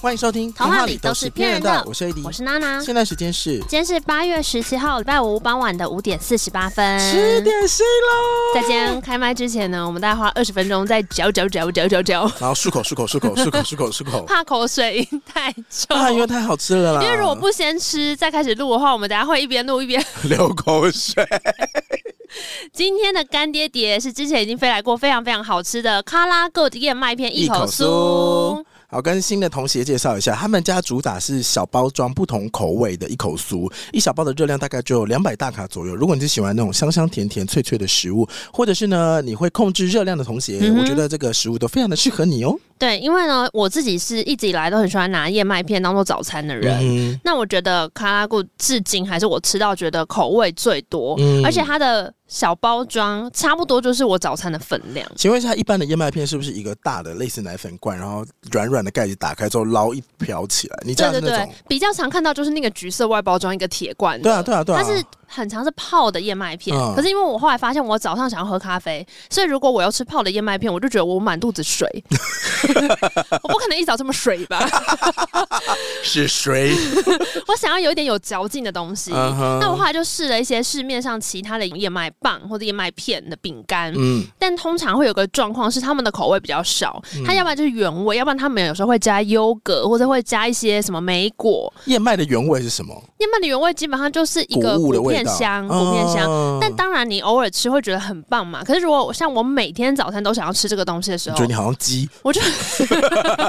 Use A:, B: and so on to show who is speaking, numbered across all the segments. A: 欢迎收听《
B: 童话里都是骗人的
A: 我是 AD，
B: 我是娜娜。
A: 现在时间是
B: 今天是八月十七号，礼拜五傍晚的五点四十八分。
A: 十点睡喽。
B: 在今天开麦之前呢，我们大概花二十分钟在嚼嚼嚼嚼嚼 嚼，
A: 然后漱口漱口漱口漱口漱口漱 口，
B: 怕口水音太重。
A: 啊，因为太好吃了啦。
B: 因为如果不先吃再开始录的话，我们等下会一边录一边。
A: 流口水，
B: 今天的干爹碟是之前已经飞来过，非常非常好吃的卡拉 Gold 燕麦片一口酥。。
A: 好，跟新的同学介绍一下，他们家主打是小包装不同口味的一口酥，一小包的热量大概就有两百大卡左右。如果你是喜欢那种香香甜甜脆脆的食物，或者是呢你会控制热量的同学，
B: 嗯哼
A: 我觉得这个食物都非常的适合你哦。
B: 对，因为呢，我自己是一直以来都很喜欢拿燕麦片当做早餐的人。
A: 嗯
B: 那我觉得卡拉固至今还是我吃到觉得口味最多，
A: 嗯
B: 而且它的小包装差不多就是我早餐的分量。
A: 请问一下，一般的燕麦片是不是一个大的类似奶粉罐，然后软软的盖子打开之后捞一瓢起来？你这样
B: 对对
A: 是那
B: 对
A: 种？，
B: 比较常看到就是那个橘色外包装一个铁罐的
A: 对啊，对啊，对啊。
B: 它是很常是泡的燕麦片。
A: 嗯
B: 可是因为我后来发现我早上想要喝咖啡，所以如果我要吃泡的燕麦片，我就觉得我满肚 子水，我不可能一早这么水吧？
A: 是水，
B: 我想要有一点有嚼劲的东西。
A: 嗯哼
B: 那我后来就试了一些市面上其他的燕麦棒或者燕麦片的饼干，
A: 嗯，
B: 但通常会有个状况是他们的口味比较少，它要不然就是原味，要不然他们有时候会加优格或者会加一些什么莓果。
A: 燕麦的原味是什么？
B: 燕麦的原味基本上就是一个
A: 谷物的
B: 谷
A: 味
B: 片
A: 道，
B: 香，谷片香。
A: 嗯
B: 但当然，你偶尔吃会觉得很棒嘛。可是如果像我每天早餐都想要吃这个东西的时
A: 你
B: 候
A: 觉得，你好像鸡，
B: 我就 我就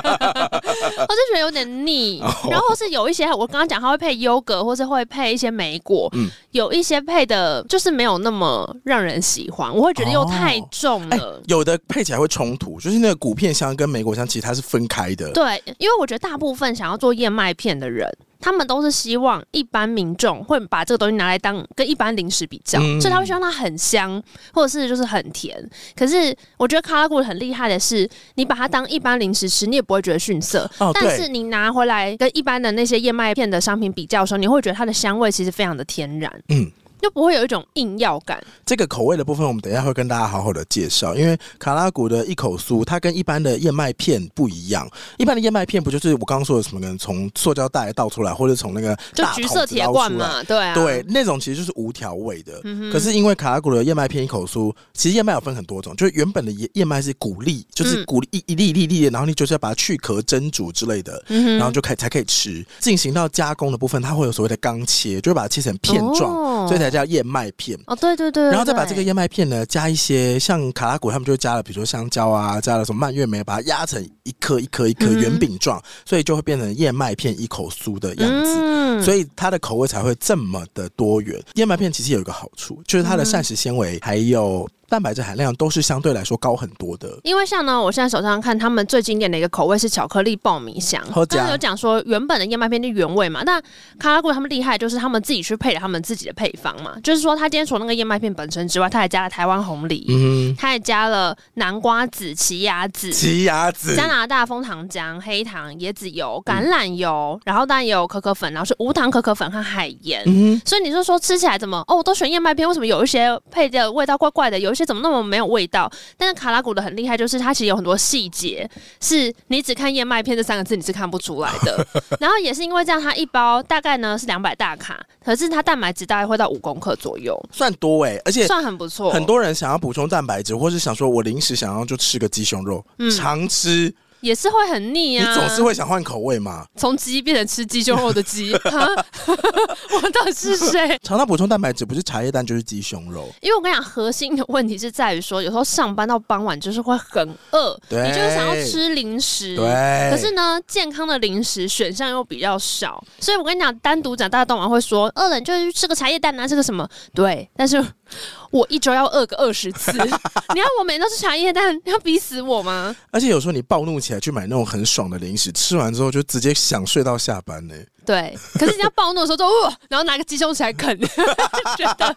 B: 觉得有点腻。
A: 哦
B: 然后是有一些我刚刚讲，它会配优格，或是会配一些莓果，
A: 嗯
B: 有一些配的就是没有那么让人喜欢，我会觉得又太
A: 哦
B: 重
A: 哎
B: 了。
A: 有的配起来会冲突，就是那个谷片香跟莓果香其实它是分开的。
B: 对，因为我觉得大部分想要做燕麦片的人，他们都是希望一般民众会把这个东西拿来当跟一般零食比较，
A: 嗯
B: 所以他会希望它很香，或者是就是很甜。可是我觉得卡拉固很厉害的是，你把它当一般零食吃，你也不会觉得逊色。
A: 哦，
B: 但是
A: 对，
B: 你拿回来跟一般的那些燕麦片的商品比较的时候，你会觉得它的香味其实非常的天然，
A: 嗯。
B: 就不会有一种硬要感。
A: 这个口味的部分，我们等一下会跟大家好好的介绍。因为卡拉谷的一口酥，它跟一般的燕麦片不一样。一般的燕麦片不就是我刚刚说的什么，可能从塑胶袋倒出来，或者从那个
B: 就
A: 大
B: 橘
A: 桶
B: 色
A: 子
B: 铁
A: 捞
B: 罐
A: 出来。
B: 嘛，嗯对啊，
A: 对，那种其实就是无调味的。可是因为卡拉谷的燕麦片一口酥，其实燕麦有分很多种，就是原本的燕燕麦是谷粒，就是
B: 嗯
A: 谷粒一一粒一粒一粒的，然后你就是要把它去壳、蒸煮之类的，
B: 嗯哼
A: 然后就可以才可以吃。进行到加工的部分，它会有所谓的钢切，就会把它切成片状，
B: 哦
A: 所以才叫燕麦片。
B: 哦，对对对对
A: 然后再把
B: 对
A: 这个燕麦片呢，加一些像卡拉果，他们就加了，比如说香蕉啊，加了什么蔓越莓，把它压成一颗一颗一颗
B: 嗯哼
A: 圆饼状，所以就会变成燕麦片一口酥的样子。
B: 嗯
A: 所以它的口味才会这么的多元。燕麦片其实有一个好处，就是它的膳食纤维还有蛋白质含量都是相对来说高很多的。
B: 因为像呢，我现在手上看他们最经典的一个口味是巧克力爆米香
A: 好，假
B: 他们有讲说原本的燕麦片是原味嘛，那卡拉固他们厉害就是他们自己去配了他们自己的配方嘛，就是说他今天除了那个燕麦片本身之外，他还加了台湾红梨，
A: 嗯，
B: 他还加了南瓜子、奇亚籽。
A: 奇亚籽
B: 加拿大枫糖浆、黑糖、椰子油、橄榄油，然后当然也有可可粉，然后是无糖可可粉和海盐。
A: 嗯哼，
B: 所以你就说吃起来怎么哦，我都选燕麦片，为什么有一些配的味道怪怪的，有一些怎么那么没有味道？但是卡拉古的很厉害，就是它其实有很多细节，是你只看燕麦片这三个字你是看不出来 的。然后也是因为这样，它一包大概呢是两百大卡，可是它蛋白质大概会到五公克左右，
A: 算多哎、而且。
B: 算很不错。
A: 很多人想要补充蛋白质，或是想说我临时想要就吃个鸡胸肉，
B: 嗯
A: 常吃，
B: 也是会很腻
A: 你
B: 啊，
A: 总是会想换口味嘛。
B: 从鸡变成吃鸡胸肉的 鸡。哈我到底是谁？
A: 常常补充蛋白质不是茶叶蛋就是鸡胸肉，
B: 因为我跟你讲，核心的问题是在于说，有时候上班到傍晚就是会很饿，
A: 对
B: 你就是想要吃零食。
A: 对。
B: 可是呢，健康的零食选项又比较少，所以我跟你讲，单独讲，大家都往会说，饿了你就去吃个茶叶蛋啊，吃个什么？对，但是我一周要饿个二十次， 你要我每天都吃茶叶蛋，你要逼死我吗？
A: 而且有时候你暴怒起来去买那种很爽的零食，吃完之后就直接想睡到下班呢、
B: 对，可是你要暴怒的时候就，哦，然后拿个鸡胸起来啃，觉得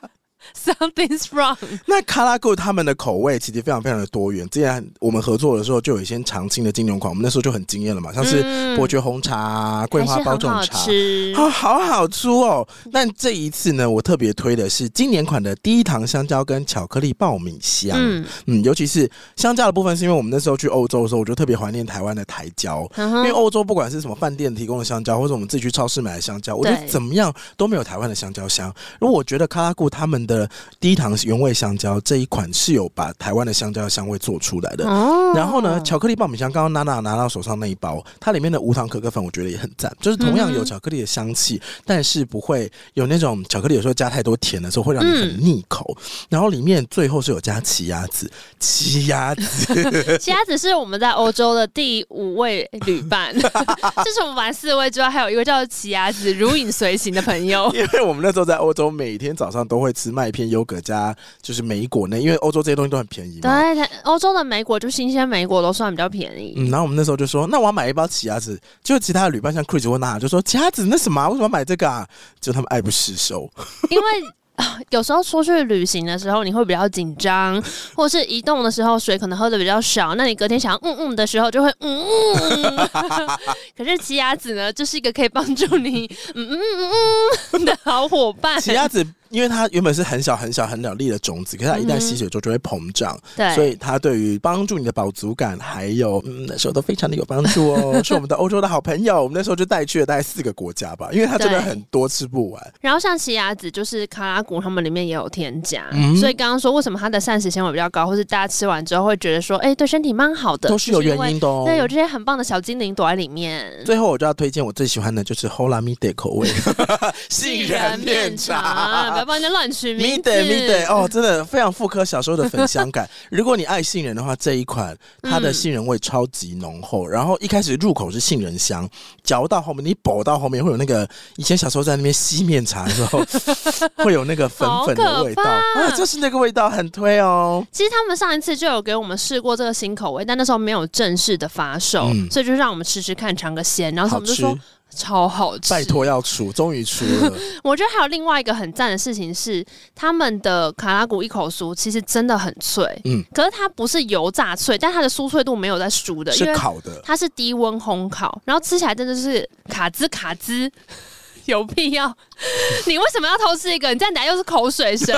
B: Something's wrong。
A: 那卡拉狗他们的口味其实非常非常的多元。之前我们合作的时候，就有一些常青的金融款，我们那时候就很惊艳了嘛，像是
B: 嗯
A: 伯爵红茶啊、桂
B: 还
A: 花
B: 是
A: 包
B: 很
A: 种
B: 好
A: 茶。
B: 吃。
A: 啊，好好吃哦！但这一次呢，我特别推的是今年款的低糖香蕉跟巧克力爆米香。嗯
B: 嗯，
A: 尤其是香蕉的部分，是因为我们那时候去欧洲的时候，我就特别怀念台湾的台蕉，
B: 然
A: 因为
B: 后
A: 欧洲不管是什么饭店提供的香蕉，或者我们自己去超市买的香蕉，我觉得
B: 对
A: 怎么样都没有台湾的香蕉香。如果我觉得卡拉固他们的低糖原味香蕉这一款是有把台湾的香蕉的香味做出来的。
B: 哦
A: 然后呢，巧克力爆米香，刚刚娜娜拿到手上那一包，它里面的无糖可可粉，我觉得也很赞，就是同样
B: 嗯哼
A: 有巧克力的香气，但是不会有那种巧克力有时候加太多甜的时候会让你很腻口。然后里面最后是有加奇亚籽，奇亚籽
B: 虾子是我们在欧洲的第五位旅 伴，就是我们玩四位之外，还有一位叫奇亚子如影随形的朋友。
A: 因为我们那时候在欧洲，每天早上都会吃麦片、优格加就是莓果那，因为欧洲这些东西都很便宜
B: 对，
A: 嘛。
B: 它欧洲的莓果就新鲜莓果都算比较便宜。
A: 嗯，然后我们那时候就说，那我要买一包奇亚籽。就其他的旅伴像 Chris 或娜就说，奇亚籽那什么啊、为什么要买这个啊？就他们爱不释 手。
B: 因为。啊有时候出去旅行的时候，你会比较紧张，或是移动的时候水可能喝的比较少，那你隔天想要嗯嗯的时候就会嗯嗯。 可是奇亚籽呢，就是一个可以帮助你嗯嗯嗯嗯的好伙伴。
A: 奇亚籽，因为它原本是很小很小很小粒的种子，可是它一旦吸水之后就会膨胀，
B: 对，
A: 所以它对于帮助你的饱足感还有嗯那时候都非常的有帮助哦。 是我们的欧洲的好朋友，我们那时候就带去了大概四个国家吧，因为它真的
B: 对
A: 很多吃不完。
B: 然后像奇亚籽，就是卡拉谷他们里面也有添加，
A: 嗯
B: 所以刚刚说为什么它的膳食纤维比较高，或是大家吃完之后会觉得说，哎、对身体蛮好的，
A: 都是有原因的哦
B: 就。是因为对，有这些很棒的小精灵躲在里面。
A: 最后我就要推荐我最喜欢的就是 Hola Mide 口 味，杏仁面
B: 茶，不要
A: 茶。
B: 帮人家乱取名
A: Mide
B: 字。
A: Mide 哦，真的非常复刻小时候的粉香感。 如果你爱杏仁的话，这一款它的杏仁味超级浓厚，然后一开始入口是杏仁香，嚼到后面你剥到后面会有那个以前小时候在那边吸面茶的时 候会有那个粉粉的味道
B: 好可怕
A: 啊，就是那个味道很推哦。
B: 其实他们上一次就有给我们试过这个新口味，但那时候没有正式的发售，
A: 嗯
B: 所以就让我们吃吃看，尝个鲜。然后
A: 好
B: 我们就
A: 吃，
B: 说超好吃，
A: 拜。托要出，终于出 了。
B: 我觉得还有另外一个很赞的事情是，他们的卡拉谷一口酥其实真的很脆，
A: 嗯
B: 嗯，可是它不是油炸脆，但它的酥脆度没有在酥的，因
A: 是
B: 为
A: 烤的，
B: 它是低温烘烤，然后吃起来真的是卡滋卡滋。有必要？你为什么要偷吃一个？你这样等下又是口 水声。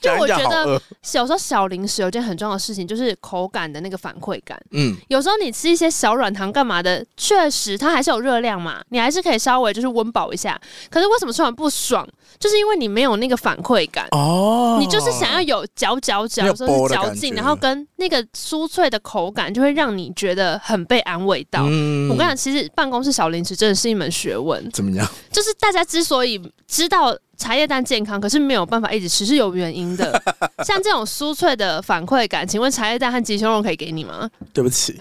B: 就我
A: 讲一
B: 觉
A: 讲好
B: 得
A: 饿
B: 小时候小零食有件很重要的事情，就是口感的那个反馈感。
A: 嗯，
B: 有时候你吃一些小软糖干嘛的，确实它还是有热量嘛，你还是可以稍微就是温饱一下。可是为什么吃完不爽？就是因为你没有那个反馈感。
A: 哦，
B: 你就是想要有嚼嚼嚼，
A: 没有
B: 有时候
A: 剥
B: 是
A: 的
B: 嚼
A: 感
B: 劲，
A: 觉
B: 然后跟那个酥脆的口感，就会让你觉得很被安慰到。
A: 嗯
B: 我跟你讲，其实办公室小零食真的是一门学问，
A: 怎么 样？
B: 就是大家之所以知道茶叶蛋健康，可是没有办法一直吃，是有原因的。 像这种酥脆的反馈感，请问茶叶蛋和鸡胸肉可以给你 吗？
A: 对不起，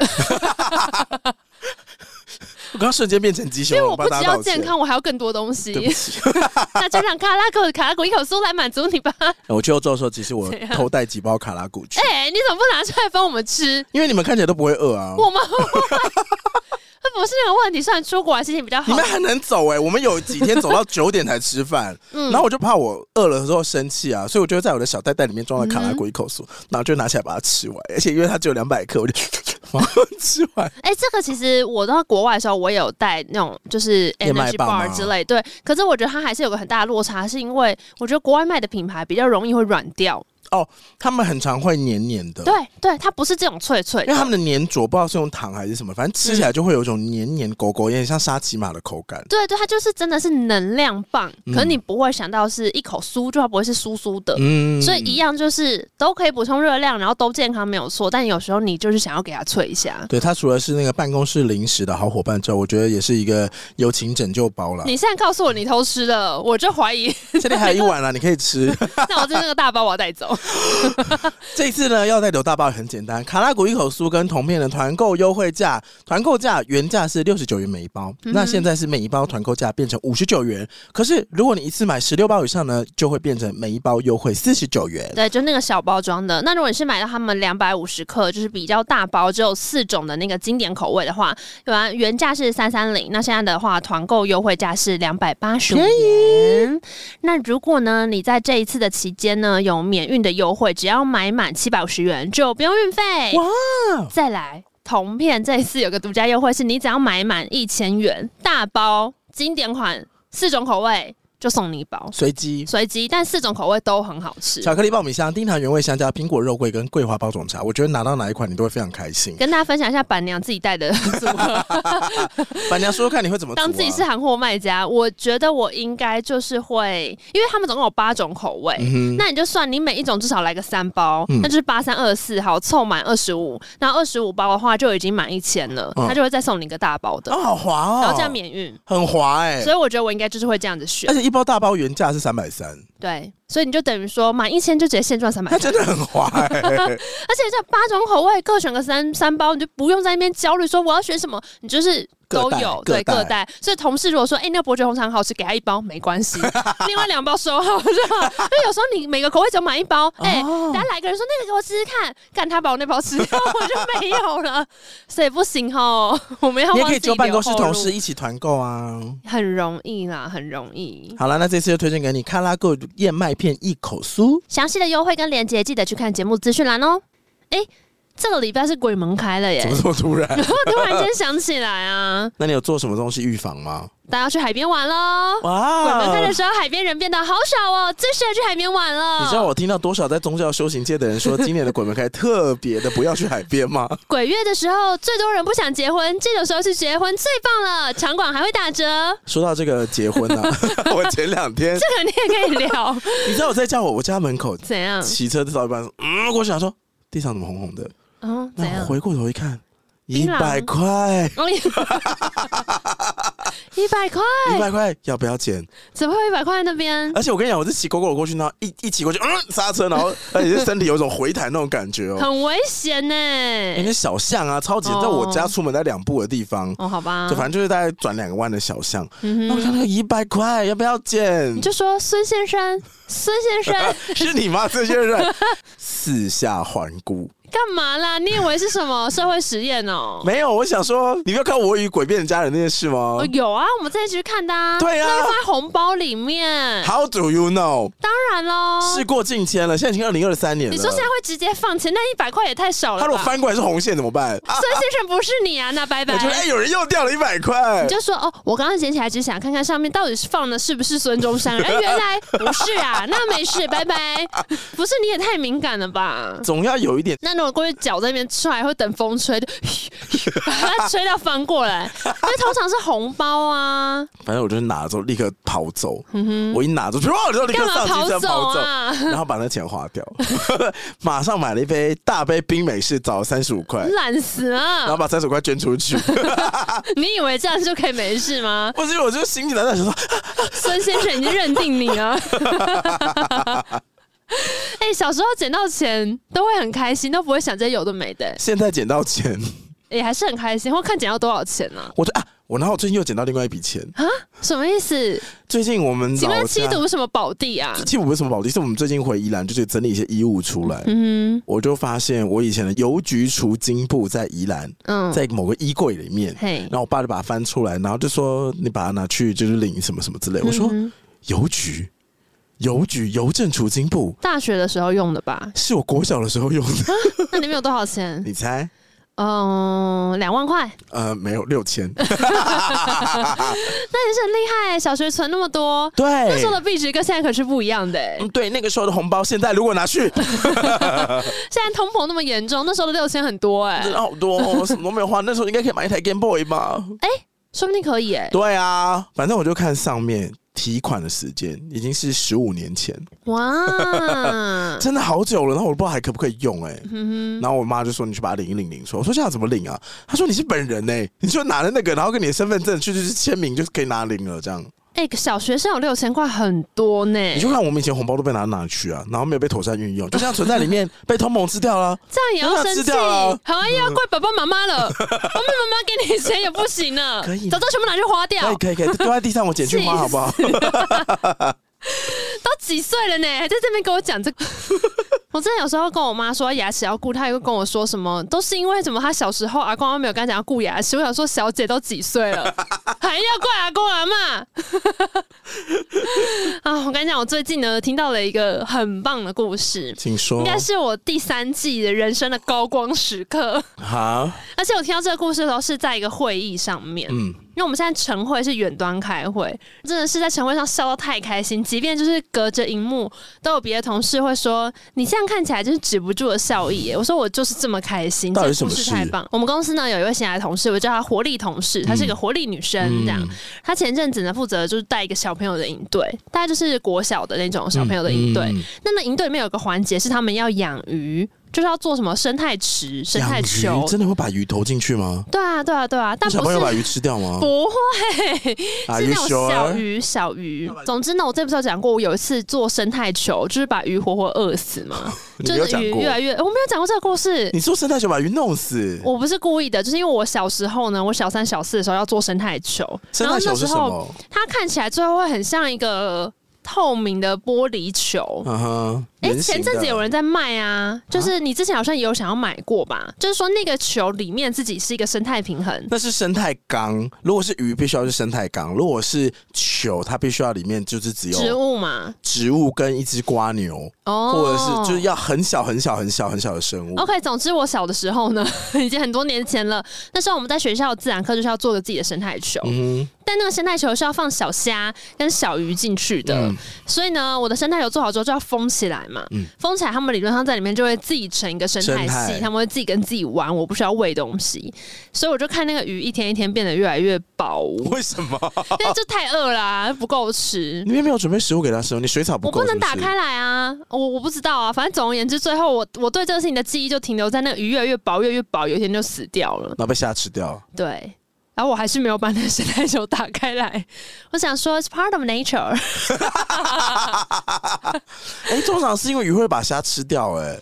A: 我刚瞬间变成鸡胸
B: 因为
A: 了，
B: 我不
A: 帮大
B: 只
A: 家
B: 要
A: 道歉
B: 健。康，我还要更多东西
A: 对。不起，
B: 那就让卡拉狗卡拉狗一口酥来满足你吧。
A: 哎我去欧洲的时候，其实我
B: 怎样
A: 偷带几包卡拉谷去，
B: 哎、你怎么不拿出来分我们吃？
A: 因为你们看起来都不会饿啊。
B: 我们会，那 不是那个问题。虽然出国玩心情比较
A: 你
B: 好
A: 们，很能走哎、我们有几天走到九点才吃饭，
B: 嗯
A: 然后我就怕我饿了之后生气啊，所以我就会在我的小袋袋里面装了卡拉果一口酥，
B: 嗯
A: 然后就拿起来把它吃完，而且因为它只有两百克，我就 然后吃完。
B: 哎、这个其实我到国外的时候，我也有带那种就是
A: 燕麦
B: energy
A: 棒吗
B: bar 之类，对。可是我觉得它还是有个很大的落差，是因为我觉得国外卖的品牌比较容易会软掉，
A: 他们很常会黏黏的，
B: 对对，它不是这种脆脆
A: 嗯因为他们
B: 的。
A: 的粘着不知道是用糖还是什么，反正吃起
B: 嗯
A: 来就会有一种黏黏狗狗，有点像沙琪玛的口感。
B: 对对，它就是真的是能量棒，
A: 嗯
B: 可是你不会想到是一口酥，就它不会是酥酥的，
A: 嗯
B: 所以一样就是都可以补充热量，然后都健康没有错，但有时候你就是想要给它脆一下。
A: 对他除了是那个办公室零食的好伙伴之外，我觉得也是一个友情拯救包啦。
B: 你现在告诉我你偷吃了，我就怀疑，
A: 这里还有一碗啦，你可以吃。
B: 那我就那个大包我要带走。
A: 这次呢，要带刘大爆很简单，卡拉古一口酥跟同片的团购优惠价，团购价原价是六十九元每一包，
B: 嗯
A: 那现在是每一包团购价变成五十九元。可是如果你一次买十六包以上呢，就会变成每一包优惠四十九元。
B: 对，就那个小包装的。那如果你是买到他们两百五十克，就是比较大包，只有四种的那个经典口味的话，原原价是三三零，那现在的话团购优惠价是两百八十五元。那如果呢，你在这一次的期间呢有免运的优惠，只要买满七百五十元就不用运费。
A: 哇！
B: 再来，同片这一次有个独家优惠，是你只要买满一千元大包经典款四种口味，就送你一包。
A: 随机。
B: 随机，但四种口味都很好吃。
A: 巧克力爆米香、丁糖原味香蕉、苹果肉桂跟桂花包种茶，我觉得拿到哪一款你都会非常开 心。
B: 跟大家分享一下板娘自己 带的组合。
A: 板娘说说看你会怎么、啊、
B: 当自己是韩货卖家，我觉得我应该就是会，因为他们总共有八种口味，
A: 嗯哼，
B: 那你就算你每一种至少来个三包，
A: 嗯
B: 那就是八三二四，好凑满二十五，那二十五包的话就已经满一千了，
A: 嗯
B: 他就会再送你一个大包的，
A: 哦，好滑哦，
B: 然后这样免运。
A: 很滑哎、
B: 所以我觉得我应该就是会这样子选
A: 而，且一包大包原价是三百 三，
B: 对，所以你就等于说满一千就直接现赚三百，
A: 它
B: 而且
A: 真的很滑 哎、
B: 这八种口味各选个三三包，你就不用在那边焦虑说我要选什么，你就是
A: 各
B: 都
A: 带
B: 有
A: 各
B: 对
A: 带
B: 各带。所以同事如果说，哎、那伯爵红茶很好吃，给他一包没关系，另外两包收好就好。因为有时候你每个口味只有买 一包，哎、
A: 哦
B: 大家来个人说那个给我试试看，干他把我那包吃掉，我就没有了，所以不行哦， 我们要
A: 你也
B: 帮
A: 可以
B: 自己
A: 揪办公室
B: 留后
A: 同
B: 路
A: 事，一起团购啊。
B: 很容易啦，很容易。
A: 好了，那这次就推荐给你卡拉购燕麦片一口 酥。
B: 详细的优惠跟链接记得去看节目资讯栏哦。哎、这个礼拜是鬼门开了耶
A: 怎么，这么突然？
B: 我 突然间想起来啊，
A: 那你有做什么东西预防吗？
B: 大家要去海边玩喽。
A: 哇
B: 鬼门开的时哦候，海边人变得好少哦，最适合去海边玩了。
A: 你知道我听到多少在宗教修行界的人说，今年的鬼门开特别的不要去海边 吗？
B: 鬼月的时候，最多人不想结婚，这种时候去结婚最棒了，场馆还会打折，
A: 说到这个结婚啊，我前两天，
B: 这个你也可以 聊。
A: 你知道我在叫我我家门口
B: 怎样？
A: 骑车到一半，嗯，我想说地上怎么红红的，
B: 嗯，怎
A: 那我
B: 样？
A: 回过头一看，一
B: 槟榔
A: 百块，
B: 哦， 一百块，
A: 一百哎块要不要钱？
B: 怎么会一百块那边？
A: 而且我跟你讲，我是骑狗狗过去，然后一一骑过去，嗯，刹车，然后而且是身体有一种回弹那种感觉哦。
B: 很危险呢、
A: 哎，那小巷啊，超级
B: 哦
A: 在我家出门在两步的地方，
B: 哦，好吧
A: 就，反正就是大概转两个弯的小巷。
B: 嗯
A: 那我
B: 哼，
A: 看那个一百块要不要捡
B: 你？就说孙先生，孙 先生
A: 是你吗？这些 人四下环顾，
B: 干嘛啦？你以为是什么社会实验哦？
A: 没有。我想说，你没有看《我与鬼变的家人》那件事吗
B: 哦，有啊，我们这一集去看的啊，
A: 对啊
B: 那会放在红包里面，
A: ？How do you know？
B: 当然喽。
A: 事过境迁了，现在已经二零二三年了。
B: 哦你说现在会直接放钱，那一百块也太少了
A: 他如果
B: 吧？
A: 翻过来是红线怎么办？啊，
B: 孙先生不是你啊，那拜拜
A: 我。觉得哎，有人又掉了一百块
B: 你。就说哦，我刚刚捡起来只想看看上面到底是放的是不是孙中 山，哎，原来不是啊，那没事，拜拜。不是你也太敏感了吧？
A: 总要有一点
B: 那如果过去脚在那边踹，会等风吹，就 把它吹到翻过来，因为通常是红包 啊，
A: 反正我就是拿了之后立刻跑走，我一拿出去，哇，就立刻
B: 嗯干
A: 上
B: 嘛
A: 机车
B: 走
A: 跑走，
B: 啊？
A: 然后把那钱花掉， 马上买了一杯大杯冰美式，找了三十五块，
B: 懒死
A: 哎然后
B: 了！
A: 把三十五块捐出 去。？
B: 你以为这样就可以没事吗
A: 不是，我就心里难道想说，
B: 孙先生已经认定你了。 哎、小时候捡到钱都会很开心，都不会想这些有的没的、
A: 现在捡到钱，
B: 也、还是很开心。或看捡到多少钱呢、
A: 我就啊，我然后我最近又捡到另外一笔钱。
B: 啊？什么意思？
A: 最近我们
B: 请
A: 老
B: 问
A: 家
B: 七毒什么宝地啊？
A: 七五不是什么宝地，是我们最近回宜兰，就是整理一些衣物出来。
B: 嗯
A: 我就发现我以前的邮局除金布在宜兰，
B: 哼嗯，
A: 在某个衣柜里面，
B: 嘿
A: 然后我爸就把它翻出来，然后就说你把它拿去就是领什么什么之类。我说
B: 嗯哼
A: 邮局，邮局邮政储金部
B: 大学的时候用的吧？
A: 是我国小的时候用的，
B: 那里面有多 少钱？
A: 你猜？
B: 嗯，两万块，
A: 呃，没有六千，
B: 那也是很厉害、小学存那么多，那
A: 对
B: 时候，的币值跟现在可是不一样的、欸。
A: 哎嗯，对，那个时候的红包，现在如果拿去，
B: 现在通膨那么严重，那时候的六千很多 哎、
A: 真的好多、哦，我什么都没有花，那时候应该可以买一台 Game Boy 吧？
B: 哎说不定可以哎、
A: 对啊，反正我就看上面提款的时间已经是十五年前， ，
B: 哇
A: 真的好久了，然后我不知道还可不可以用哎、
B: 嗯哼，
A: 然后我妈就说：“你去把它领一领领出来。”我说：“这样怎么领啊？”她说：“你是本人呢、你就拿了那个，然后跟你的身份证去就是签名就可以拿领了。”这样
B: 哎、哎、小学生有六千块很多呢，
A: 你就看我们以前红包都被拿到哪里去啊，然后没有被妥善运用，就像存在里面被通膨吃掉了。
B: 这样也要生
A: 那
B: 气
A: 吃掉了？
B: 好啊，又要怪爸爸妈 妈了，我们妈妈给你钱也不行呢，
A: 可以
B: 早知道全部拿去花
A: 可
B: 掉
A: 以，可以可以，丢在地上我捡去花好不好？
B: 都几岁了呢，还在这边跟我 讲这个。我真的有时候跟我妈说牙齿要顾，她也会跟我说什么，都是因为什么她小时候阿公阿妈没有跟她讲要顾牙齿。我想说，小姐都几岁 了，还要怪阿公阿妈 啊！我跟你讲，我最近呢听到了一个很棒的故事，
A: 请说
B: 应。该是我第三季的人生的高光时刻。
A: 好，
B: 而且我听到这个故事的时候是在一个会议上面，
A: 嗯，
B: 因为我们现在晨会是远端开会，真的是在晨会上笑到太开心，即便就是隔着荧幕，都有别的同事会说你这样看起来就是止不住的笑意耶。我说我就是这么开心，
A: 到底
B: 这
A: 什么
B: 故事
A: 事
B: 太棒。我们公司呢有一位新来的同事，我叫她活力同事，她是一个活力女生，
A: 嗯
B: 这样。她前阵子呢负责就是带一个小朋友的营队，大概就是国小的那种小朋友的营队。
A: 嗯嗯
B: 那么营队里面有个环节是他们要养鱼，就是要做什么生态池、生态
A: 养
B: 球
A: 鱼。真的会把鱼投进去吗？
B: 对啊，对啊，对啊，但
A: 小
B: 不
A: 朋
B: 是
A: 友把鱼吃掉吗？
B: 不会，
A: Are
B: 是
A: you
B: 那种小
A: sure？
B: 鱼，小鱼。总之呢，我这不是有讲过，我有一次做生态球，就是把鱼活活饿死嘛，
A: 你没有
B: 就是
A: 讲
B: 鱼
A: 过
B: 越，来越……我没有讲过这个故 事。
A: 你说生态球把鱼弄死，
B: 我不是故意的，就是因为我小时候呢，我小三小四的时候要做生态球，
A: 生
B: 然后
A: 态
B: 那
A: 球
B: 时
A: 是什
B: 候
A: 么？
B: 它看起来最后会很像一个透明的玻璃球，
A: 嗯哼，
B: 哎、
A: 圆形的
B: 前阵子有人在卖啊，就是你之前好像也有想要买过吧？就是说那个球里面自己是一个生态平衡，
A: 那是生态缸，如果是鱼，必须要是生态缸；如果是球，它必须要里面就是只
B: 植
A: 有
B: 物嘛，
A: 植物跟一只瓜牛，
B: 哦，
A: 或者是就是要很小很小很小很小的生物。
B: OK，总之我小的时候呢， 已经很多年前了。那时候我们在学校的自然课就是要做个自己的生态球，
A: 嗯
B: 但那个生态球是要放小虾跟小鱼进去的，
A: 嗯
B: 所以呢，我的生态球做好之后就要封起来嘛。
A: 嗯
B: 封起来，他们理论上在里面就会自己成一个生
A: 生
B: 态
A: 态
B: 系，他们会自己跟自己玩，我不需要喂东西，所以我就看那个鱼一天一天变得越来越饱，
A: 哼，为什么？
B: 因为就太饿啦、不够 吃。
A: 你们没有准备食物给它吃哦，你水草
B: 我
A: 够
B: 不能
A: 是
B: 打
A: 是
B: 开来啊，我我不知道啊，反正总而言之，最后我我对这个事情的记忆就停留在那个鱼越来越薄，越来越薄，有一天就死掉了。
A: 然后被虾吃掉。
B: 对，然后我还是没有把那个生态球打开来，我想说 it's part of nature，
A: 哎、通常是因为鱼会把虾吃掉、哎，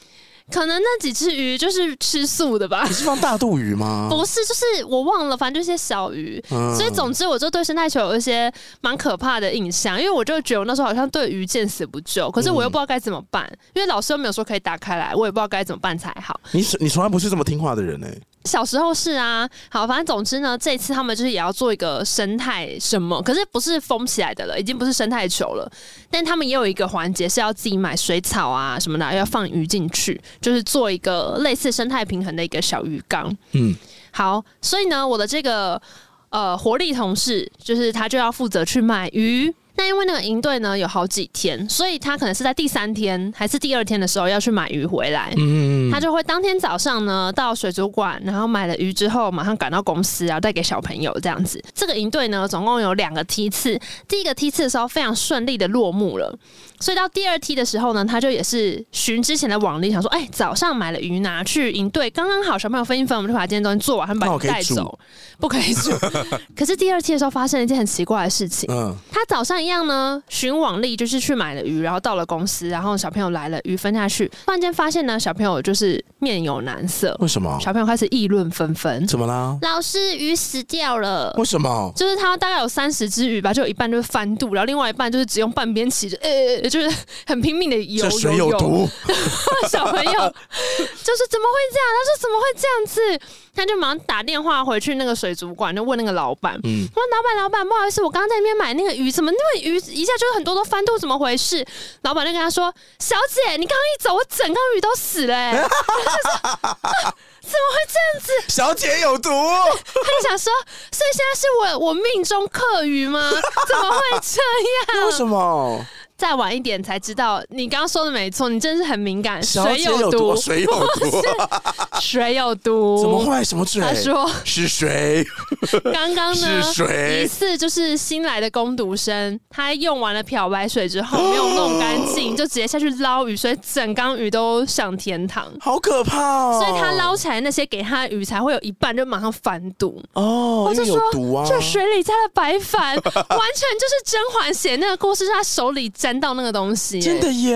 B: 可能那几只鱼就是吃素的吧
A: 你。是放大肚鱼吗？
B: 不是，就是我忘了，反正就是些小鱼，
A: 嗯
B: 所以总之我就对生态球有一些蛮可怕的印象，因为我就觉得我那时候好像对鱼见死不救，可是
A: 嗯
B: 我又不知道该怎么办，因为老师又没有说可以打开来，我也不知道该怎么办才好。
A: 你你从来不是这么听话的人哎、
B: 小时候是啊，好，反正总之呢，这一次他们就是也要做一个生态什么，可是不是封起来的了，已经不是生态球了。但他们也有一个环节是要自己买水草啊什么的，要放鱼进去，就是做一个类似生态平衡的一个小鱼缸。
A: 嗯，
B: 好，所以呢，我的这个呃活力同事，就是他就要负责去买鱼。那因为那个营队呢有好几天，所以他可能是在第三天还是第二天的时候要去买鱼回来。
A: 嗯，
B: 他就会当天早上呢到水族馆，然后买了鱼之后，马上赶到公司，然后带给小朋友这样子。这个营队呢，总共有两个梯次，第一个梯次的时候非常顺利的落幕了，所以到第二梯的时候呢，他就也是循之前的往例，想说，哎、早上买了鱼拿去营队，刚刚好小朋友分一分，我们就把今天东西做完，他们
A: 那
B: 把
A: 我
B: 鱼
A: 可以
B: 带
A: 煮
B: 走，不可以 煮。可是第二梯的时候发生了一件很奇怪的事情。
A: 嗯，
B: 他早上一样呢，寻往例就是去买了鱼，然后到了公司，然后小朋友来了，鱼分下去，突然间发现呢，小朋友就是面有难色，
A: 为什么？
B: 小朋友开始议论纷纷，
A: 怎么啦？
B: 哦老师鱼死掉了。
A: 为什么？
B: 就是他大概有三十只鱼吧，就有一半就是翻肚，然后另外一半就是只用半边鳍，就呃、就是很拼命的游
A: 这
B: 游
A: 水有
B: 游。
A: 毒，
B: 小朋友就是怎么会这样？他说怎么会这样子？他就马上打电话回去那个水族馆，就问那个老板，
A: 嗯，
B: 我说老板，老板，不好意思，我刚刚在那边买那个鱼，怎么那个鱼一下就是很多都翻肚，怎么回事？老板就跟他说：“小姐，你刚刚一走，我整缸鱼都死了、欸。”他就说、啊：“怎么会这样子
A: 小姐有毒。？”
B: 他就想说：“ 所以现在是我我命中克鱼吗？怎么会这样？”
A: 为什么？
B: 再晚一点才知道。你刚刚说的没错，你真是很敏感，
A: 小
B: 水
A: 姐有毒，
B: 毒，
A: 水有毒，
B: 水有 毒。
A: 怎么会？什么水？
B: 他说
A: 是谁？
B: 刚刚呢
A: 是，谁
B: 疑似就是新来的攻读生，他用完了漂白水之后没有弄干 净，就直接下去捞鱼，所以整缸鱼都上天堂。
A: 好可怕哦！
B: 所以他捞起来那些给他的鱼才会有一半就马上反肚。
A: 哦，
B: 我
A: 因
B: 就
A: 为有
B: 说
A: 毒啊！
B: 这水里加了白 矾，完全就是甄嬛写那个故事，是他手里沾到那个东西、
A: 真的耶！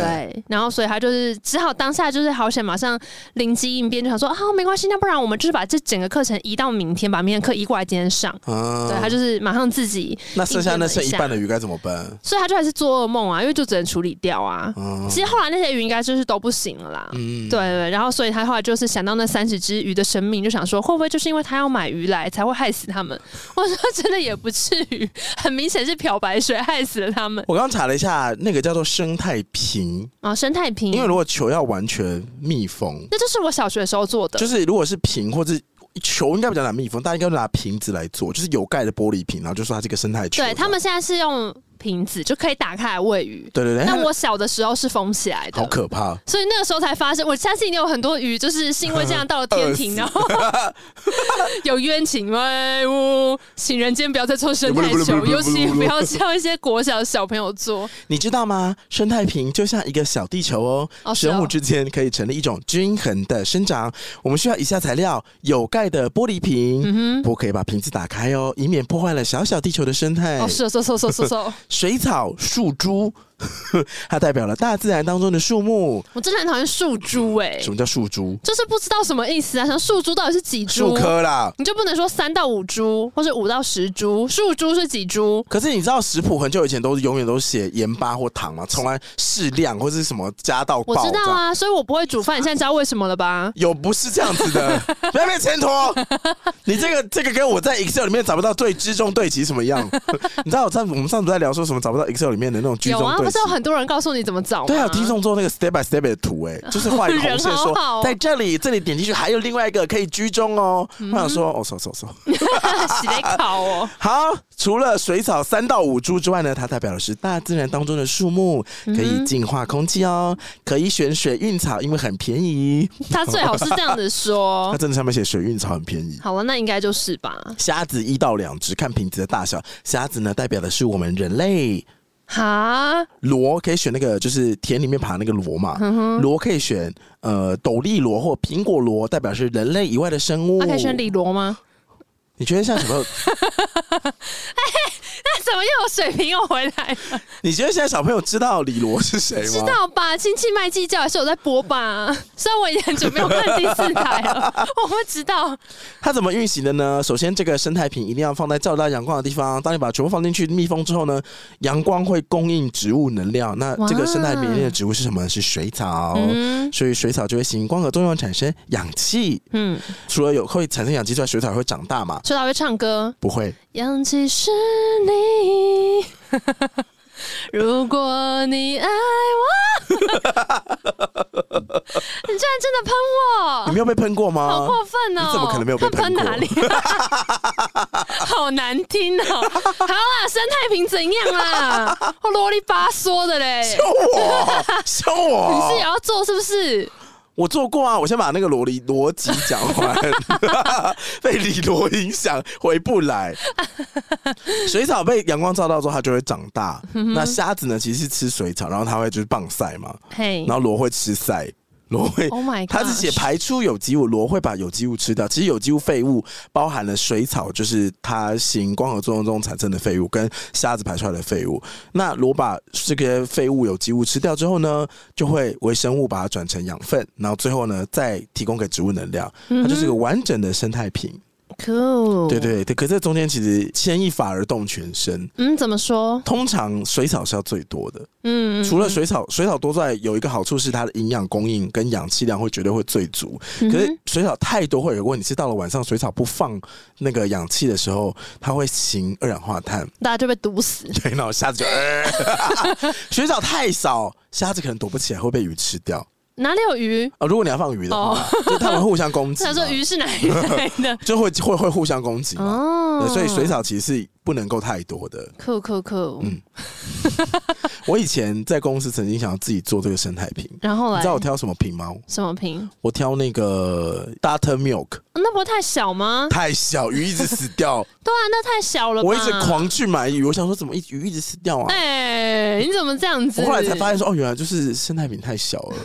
B: 对，然后所以他就是只好当下就是好险，马上灵机应变，就想说啊，没关系，那不然我们就是把这整个课程移到明天，把明天的课移过来今天上。
A: 啊，
B: 对他就是马上自己，
A: 那剩下那剩一
B: 应变了一下
A: 半的鱼该怎么办？
B: 所以他就还是做噩梦啊，因为就只能处理掉啊。
A: 嗯
B: 其实后来那些鱼应该就是都不行了啦。
A: 嗯，
B: 对对，然后所以他后来就是想到那三十只鱼的生命，就想说会不会就是因为他要买鱼来才会害死他们？ 我说真的也不至于，很明显是漂白水害死了他们
A: 我刚刚查了一下，那个叫做生态瓶，
B: 啊、哦生态瓶，
A: 因为如果球要完全密封，
B: 那就是我小学的时候做的，
A: 就是如果是瓶或者球应该比较难密封，大家应该拿瓶子来做，就是有盖的玻璃瓶，然后就说它是一个生态球。
B: 对他们现在是用瓶子就可以打开来喂鱼，
A: 对对对，
B: 但
A: 它
B: 我小的时候是封起来的，
A: 哎好可怕。
B: 所以那个时候才发生，我相信你有很多鱼，就是是因为这样到了天
A: 饿
B: 庭，
A: 死
B: 然后 有冤情哎呜，请人间不要再做生态球，尤其不要叫一些国小的小朋 友做。
A: 你知道吗？生态瓶就像一个小地球哦，
B: 哦是哦
A: 生物之间可以成立一种均衡的生长。我们需要以下材料：有盖的玻璃瓶，
B: 嗯
A: 不可以把瓶子打开哦，以免破坏了小小地球的生态。
B: 哦，是哦，是是是是是，
A: 水草、树株， 它代表了大自然当中的树木。
B: 我真的很讨厌树猪哎、
A: 什么叫树株？
B: 就是不知道什么意思啊，像树猪到底是几
A: 树
B: 株？
A: 科啦。
B: 你就不能说三到五株，或是五到十株？树猪是几株？
A: 可是你知道食谱很久以前都是永远都写盐巴或糖嘛，从来适量或是什么加到
B: 我
A: 爆。啊
B: 知
A: 这
B: 道
A: 样
B: 啊，所以我不会煮饭，你现在知道为什么了吧？
A: 有不是这样子的，不要被牵拖。你这个这个跟我在 Excel 里面找不到对之中对齐什么样？你知道我上我们上次在聊说什么找不到 Excel 里面的那种居中
B: 有啊，
A: 对
B: 不
A: 齐
B: 是有。很多人告诉你怎么找吗？
A: 对啊，有听众做那个 step by step 的图、哎，就是画一个红线
B: 人好
A: 说，
B: 好哦
A: 在这里，这里点进去还有另外一个可以居中哦。我想说，哦，手手手，
B: 洗得烤哦。
A: 好，除了水草三到五株之外呢，它代表的是大自然当中的树木，可以净化空气哦，可以选水运草，因为很便宜。
B: 他最好是这样子
A: 它
B: 说。
A: 真的上面写水运草很便宜。
B: 好了，那应该就是吧。
A: 虾子一到两只，看瓶子的大小。虾子呢，代表的是我们人类。
B: 哈，
A: 螺可以选那个，就是田里面爬那个螺嘛。
B: 嗯
A: 螺可以选呃斗笠螺或苹果螺，代表是人类以外的生物。
B: 他可以选李罗吗？
A: 你觉得像什 么？
B: 那 怎么又有水瓶又回来了？
A: 你觉得现在小朋友知道李螺是谁吗？
B: 知道吧？亲戚卖计较还是有在播吧？虽然我也很久没有看第四台了，我不知道。
A: 它怎么运行的呢？首先，这个生态瓶一定要放在照到阳光的地方。当你把全部放进去密封之后呢，阳光会供应植物能量。那这个
B: 哇
A: 生态瓶里面的植物是什么？是水草，
B: 嗯
A: 所以水草就会行光合作用产生氧气。
B: 嗯，
A: 除了有会产生氧气之外，水草也会长大嘛？
B: 所以他会唱歌。
A: 不会，
B: 氧气是你， 如果你爱我， 你居然真的喷我！
A: 你没有被喷过
B: 哦好
A: 吗？
B: 过分哦！
A: 你怎么可能没有被
B: 看
A: 喷过
B: 哪里？好难听哦！好啦，生态瓶怎样 啦？我啰里吧嗦的嘞，
A: 凶我，凶
B: 你是也
A: 我！
B: 要做是不是？
A: 我做过啊，我先把那个逻辑逻辑讲 完，被李罗影响回不来。水草被阳光照到之后，它就会长大。
B: 嗯
A: 那虾子呢，其实是吃水草，然后它会就是棒晒嘛，
B: 嘿
A: 然，后螺会吃晒。螺会
B: Oh my
A: 它是写
B: gosh
A: 排出有机物，螺会把有机物吃掉。其实有机物废物包含了水草，就是它行光合作用中产生的废物，跟虾子排出来的废物。那螺把这些废物、有机物吃掉之后呢，就会微生物把它转成养分，然后最后呢再提供给植物能量，它就是一个完整的生态瓶。
B: 嗯酷，
A: 对，对对，可这中间其实牵一发而动全身。
B: 嗯，怎么说？
A: 通常水草是要最多的，
B: 嗯，
A: 除了水草，水草多在有一个好处是它的营养供应跟氧气量会绝对会最足。
B: 嗯
A: 可是水草太多会有个问题是，到了晚上水草不放那个氧气的时候，它会行二氧化碳，
B: 大家就被毒死。
A: 对，然后虾子就、呃 水草太少，虾子可能躲不起来会被鱼吃掉啊、
B: 哪里有鱼？
A: 呃如果你要放鱼的
B: 哦
A: 话，就它们互相攻
B: 我
A: 击嘛， ？
B: 想说鱼是哪里来的
A: 就会会会互相攻击嘛。
B: 哦
A: 对，所以水草其实是不能够太多的。
B: 酷酷酷。
A: 嗯我以前在公司曾经想要自己做这个生态瓶，
B: 然后
A: 你
B: 来
A: 知道我挑什么瓶吗？
B: 什么瓶？哦
A: 我挑那个 Data Milk，
B: 那不会太小吗？
A: 太小，鱼一直死掉，
B: 对啊，那太小了吧。
A: 我一直狂去买鱼，我想说怎么一鱼一直死掉啊？
B: 哎、你怎么这样子？
A: 我后来才发现说，哦，原来就是生态瓶太小了，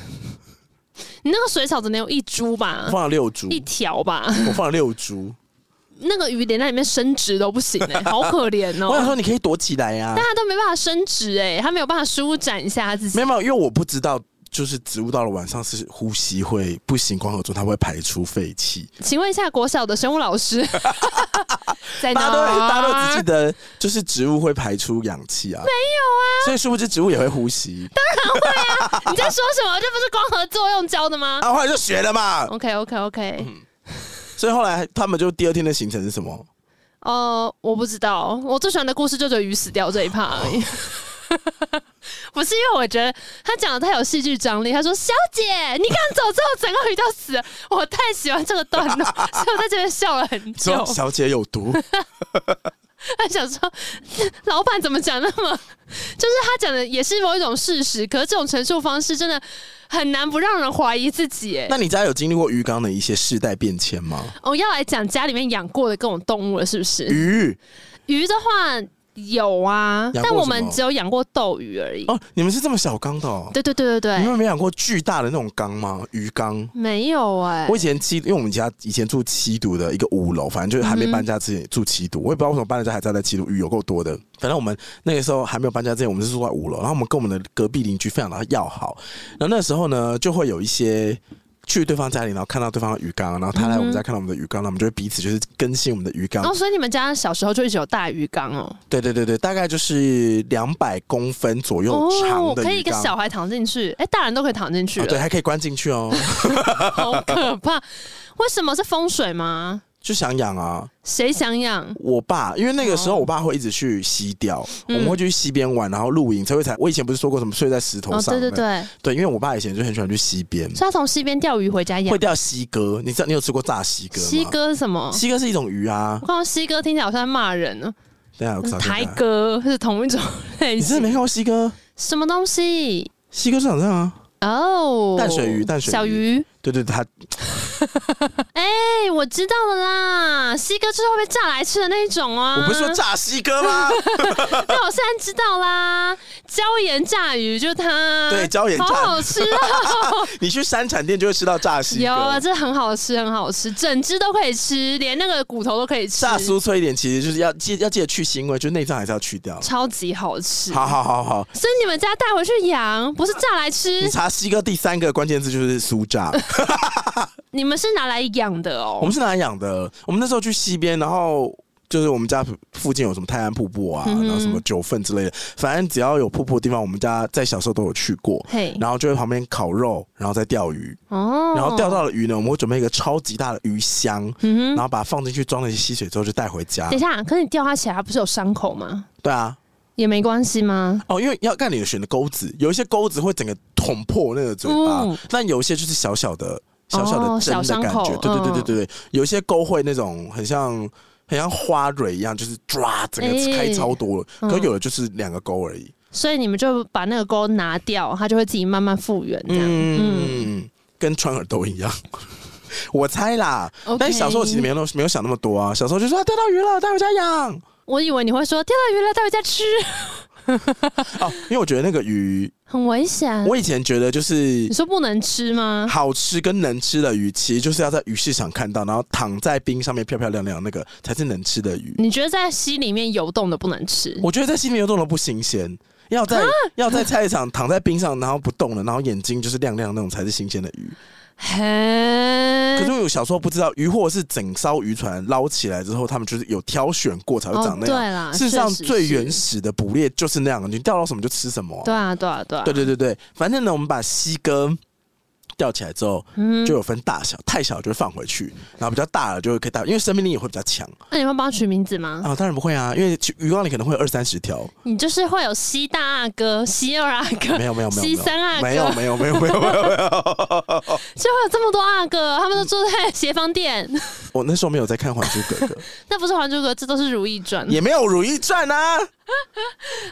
B: 你那个水草只能有一株吧
A: 我，放了六株，
B: 一条吧，
A: 我放了六株。
B: 那个鱼连在里面生殖都不行 哎、好可怜哦、
A: 我想说你可以躲起来啊呀、
B: 大家都没办法生殖哎、它没有办法舒展一下它自己
A: 没。有，没有，因为我不知道，就是植物到了晚上是呼吸会不行光合作用，它会排出废气。
B: 请问一下国小的生物 老师，在
A: 大
B: 哪
A: 家都
B: 儿？
A: 大家都只记得，就是植物会排出氧气啊，没有啊，所以殊不知植物也会呼吸。
B: 你在说什么？这不是光合作用教的吗
A: 啊，后来就学了嘛，
B: ？OK OK OK，
A: 所以后来他们就第二天的行程是什么？
B: 呃，我不知道，我最喜欢的故事就只有鱼死掉这一趴而已。 不是因为我觉得他讲的太有戏剧张力。他说：“小姐，你刚走之后，整个鱼都死了。”我太喜欢这个段落，所以我在这边笑了很久
A: 说。小姐有 毒，
B: 他想说，老板怎么讲那么，就是他讲的也是某一种事实，可是这种陈述方式真的很难不让人怀疑自己。哎，
A: 那你家有经历过鱼缸的一些世代变迁吗？
B: 哦，要来讲家里面养过的各种动物了，是不是？
A: 鱼
B: 鱼的话有啊，
A: 养过
B: 但我
A: 什
B: 们
A: 么
B: 只有养过斗鱼而已。
A: 哦，你们是这么小缸的哦？
B: 对对对对
A: 你
B: 对，
A: 们没养过巨大的那种缸吗？鱼缸？
B: 没有哎、
A: 我以前七，因为我们家以前住七堵的一个五楼，反正就是还没搬家之前住七堵，我也不知道为什么搬了家还在在七堵，雨有够多的。反正我们那个时候还没有搬家之前，我们是住在五楼，然后我们跟我们的隔壁邻居非常的要好。然后那时候呢，就会有一些。去对方家里，然后看到对方的鱼缸，然后他来我们家看到我们的鱼缸，那我们就会彼此就是更新我们的鱼缸
B: 嗯哦，。所以你们家小时候就一直有大鱼缸哦，
A: 对对对对，大概就是两百公分左右长
B: 哦，
A: 的
B: 可以
A: 鱼
B: 一个
A: 缸，
B: 小孩躺进去，哎、大人都可以躺进去
A: 啊
B: 了，
A: 对，还可以关进去哦，
B: 好可怕。为什么是风水吗？
A: 就想养啊。
B: 谁想养？
A: 我爸，因为那个时候
B: 哦
A: 我爸会一直去溪钓，我
B: 嗯
A: 们会去溪边玩，然后露营，才会才。我以前不是说过什么睡在石头
B: 哦，
A: 上
B: 对
A: 的？
B: 对对，
A: 对因为我爸以前就很喜欢去溪边，
B: 所以他从西边钓鱼回家
A: 会
B: 养。
A: 钓溪哥。你知道你有吃过炸溪哥吗？
B: 西，哥是什么？
A: 溪哥是一种鱼啊
B: 我。刚刚西哥听起来好像在骂人呢，
A: 等一下我找给你
B: 台
A: 看，
B: 哥是同一种类
A: 你真的
B: 型。
A: 没看过溪哥？
B: 什么东西？
A: 溪哥是长这样啊？
B: 哦，
A: 淡水鱼淡水鱼
B: 小鱼。
A: 对对，对它
B: 哎、我知道了啦，西哥就是会被炸来吃的那一种啊。
A: 我不是说炸溪哥 吗？
B: 但我现在知道啦，椒盐炸鱼就是它，
A: 对椒盐炸
B: 好
A: 鱼
B: 好吃 哦，
A: 你去山产店就会吃到炸溪
B: 有啊了，
A: 哥。
B: 这很好吃，很好吃，整只都可以吃，连那个骨头都可以吃，
A: 炸酥脆一点，其实就是要记要记得去腥味，就内脏还是要去掉。
B: 超级好吃。
A: 好好好好，
B: 所以你们家带回去养，不是炸来
A: 你
B: 吃，
A: 查西哥第三个关键字就是酥 炸。
B: 你们是拿来养的
A: 我
B: 哦
A: 们。是拿来养的。我们那时候去西边，然后就是我们家附近有什么泰安瀑布啊，
B: 嗯
A: 然后什么九份之类的，反正只要有瀑布的地方，我们家在小时候都有去过。
B: 嘿，
A: 然后就在旁边烤肉，然后再钓鱼，
B: 哦，
A: 然后钓到了鱼呢，我们会准备一个超级大的鱼箱，
B: 嗯
A: 然
B: 哼。
A: 后把它放进去装了一些溪水之后就带回家
B: 等一。下，可是你钓它起来，它不是有伤口吗？
A: 对啊，
B: 也没关系吗？
A: 哦，因为要看你选的钩子，有一些钩子会整个捅破那个嘴巴，
B: 嗯
A: 但有一些就是小小的、小小
B: 哦
A: 的
B: 小
A: 针的
B: 伤
A: 感
B: 口
A: 觉。对对对
B: 嗯
A: 对对对，有一些钩会那种很像很像花蕊一样，就是抓整个
B: 哎
A: 开超多了，
B: 嗯
A: 可有的就是两个钩而已。
B: 所以你们就把那个钩拿掉，它就会自己慢慢复原，这样。嗯，
A: 嗯，跟穿耳朵一样。 我猜啦
B: OK
A: 但是小时候其实没有那么没有想那么多啊。小时候就说、啊、钓到鱼了，带回家养。
B: 我以为你会说钓到鱼了，带回家吃，
A: 哦，因为我觉得那个鱼，
B: 很危险。
A: 我以前觉得就是
B: 你说不能吃吗？
A: 好吃跟能吃的鱼，其实就是要在鱼市场看到，然后躺在冰上面漂漂亮亮，那个才是能吃的鱼。
B: 你觉得在溪里面游动的不能吃？
A: 我觉得在溪里游动的不新鲜，要在、
B: 啊
A: 要在菜市场躺在冰上，然后不动了，然后眼睛就是亮亮那种才是新鲜的鱼。
B: 嘿，嗯
A: 可是我小时候不知道，鱼货是整艘渔船捞起来之后，他们就是有挑选过才会
B: 哦
A: 长，那
B: 对
A: 样。
B: 啦，
A: 事实上，
B: 确
A: 最
B: 是
A: 原。始的捕猎就是那样，你钓到什么就吃什么啊、
B: 对啊，对啊，对啊，
A: 对对对对，反正呢，我们把西哥钓起来之后，
B: 嗯
A: 就有分大小，太小就会放回去，然后比较大了就会可以带，因为生命力也会比较强
B: 那你会帮他取名字吗？
A: 啊。当然不会啊，因为去鱼缸里可能会有二三十条，
B: 你就是会有 西大阿哥、西二阿哥
A: 没、有没有没有
B: 啊西三阿哥
A: 没有没有没有没有没有没有，
B: 就会有这么多阿
A: 嗯
B: 哥，他们都住在斜方 店，
A: 我那时候没有在看《还珠格 格》，
B: 那不是《还珠格格》，这都是《如懿传》。
A: 也没有《如懿传》啊。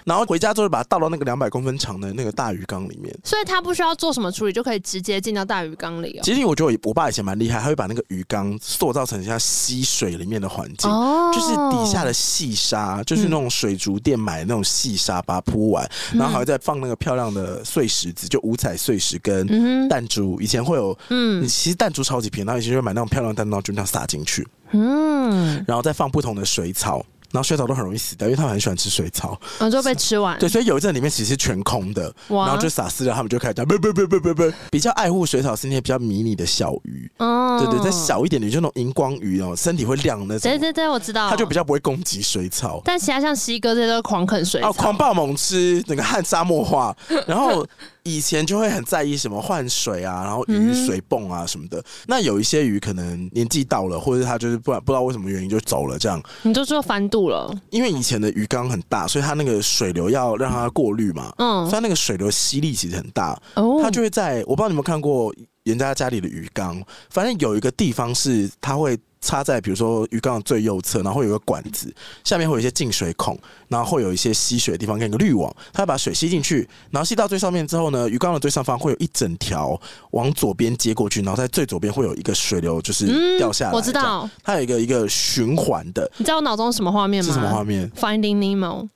A: 然后回家之后，把它倒到那个两百公分长的那个大鱼缸里面。
B: 所以他不需要做什么处理，就可以直接进到大鱼缸里哦
A: 其实我觉得我我爸以前蛮厉害，他会把那个鱼缸塑造成像溪水里面的环境。
B: 哦。哦
A: 就是底下的细沙，就是那种水族店买的那种细沙，把它铺完，然后
B: 嗯
A: 还会再放那个漂亮的碎石子，就五彩碎石跟
B: 嗯哼
A: 弹珠。以前会有，
B: 嗯
A: 其实弹珠超级便宜，然后以前就会买那种漂亮的弹珠，就那样撒进去，
B: 嗯，
A: 然后再放不同的水草。然后水草都很容易死掉，因为他们很喜欢吃水草，
B: 然哦后就被吃完。
A: 对，所以有一阵里面其实是全空的，
B: 哇
A: 然后就撒饲料，他们就开始讲不不不不不不，比较爱护水草是那些比较迷你的小鱼，
B: 哦
A: 对对，再。小一点的就那种荧光鱼哦，身体会亮的那
B: 对
A: 种，
B: 对对，我知道。
A: 它就比较不会攻击水草。
B: 但其他像西哥这些都是狂啃水
A: 哦，
B: 草，
A: 狂暴猛吃，整个汗沙漠化。然后以前就会很在意什么换水啊，然后鱼
B: 嗯
A: 水泵啊什么的。那有一些鱼可能年纪到了，或者它就是不然不知道为什么原因就走了这样。
B: 你就说翻肚了。
A: 因为以前的鱼缸很大，所以它那个水流要让它过滤嘛，
B: 嗯
A: 所以它那个水流吸力其实很大，
B: 哦，
A: 它就会在我不知道你们有没有看过人家家里的鱼缸，反正有一个地方是它会插在比如说鱼缸的最右侧，然后会有一个管子，下面会有一些进水孔，然后会有一些吸水的地方跟一个滤网，它会把水吸进去，然后吸到最上面之后呢，鱼缸的最上方会有一整条往左边接过去，然后在最左边会有一个水流就是掉下来、
B: 嗯我知，道，
A: 它有一个一个循环的，
B: 你知道我脑中什么画面
A: 是
B: 吗？
A: 什么画面？
B: Finding Nemo，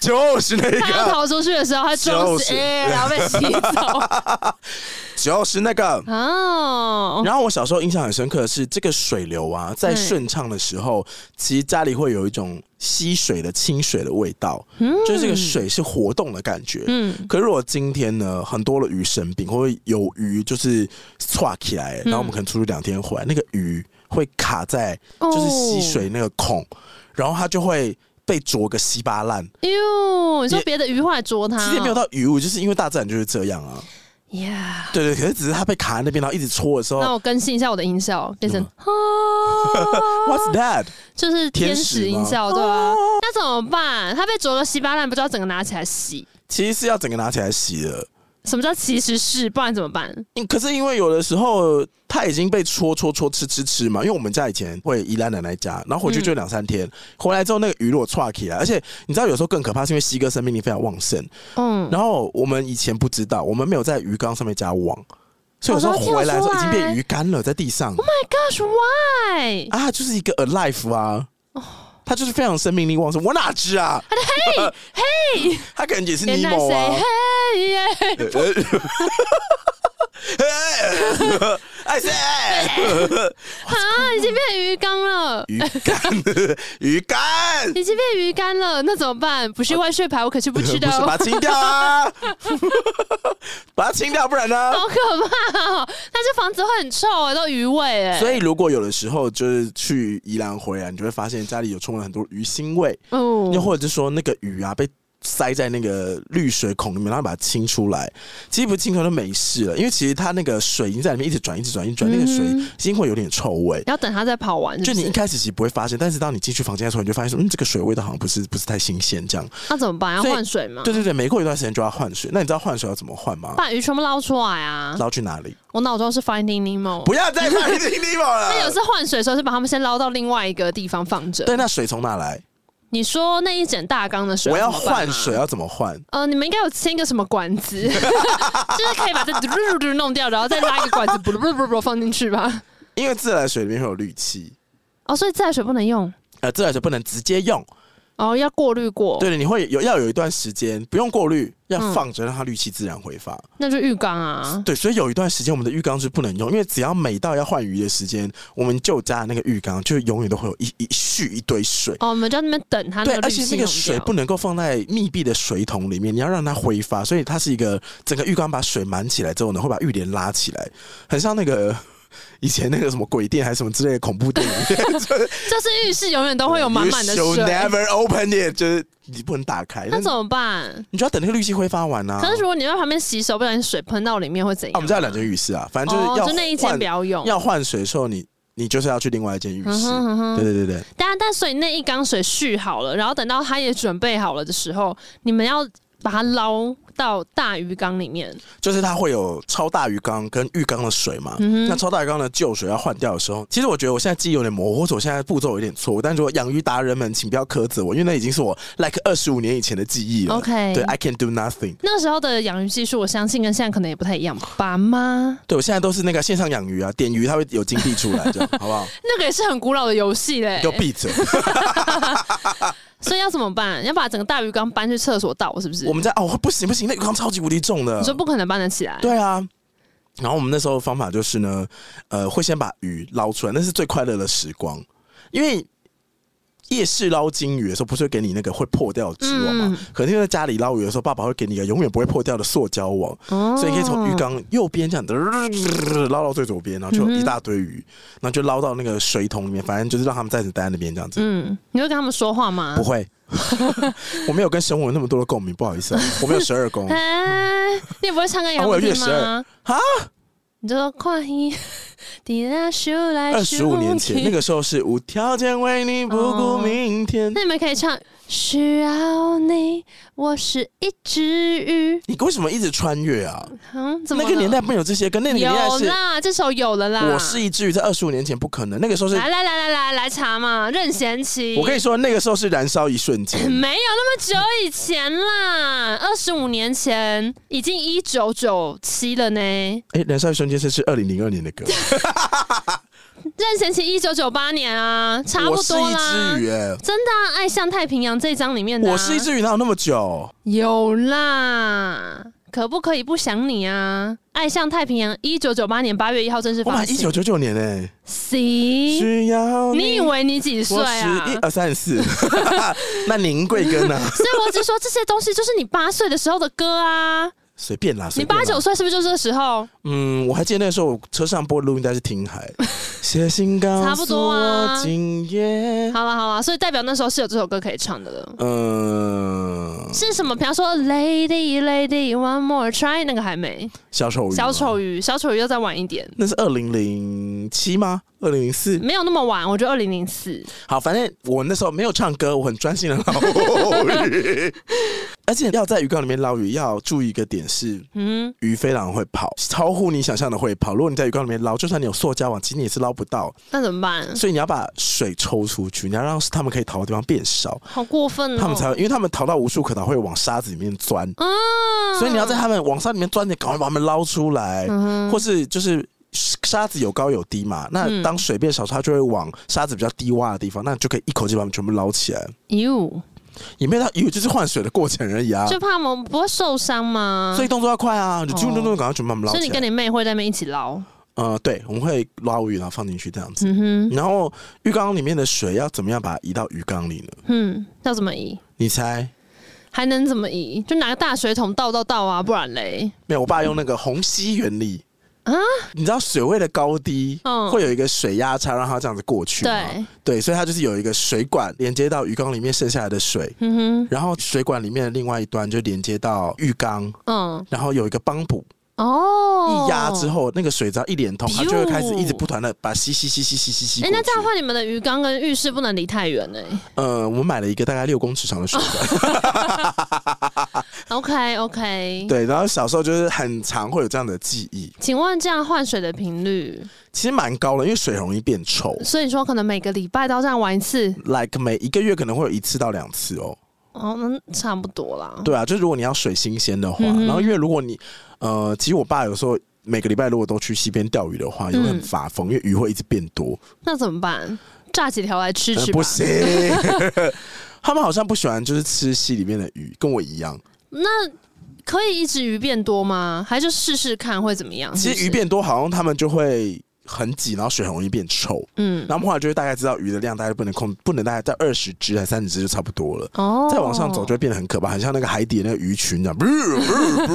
A: 就是那
B: 他要
A: 个，
B: 逃出去的时候，他装
A: 就
B: 死，
A: 是
B: 哎然后被吸 走。
A: 就是那个。
B: 哦，
A: 然后我小时候印象很深刻的是，这个水流啊，在
B: 嗯
A: 顺畅的时候，其实家里会有一种溪水的清水的味道，就是这个水是活动的感觉。
B: 嗯，
A: 可是如果今天呢，很多的鱼生病，或者有鱼就是歘起来，
B: 嗯
A: 然后我们可能出去两天回来，那个鱼会卡在
B: 哦
A: 就是溪水那个孔，然后它就会被啄个稀巴烂。
B: 哟，你说
A: 也
B: 别的鱼会来捉它哦？
A: 其实也没有到鱼，我就是因为大自然就是这样啊。
B: 呀。
A: 对对，可是只是它被卡在那边，然后一直搓的时候
B: 那我更新一下我的音效，变成
A: 什
B: 啊，
A: ，What's that？
B: 就是天
A: 哦天使
B: 使
A: 吗哦
B: 音效，对啊？那怎么办？它被啄了稀巴烂，不知道整个拿起来洗。
A: 其实是要整个拿起来洗的。
B: 什么叫其实是？不然怎么办？
A: 因可是因为有的时候它已经被戳戳戳吃吃吃嘛，因为我们家以前会宜兰奶奶家，然后
B: 嗯
A: 回去就两三天，回来之后那个鱼落岔起来，而且你知道有时候更可怕是因为西哥生命力非常旺盛，
B: 嗯，
A: 然后我们以前不知道，我们没有在鱼缸上面加网，所以有时候
B: 哦
A: 回来的时候已经变鱼干了，在地上
B: Oh My gosh, why？
A: 啊，就是一个 alive 啊，
B: Oh
A: 它就是非常生命力旺盛，我哪知 啊？嘿，
B: 哎
A: 嘿， 它可能也是尼
B: 连带
A: 莫
B: 谁？
A: 啊。
B: 嘿耶！
A: 哎 塞！
B: 啊，已经变鱼缸了，
A: 鱼竿，鱼竿，
B: 已经变鱼缸了，那怎么办？不是万岁牌，我可是 不
A: 不
B: 吃
A: 是
B: 的哦。
A: 把它清掉 啊，把它清掉，不然呢？
B: 好可怕哦！那这房子会很臭哎，都鱼味哎。
A: 所以，如果有的时候就是去宜兰回来，你就会发现家里有充满很多鱼腥味，
B: 哦
A: 又或者是说那个鱼啊被塞在那个滤水孔里面，然后把它清出来。其实不清出来就没事了，因为其实它那个水已经在里面一直转，一直转，一直转，那个水
B: 嗯
A: 已经会有点臭味。
B: 要等它再跑完是
A: 就
B: 不
A: 你
B: 是
A: 一，开始其实不会发现，但是当你进去房间的时候，你就发现说，嗯，这个水味道好像不是不是太新鲜，这样。
B: 那怎么办？要
A: 所以
B: 换水吗？
A: 对对对，每过一段时间就要换水。那你知道换水要怎么换吗？
B: 把鱼全部捞出来啊！
A: 捞去哪里？
B: 我脑中是啊 Finding Nemo。
A: 不要再放 Finding Nemo
B: 哦 那有
A: 了。
B: 次换水的时候是把它们先捞到另外一个地方放着。
A: 对，那水从哪来？
B: 你说那一整大缸的水，
A: 我要换水，。啊要怎么换？
B: 啊呃，你们应该有签一个什么管 子，就是可以把这嘟嘟嘟弄掉，然后再拉一个管子，不不不不放进去吧。
A: 因为自来水里面会有氯气，
B: 哦，所以自来水不能用，
A: 呃，自来水不能直接用。
B: 哦，嗯要过滤过。
A: 对，你会有要有一段时间不用过滤，要放着让它氯气自然挥发。
B: 那就浴缸啊。
A: 对，所以有一段时间我们的浴缸是不能用，因为只要每到要换鱼的时间，我们旧家的那个浴缸就永远都会有一一蓄一堆水。
B: 哦，我们就在那边等它
A: 对，
B: 那个
A: 而
B: 滤
A: 且
B: 芯
A: 那个
B: 弄
A: 水
B: 掉
A: 不能够放在密闭的水桶里面，你要让它挥发，所以它是一个整个浴缸把水满起来之后呢，会把浴帘拉起来，很像那个 以前那个什么鬼店还是什么之类的恐怖 电影，
B: 就是浴室永远都会有满满的
A: You shall
B: 水，
A: never open it，就是你不能打开，
B: 那
A: 但
B: 怎么办？
A: 你就要等那个氯气挥发完啊。
B: 可是如果你在旁边洗手，不小心水喷到里面会怎
A: 啊，
B: 样？
A: 我们家有两间浴室啊，反正就是要
B: 哦、就那一间
A: 换
B: 不要用。
A: 要换水的时候，你你就是要去另外一间浴
B: 嗯
A: 室。
B: 哼嗯
A: 对
B: 哼，
A: 对对对，
B: 但但所以那一缸水蓄好了，然后等到它也准备好了的时候，你们要把它捞到大鱼缸里面，
A: 就是它会有超大鱼缸跟浴缸的水嘛。
B: 嗯
A: 那
B: 哼，
A: 超大鱼缸的旧水要换掉的时候，其实我觉得我现在记忆有点模糊，或者我现在步骤有点错误。但如果养鱼达人们，请不要苛责我，因为那已经是我 like 二十五年以前的记忆了。
B: OK
A: 对，I can do nothing。
B: 那时候的养鱼技术，我相信跟现在可能也不太一样吧吗？
A: 对我现在都是那个线上养鱼啊，点鱼它会有金币出来，这样好不好？
B: 那个也是很古老的游戏嘞
A: 你给，我闭嘴！
B: 所以要怎么办？要把整个大鱼缸搬去厕所倒，是不是？
A: 我们在哦，不行不行，那鱼缸超级无敌重的。
B: 你说不可能搬得起来，
A: 对啊。然后我们那时候的方法就是呢，呃，会先把鱼捞出来，那是最快乐的时光，因为夜市捞金鱼的时候，不是会给你那个会破掉的织网
B: 嗯
A: 嘛？可能因为在家里捞鱼的时候，爸爸会给你一个永远不会破掉的塑胶网，
B: 哦嗯
A: 所以你可以从鱼缸右边这样的捞到最左边，然后就有一大堆鱼，然后就捞到那个水桶里面，反正就是让他们暂时待在那边这样子。
B: 嗯，你会跟他们说话吗
A: 不？会， 我没有跟神文有那么多的共鸣，不好意思、啊，我没有十二宫
B: 哎，你也不会唱歌给他
A: 啊我
B: 们
A: 有月
B: 听
A: 十
B: 吗
A: 二？啊，
B: 你就说跨一，滴答咻来咻
A: 二十五年前
B: 去
A: 那个时候是无条件为你不顾明天。
B: 那你们可以唱“需要你，我是一只鱼
A: 你为什么一直穿越啊？”。
B: 嗯，怎么
A: 那
B: 了
A: 个年代没有这些歌，那个年代
B: 有
A: 是
B: 啦，这首有了啦。
A: 我是一只鱼，在二十五年前不可能。那个时候是，
B: 来来来来来来查嘛，任贤齐。
A: 我跟你说，那个时候是燃烧一瞬间。
B: 没有那么久以前啦，二十五年前，已经一九九七了呢。
A: 哎，燃烧一瞬间是是二零零二年的歌，
B: 任贤齐一九九八年啊，差
A: 我
B: 不
A: 是
B: 多
A: 一
B: 啦
A: 只。鱼，哎，
B: 真的、啊，《爱向太平洋》这一章里面的、啊，
A: 我是一只鱼，哪有那么久？
B: 有啦，可不可以不想你啊？爱向太平洋，一九九八年八月一号正式
A: 我
B: 发
A: 买
B: 行。
A: 一九九九年哎，
B: 行，
A: 需要
B: 你以为你几岁
A: 我
B: 啊？
A: 十一 二三四，那您贵庚啊呢？
B: 所以我只说这些东西就是你八岁的时候的歌啊。
A: 随便啦，随
B: 你
A: 便啦
B: 八九岁是不是就这时候？
A: 嗯，我还记得那时候我车上播的录音带是听 海，写信告
B: 差不
A: 诉
B: 多啊
A: 我今夜。
B: 好了好了，所以代表那时候是有这首歌可以唱的了。
A: 嗯，
B: 是什么？比方说，Lady Lady One More Try 那个还没，
A: 小丑鱼，
B: 小，丑鱼，小丑鱼又再晚一点，
A: 那是二零零七吗？二零零四。
B: 没有那么晚，我觉得二零零四。
A: 好，反正我那时候没有唱歌，我很专心的 捞鱼，而且要在鱼缸里面捞鱼，要注意一个点是，
B: 嗯，
A: 鱼非常会跑，超乎你想象的会跑。如果你在鱼缸里面捞，就算你有塑胶网，其实你也是捞不到，
B: 那怎么办？
A: 所以你要把水抽出去，你要让他们可以逃的地方变少。
B: 好过分哦！
A: 他们才会，因为他们逃到无处可逃，会往沙子里面钻，
B: 啊，
A: 所以你要在他们往沙里面钻，你赶快把他们捞出来，
B: 嗯哼
A: 或是就是。沙子有高有低嘛，那
B: 嗯
A: 当水变少，它就会往沙子比较低洼的地方，那你就可以一口气把它们全部捞起来。
B: you
A: 也没有到，因为就是换水的过程而已啊，
B: 就怕我们不会受伤吗？
A: 所以动作要快啊，你就
B: 哦
A: 咚咚咚，赶快全部把它们捞
B: 所以
A: 起
B: 你跟
A: 来。
B: 你妹会在那边一起捞，
A: 呃，对，我们会捞鱼然后放进去这样子，
B: 嗯
A: 然后浴缸里面的水要怎么样把它移到鱼缸里呢？
B: 哼，嗯，要怎么移？
A: 你猜？
B: 还能怎么移？就拿个大水桶倒倒倒啊，不然嘞，
A: 没有，我爸用那个虹吸原理
B: 啊
A: 啊，你知道水位的高低，
B: 嗯
A: 会有一个水压差让它这样子过去吗，
B: 对，
A: 对，所以它就是有一个水管连接到鱼缸里面剩下来的水，
B: 嗯
A: 然后水管里面的另外一端就连接到浴缸，
B: 哼，嗯，
A: 然后有一个帮浦，
B: 哦，
A: 一压之，后那个水只要一连通，它就会开始一直不断的把吸吸吸吸吸吸吸
B: 哎、
A: 过去
B: 那这样的话，你们的鱼缸跟浴室不能离太远嘞、
A: 呃，我们买了一个大概六公尺长的水
B: 哦
A: 管，
B: OK OK，
A: 对，然后小时候就是很常会有这样的记忆，
B: 请问这样换水的频率，
A: 其实蛮高的，因为水容易变臭。
B: 所以说可能每个礼拜都要这样玩一次，
A: like 每一个月可能会有一次到两次哦，
B: 哦，那差不多啦。
A: 对啊，就是如果你要水新鲜的话，
B: 嗯哼
A: 然后因为如果你呃，其实我爸有时候每个礼拜如果都去西边钓鱼的话，也
B: 嗯
A: 会很发疯，因为鱼会一直变多，
B: 那怎么办？炸几条来吃
A: 呃
B: 吃吧。
A: 不行。 他们好像不喜欢就是吃溪里面的鱼，跟我一样。
B: 嗯那可以一直鱼变多吗？还是试试看会怎么样？
A: 其
B: 是不
A: 实
B: 是
A: 鱼，变多，好像他们就会很挤，然后水很容易变臭。
B: 嗯，
A: 然后后来就会大概知道鱼的量大概不能控，不能大概在二十只还三十只就差不多了。
B: 哦，
A: 再往上走就会变得很可怕，很像那个海底的那个鱼群这样。 不不不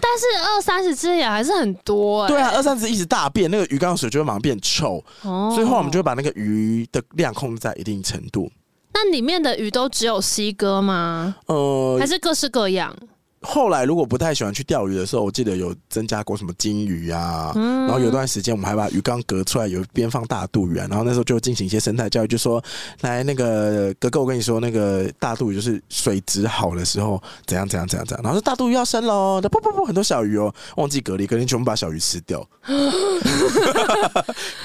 B: 但是二三十只也还是很多哎、
A: 对啊，二三十一直大便，那个鱼缸的水就会马上变臭，
B: 哦
A: 所以后来我们就会把那个鱼的量控制在一定程度。
B: 那里面的鱼都只有西哥吗？
A: 呃
B: 还，是各式各样？
A: 后来如果不太喜欢去钓鱼的时候，我记得有增加过什么金鱼啊，
B: 嗯
A: 然后有段时间我们还把鱼缸隔出来，有边放大肚鱼啊，然后那时候就进行一些生态教育，就说来那个哥哥，我跟你说，那个大肚鱼就是水质好的时候怎样怎样怎样怎样，然后说大肚鱼要生喽，不不不，很多小鱼哦，忘记隔离，隔离全部把小鱼吃 掉。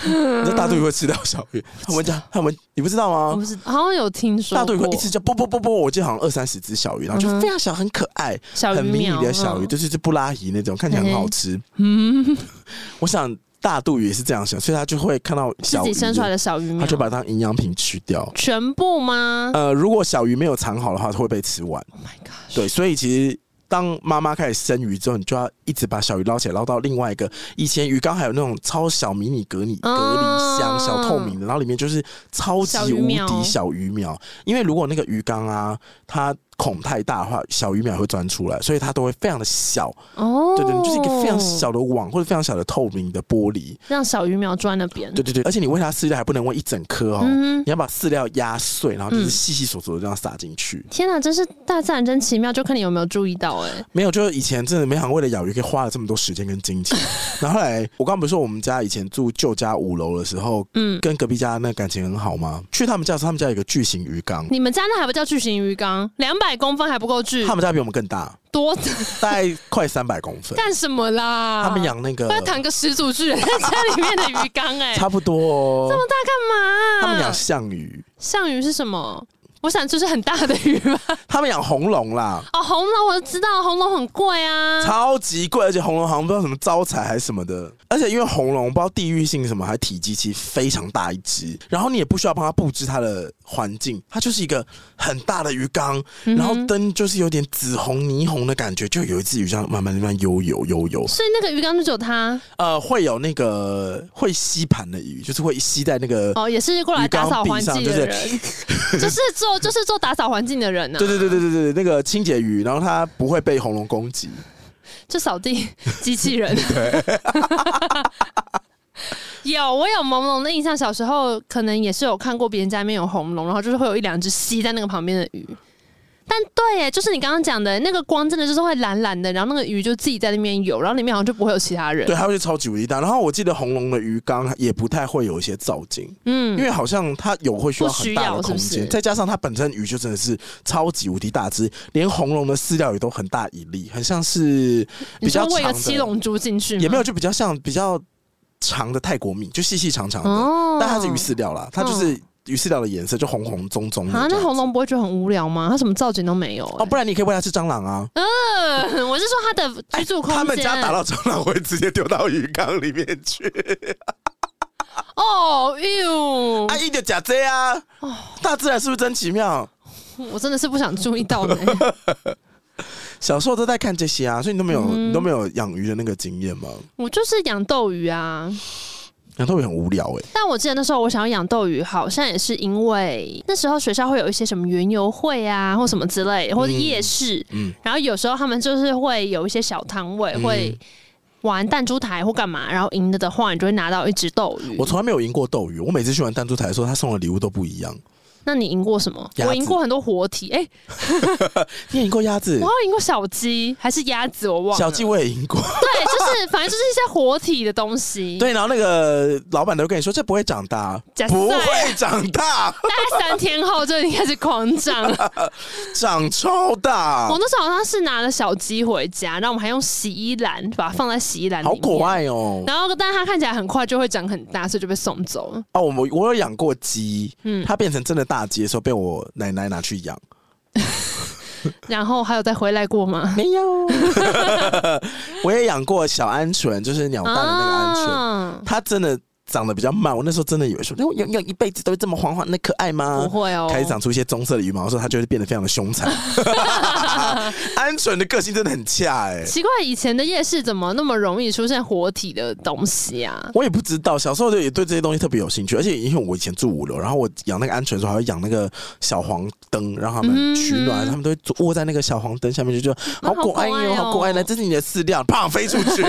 A: 你知道大肚鱼会吃掉小 鱼，他们家他们你不知道吗？
B: 我不是好像有听说
A: 呃大肚鱼会
B: 过
A: 一直叫啵啵啵啵，我记得好像二三十只小鱼，然后就
B: 嗯哼
A: 非常小，很可爱。
B: 小
A: 很
B: 鱼
A: 迷
B: 苗
A: 你的小鱼，
B: 嗯
A: 就是这布拉鱼那种，看起来很好吃。
B: 嗯，
A: 我想大肚鱼也是这样想，所以他就会看到
B: 自
A: 小
B: 己
A: 鱼，
B: 生出来的小鱼苗，
A: 他就把它当营养品吃掉。
B: 全部吗
A: 呃，如果小鱼没有藏好的话，它会被吃完。
B: ？Oh my god！
A: 对，所以其实当妈妈开始生鱼之后，你就要一直把小鱼捞起来，捞到另外一个。以前鱼缸还有那种超小迷你隔离
B: 嗯
A: 隔离箱，小透明的，然后里面就是超级
B: 小鱼
A: 无
B: 苗
A: 敌小鱼苗。因为如果那个鱼缸啊，它孔太大的话，小鱼苗会钻出来，所以它都会非常的小。
B: 哦，
A: 对对，你就是一个非常，小的网或者非常小的透明的玻璃。
B: 让小鱼苗钻那边。
A: 对对对，而且你喂它饲料还不能喂一整颗哦，
B: 嗯
A: 你要把饲料压碎，然后就是
B: 嗯
A: 细细索索的这样撒进去。
B: 天哪，真是大自然真奇妙，就看你有没有注意到哎、
A: 没有，就是以前真的没想为了养鱼可以花了这么多时间跟金 钱。然后后来我刚刚不是说我们家以前住旧家五楼的时候，
B: 嗯，
A: 跟隔壁家那感情很好吗？去他们家的时候，他们家有一个巨型鱼缸，
B: 你们家那还不叫巨型鱼缸，两百公分还不够巨
A: 他，们家比我们更大，
B: 多
A: 大概快三百公分。
B: 干什么啦？
A: 他们养那个
B: 啊不要谈个始 祖巨人在家里面的鱼缸哎、
A: 差不多哦，
B: 这么大
A: 他
B: 干嘛、
A: 们养象鱼，
B: 象鱼是什么？我想就是很大的鱼 吧。
A: 他们养红龙啦。
B: 哦，红龙我就知道，红龙很贵啊。
A: 超级贵，而且红龙好像不知道什么招财还是什么的，而且因为红龙不知道地域性什么，还体积其实非常大一只，然后你也不需要帮它布置它的环境，它就是一个很大的鱼缸，
B: 嗯
A: 然后灯就是有点紫红霓虹的感觉，就有一只鱼这样慢慢慢慢悠游悠游，
B: 所以那个鱼缸就只有它
A: 呃，会有那个会吸盘的鱼，就是会吸在那个。
B: 哦，也是过来打扫环境的
A: 鱼缸
B: 人， 就是做就是做打扫环境的人呢、啊
A: 对对对对对对，那个清洁鱼，然后它不会被红龙攻击。
B: 就 扫地机器人。 有，我有朦胧的印象，小时候可能也是有看过别人家里面有红龙，然后就是会有一两只吸在那个旁边的鱼。但对耶，就是你刚刚讲的那个光，真的就是会蓝蓝的，然后那个鱼就自己在那边游，然后里面好像就不会有其他人。
A: 对，它啊会超级无敌大。然后我记得红龙的鱼缸也不太会有一些造景，
B: 嗯
A: 因为好像它有会需要很大的空
B: 不需要是
A: 间，
B: 不是
A: 再加上它本身鱼就真的是超级无敌大只，连红龙的饲料也都很大一粒，很像是比
B: 你
A: 较
B: 说
A: 长
B: 喂个七
A: 的，
B: 龙珠进去吗
A: 也没有就比较像比较长的泰国米，就细细长长的，
B: 哦
A: 但它是鱼饲料啦，它就是鱼饲料的颜色就红红棕棕的这
B: 啊
A: 样，子。
B: 那红龙不会觉得很无聊吗？它什么造景都没有、
A: 哦，不然你可以喂它吃蟑螂啊。
B: 呃，我是说它的居住空间。
A: 哎他们家打到蟑螂会直接丢到鱼缸里面去，
B: 哦哟、
A: 啊，一点假这啊！大自然是不是真奇妙？
B: 我真的是不想注 意到呢、
A: 小时候都在看这些啊，所以你都没有、
B: 嗯
A: 你都没有养鱼的那个经验吗？
B: 我就是养斗鱼啊，
A: 养斗鱼很无聊哎、
B: 但我记得那时候我想要养斗鱼，好像也是因为那时候学校会有一些什么园游会啊，或什么之类，或者夜市，
A: 嗯
B: 然后有时候他们就是会有一些小摊位、
A: 嗯
B: 会玩弹珠台或干嘛，然后赢了的话，你就会拿到一只斗鱼。
A: 我从来没有赢过斗鱼，我每次去玩弹珠台的时候，他送的礼物都不 一样。
B: 那你赢过什么？
A: 鸭子
B: 我赢过很多活体，哎、
A: 你也赢过鸭子
B: 我好，像赢过小鸡还是鸭子，我忘了。
A: 小鸡我也赢过，
B: 对，就是反正就是一些活体的东 西。，
A: 对，然后那个老板都跟你说这不会长大，
B: 假赛
A: 不会长 大，
B: 大概三天后就已经开始狂涨了。
A: 长超大
B: 我，那时候好像是拿了小鸡回家，然后我们还用洗衣篮把它放在洗衣篮里
A: 好
B: 面，
A: 可。爱哦、
B: 然后，但是它看起来很快就会长很大，所以就被送走了。
A: 哦，我我有养过鸡，
B: 嗯
A: 它变成真的大鸡的时候，被我奶奶拿去养。
B: 然后还有再回来过吗？
A: 没有， 我也养过小鹌鹑，就是鸟蛋的那个鹌鹑，
B: 啊
A: 它真的长得比较慢。我那时候真的以为说，要要一辈子都会这么黄黄，那可爱吗？
B: 不会哦，
A: 开始长出一些棕色的羽毛的时候，它就会变得非常的凶 残。 鹌鹑的个性真的很恰哎、
B: 奇怪，以前的夜市怎么那么容易出现活体的东西啊？
A: 我也不知道，小时候就也对这些东西特别有兴趣，而且因为我以前住五楼，然后我养那个鹌鹑的时候，还会养那个小黄灯，让它们取暖，
B: 嗯
A: 它们都会坐窝在那个小黄灯下面，就觉得好可爱哟，
B: 哦
A: 好可爱呢，这是你的饲料，砰飞出去。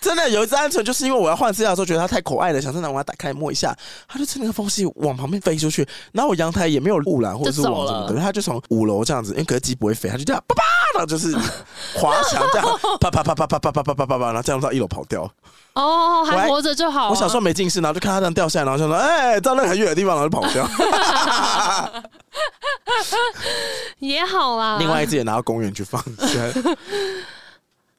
A: 真的有一只鹌鹑，就是因为我要换饲料的时候，觉得它太可爱了，想说那我要打开摸一下，它就趁那个缝隙往旁边飞出去，然后我阳台也没有护栏或者是
B: 就走
A: 网什么的，
B: 了
A: 它就从五楼这样子，因为隔机不会会飞，它就这样啪啪，然后就是滑翔这样啪啪啪啪啪啪啪啪啪啪啪，然后这样到一楼跑掉。
B: 哦，
A: 我还
B: 还活着就好啊。
A: 我小时候没近视，然后就看它这样掉下来，然后就说：“哎，到那个很远的地方，然后就跑掉。
B: 也好啦。
A: 另外一只也拿到公园去放 生。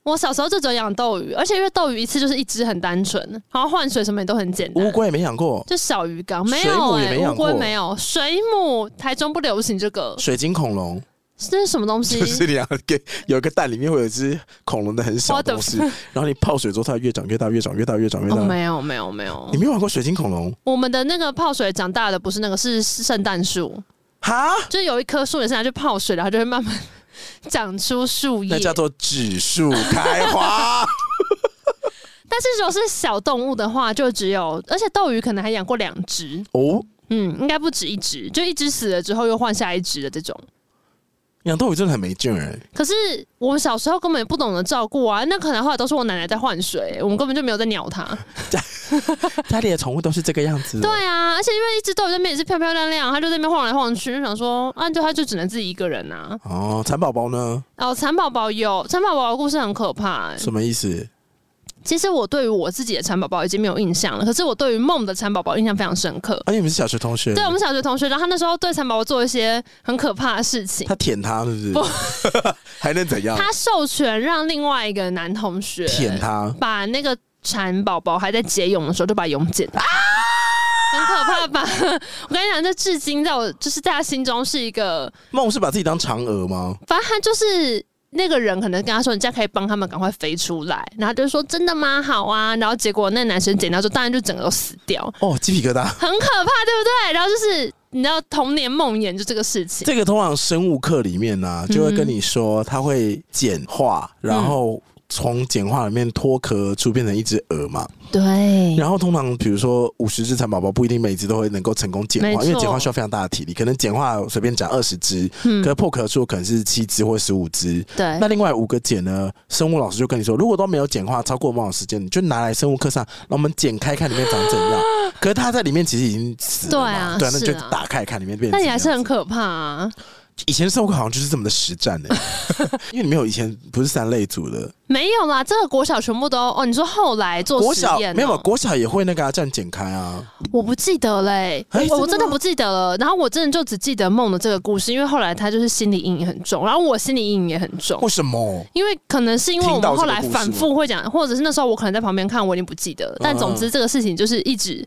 B: 我小时候就只有养斗鱼，而且因为斗鱼一次就是一只，很单纯，然后换水什么也都很简单
A: 乌。龟也没养过，
B: 就小鱼缸，没
A: 哦水
B: 有
A: 母也
B: 哎、
A: 没养
B: 乌龟
A: 过
B: 没有，水母台中不流行这个，
A: 水晶恐龙
B: 这是什么东西？
A: 就是两个有一个蛋里面会有一只恐龙的很小
B: What the
A: 东西，然后你泡水之后，它越长越大，越长越大，越长越
B: 哦，
A: 大。
B: 没有没有没有
A: 你，没有玩过水晶恐龙？
B: 我们的那个泡水长大的不是那个，是是圣诞树，
A: 哈，
B: 就是有一棵树也是拿去泡水，然后就会慢慢长出树叶
A: 那。叫做指数开 花。
B: 但是如果是小动物的话，就只有，而且斗鱼可能还养过两只，
A: 哦，
B: 嗯，应该不止一只，就一只死了之后又换下一只的这种。
A: 养斗鱼真的很没劲哎、
B: 可是我们小时候根本也不懂得照顾啊，那可能后来都是我奶奶在换水，我们根本就没有在鸟它。
A: 嗯家里的宠物都是这个样子的。
B: 对啊，而且因为一只斗鱼在那边也是漂漂亮亮，它就在那边晃来晃去，就想说啊，对，它就只能自己一个人啊。
A: 哦，蚕宝宝呢？
B: 哦，蚕宝宝有蚕宝宝的故事很可怕、欸。
A: 什么意思？
B: 其实我对于我自己的蚕宝宝已经没有印象了，可是我对于梦的蚕宝宝印象非常深刻。
A: 而啊且你们是小学同学，
B: 对我们小学同学，然后他那时候对蚕宝宝做一些很可怕的事情。
A: 他舔它是不是？
B: 不
A: 还能怎样？
B: 他授权让另外一个男同学
A: 舔它，
B: 把那个蚕宝宝还在结蛹的时候就把蛹剪掉。很可怕吧？ 我跟你讲，这至今在我就是在他心中是一个，
A: 梦是把自己当嫦娥吗？
B: 反正他就是那个人，可能跟他说，你这样可以帮他们赶快飞出来，然后他就说真的吗？好啊，然后结果那男生剪掉之后，当然就整个都死掉，
A: 哦，鸡皮疙瘩。
B: 很可怕，对不对？然后就是你知道童年梦魇就这个事情，
A: 这个通常生物课里面呢、啊
B: 嗯
A: 就会跟你说它会简化，然后从简化里面脱壳出变成一只鹅嘛。
B: 对，
A: 然后通常比如说五十只蚕宝宝，不一定每一只都会能够成功简
B: 没
A: 化，
B: 错
A: 因为简化需要非常大的体力，可能简化随便讲二十只，
B: 嗯
A: 可是破壳数可能是七只或十五只。
B: 对
A: 那另外五个茧呢？生物老师就跟你说，如果都没有简化超过某种时间，你就拿来生物课上，让我们剪开看里面长怎 样。可是它在里面其实已经死了嘛，对、
B: 对啊
A: 那你
B: 是
A: 就
B: 啊
A: 打开看里面变成
B: 但
A: 怎
B: 也
A: 样。
B: 还是很可怕啊！
A: 以前生物课好像就是这么的实战呢、因为你没有以前不是三类组的，
B: 没有啦，这个国小全部都哦，你说后来做
A: 国
B: 实
A: 小
B: 验、哦
A: 没有，国小也会那个、啊、这样剪开啊。
B: 我不记得嘞、
A: 哎
B: 我我
A: 真
B: 真
A: 的
B: 的
A: 吗
B: 不记得了。然后我真的就只记得梦的这个故事，因为后来他就是心理阴影很重，然后我心理阴影也很重
A: 为。什么？
B: 因为可能是因为我
A: 听到
B: 们
A: 这个
B: 后来反复会讲，或者是那时候我可能在旁边看，我已经不记得了。
A: 嗯
B: 但总之这个事情就是一直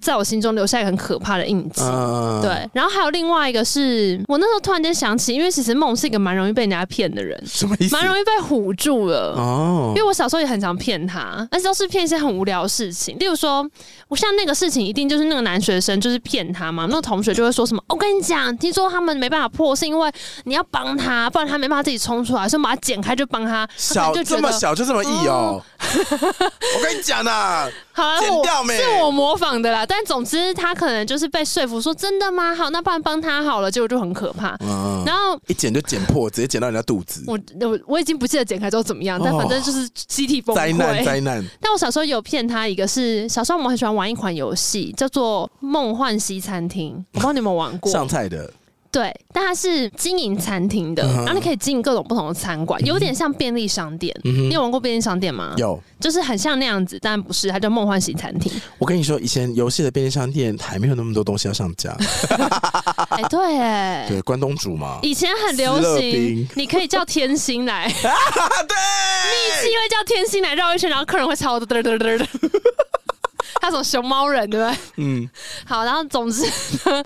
B: 在我心中留下一个很可怕的印记。
A: 嗯，
B: 对，然后还有另外一个是我那时候突然间想起，因为其实梦是一个蛮容易被人家骗的人，
A: 什么意思？
B: 蛮容易被唬住了。
A: 哦
B: 因为，我小时候也很常骗他，但是都是骗一些很无聊的事情，例如说，我像那个事情一定就是那个男学生就是骗他嘛，那个同学就会说什么，哦我跟你讲，听说他们没办法破，是因为你要帮他，不然他没办法自己冲出来，所以我们把它剪开就帮他，他
A: 小
B: 可能就
A: 这
B: 觉
A: 么
B: 得。
A: 小就这么易哦、 我跟你讲 呐、
B: 好啦，
A: 剪掉欸
B: 啊我
A: 没
B: 是我模仿的啦，但总之他可能就是被说服说真的吗？好，那不然帮他好了，结果就很可怕。
A: 嗯，
B: 然后
A: 一剪就剪破，直接剪到人家肚子，
B: 我我我已经不记得剪开之后怎么样，但
A: 哦
B: 反正就是集体崩溃。
A: 灾难灾难。
B: 但我小时候有骗他一个是，小时候我们很喜欢玩一款游戏，叫做《梦幻西餐厅》，我不知道你们有没有玩 过
A: 上。菜的
B: 对，但它是经营餐厅的，
A: 嗯哼
B: 然后你可以经营各种不同的餐馆，有点像便利商店。你有玩过便利商店吗？，
A: 嗯有，
B: 就是很像那样子，但不是，它叫梦幻西餐 厅。
A: 我跟你说，以前游戏的便利商店还没有那么多东西要上 架，
B: 哎、对，哎，
A: 对，关东煮嘛，
B: 以前很流
A: 斯乐
B: 行
A: 啊冰，
B: 你可以叫天星来，是
A: 啊对，
B: 因为叫天星来绕一圈，然后客人会超多嘚 嘚嘚嘚。他什么熊猫人对不对？
A: 嗯，
B: 好，然后总之呢，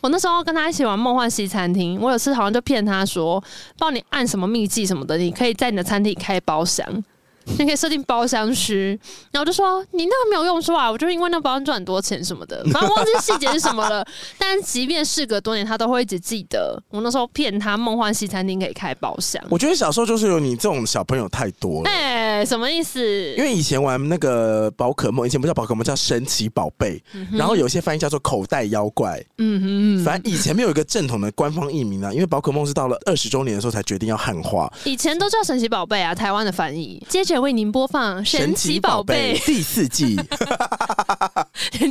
B: 我那时候跟他一起玩梦幻西餐厅，我有次好像就骗他说，帮你按什么秘技什么的，你可以在你的餐厅开包厢。你可以设定包厢区，然后我就说你那个没有用处啊，我就是因为那包厢赚很多钱什么 的，反正忘记细节是什么了。但即便事隔多年，他都会一直记得我那时候骗他梦幻西餐厅可以开包厢。
A: 我觉得小时候就是有你这种小朋友太多了。
B: 哎、什么意思？
A: 因为以前玩那个宝可梦，以前不叫宝可梦，叫神奇宝贝，然后有一些翻译叫做口袋妖怪。
B: 嗯哼，
A: 反正以前没有一个正统的官方译名啊，因为宝可梦是到了二十周年的时候才决定要汉化。
B: 以前都叫神奇宝贝啊，台湾的翻译。接着下来为您播放《神奇宝贝》
A: 第四 季，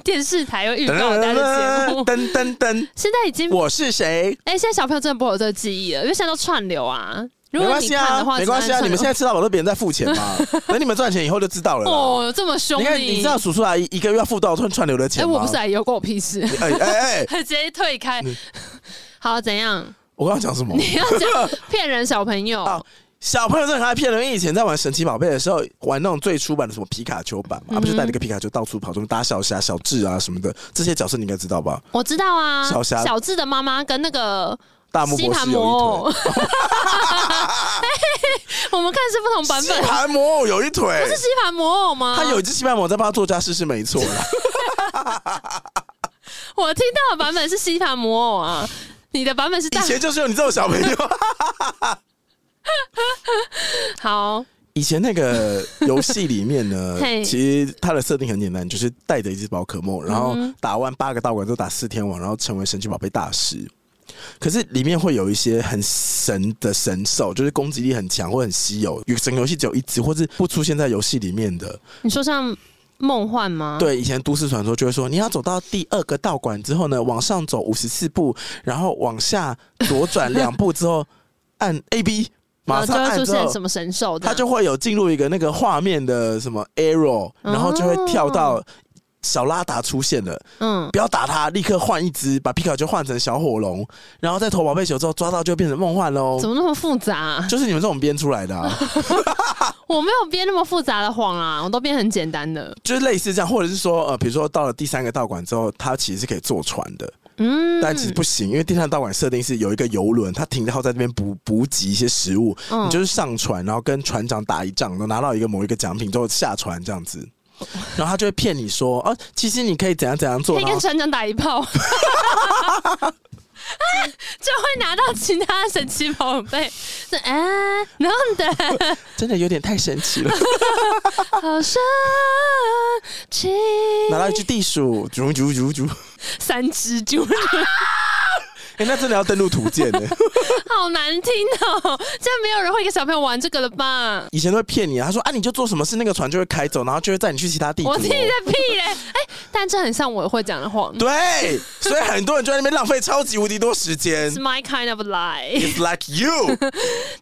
B: 电视台有预告大家的节目，
A: 噔噔噔，
B: 现在已经
A: 我是谁？
B: 哎、现在小朋友真的不会有这个记忆了，因为现在都串流啊。
A: 没
B: 如果
A: 关
B: 你
A: 系
B: 看
A: 啊
B: 的话，，
A: 没关系啊，你们现在吃到饱都别人在付钱 嘛，等你们赚钱以后就知道了
B: 在
A: 啦。
B: 哦这么凶
A: 你看，你知道叔叔阿姨一个月要付多少串串流的
B: 哎、
A: 钱吗？
B: 我不是来有关我 屁事，
A: 哎哎哎，
B: 直接退开。 好，怎样？
A: 我刚刚讲什么？
B: 你要 讲骗人小朋友？
A: 啊小朋友真的很爱骗人。因为以前在玩神奇宝贝的时候，玩那种最初版的什么皮卡丘版嘛，
B: 嗯
A: 他啊不就带了一个皮卡丘到处跑，什么打小霞、小智啊什么的，这些角色你应该知道吧？
B: 我知道啊，
A: 小霞
B: 智的妈妈跟那个
A: 大木
B: 吸
A: 博
B: 盘
A: 士有
B: 魔
A: 一
B: 偶，嘿 我们看是不同版
A: 腿，
B: 本。
A: 盘魔偶有一腿，
B: 是啊吸盘魔偶吗？
A: 他有一只吸盘魔偶在帮他做家事是没错 啦。
B: 我听到的版本是吸盘魔偶啊，你的版本是
A: 以
B: 大
A: 前就是有你这种小朋友。
B: 好，，
A: 以前那个游戏里面呢
B: 嘿
A: 其实它的设定很简单，就是带着一只宝可梦，然后
B: 嗯
A: 打完八个道馆，都打四天王，然后成为神奇宝贝大师。可是里面会有一些很神的神兽，就是攻击力很强或很稀有，有整个游戏只有一只，或是不出现在游戏里面的。
B: 你说像梦幻吗？，
A: 对，以前都市传说就会说，你要走到第二个道馆之后呢，往上走五十四步，然后往下左转两步之后，按 A B，马上
B: 然
A: 按
B: 后啊就会
A: 之
B: 出
A: 后
B: 现什么神兽的，啊
A: 它就会有进入一个那个画面的什么 arrow，然
B: 哦
A: 后就会跳到小拉达出现了，
B: 嗯，
A: 不要打它，立刻换一只，把皮卡丘换成小火龙，然后再投宝贝球之后抓到就变成梦幻喽
B: 怎。么那么复杂啊？
A: 就是你们这种编出来 的、啊，
B: 我没有编那么复杂的谎啊，我都编很简单的。
A: 就是类似这样，或者是说，呃，比如说到了第三个道馆之后，它其实是可以坐船的，
B: 嗯，
A: 但其实不行，因为第三个道馆设定是有一个游轮，它停靠在这边补补给一些食物，
B: 嗯
A: 你就是上船，然后跟船长打一仗，然后拿到一个某一个奖品之后下船这样 子，然后他就会骗你说，哦、其实你可以怎样怎样做，
B: 可以
A: 然
B: 跟
A: 后
B: 船长打 一炮， 啊就会拿到其他神奇宝贝。 是哎，然后的
A: 真的有点太神 奇了，
B: 好神奇，
A: 拿到一只地鼠，啾啾啾啾，
B: 三只就
A: 哎、那真的要登录图鉴呢、
B: 好难听哦！这样没有人会给小朋友玩这个了吧？
A: 以前都会骗你啊，他说啊你就做什么事，那个船就会开走，然后就会载你去其他地图
B: 我
A: 哦。
B: 听你在屁嘞！哎，但这很像我会讲的谎。
A: 对，所以很多人就在那边浪费超级无敌多时间
B: It's。my kind of lie。
A: It's like you，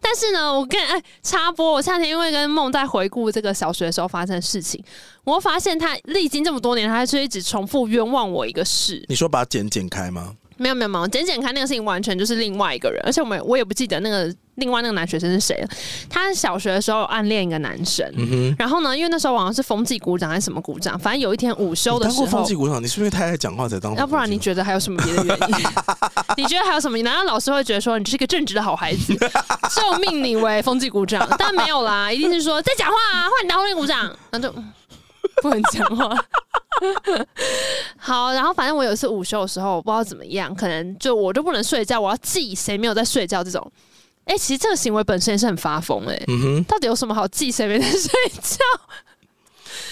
B: 但是呢，我跟哎插播，我夏天因为跟梦在回顾这个小学的时候发生的事情，我发现他历经这么多年，他还是一直重复冤枉我一个事。
A: 你说把茧剪开吗？
B: 没有没有没有，简简看那个事情完全就是另外一个人，而且我们我也不记得那个另外那个男学生是谁了。他小学的时候暗恋一个男生，然后呢，因为那时候好像是风纪鼓掌还是什么鼓掌，反正有一天午休
A: 你
B: 的
A: 当
B: 时
A: 过风
B: 候
A: 纪。鼓掌，你是不是太爱讲话才当？
B: 要不然你觉得还有什么别的原因？ 你觉得还有什么？难道老师会觉得说你是一个正直的好 孩子，受命你为风纪鼓掌？但没有啦，一定是说在讲话啊，换你当风纪鼓掌，然后就嗯不能讲话。好，然后反正我有一次午休的时候，我不知道怎么样，可能就我就不能睡觉，我要记谁没有在睡觉这种。哎、其实这个行为本身也是很发疯哎、
A: 嗯哼，
B: 到底有什么好记谁没在睡觉？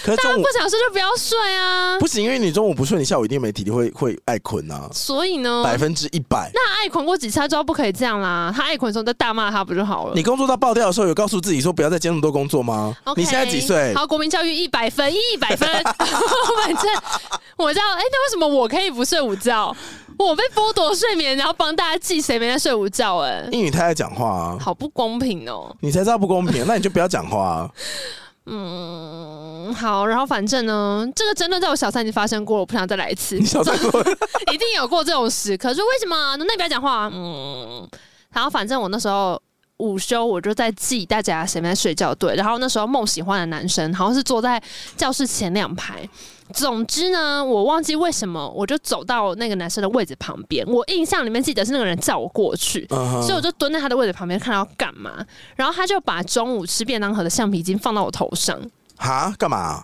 A: 可是
B: 大家
A: 中午
B: 不想睡就不要睡啊。
A: 不行，因为你中午不睡，你下午一定没体力，会会爱困啊，
B: 所以呢，
A: 百分之一百。
B: 嗯那爱捆过几次，他知道不可以这样啦。他爱捆的时候，你再大骂他不就好了
A: 你？工作到爆掉的时候，有告诉自己说不要再接那么多工作吗
B: OK
A: 你现在几岁？
B: 好，国民教育一百分，一 百分。反正我知道，哎、那为什么我可以不睡午觉？我被剥夺睡眠，然后帮大家记谁没在睡午觉、哎，
A: 因为你太爱讲话啊，
B: 好不公平哦、
A: 你才知道不公平，那你就不要讲话啊。
B: 嗯，好，然后反正呢，这个争论在我小三已经发生过了，我不想再来一次。
A: 你小三 过，
B: 一定有过这种时刻，说为什么？那你不要讲话、嗯，然后反正我那时候午休，我就在记大家谁在睡觉对。然后那时候梦喜欢的男生好像是坐在教室前两排。总之呢，我忘记为什么，我就走到那个男生的位置旁边。我印象里面记得是那个人叫我过去，
A: 嗯哼
B: 所以我就蹲在他的位置旁边，看他要干嘛。然后他就把中午吃便当盒的橡皮筋放到我头上，
A: 哈，干嘛？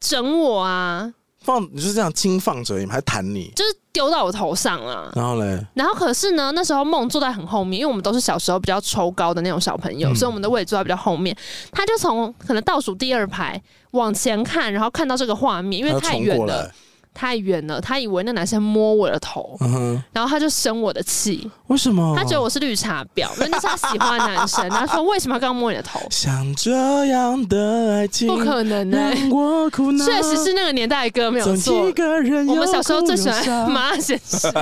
B: 整我啊，
A: 放你就是这样轻放着，你们还弹你，
B: 就是丢到我头上啊。
A: 然后嘞，
B: 然后可是呢，那时候梦坐在很后面，因为我们都是小时候比较抽高的那种小朋友，
A: 嗯
B: 所以我们的位置坐在比较后面。他就从可能倒数第二排往前看，然后看到这个画面，因为
A: 他
B: 太
A: 冲
B: 远
A: 过
B: 了，
A: 来，
B: 太远了，他以为那男生摸我的头，
A: 嗯哼，
B: 然后他就生我的气，
A: 为什么？
B: 他觉得我是绿茶婊，因为那是他喜欢的男生，他说为什么要刚摸你 的头？
A: 像这样的爱情
B: 不可能呢、
A: 让我苦恼，
B: 确实是那个年代的歌没有
A: 总
B: 错
A: 一。个人
B: 我们
A: 有
B: 小时候
A: 苦
B: 最
A: 有
B: 喜欢
A: 伤
B: 马先 生。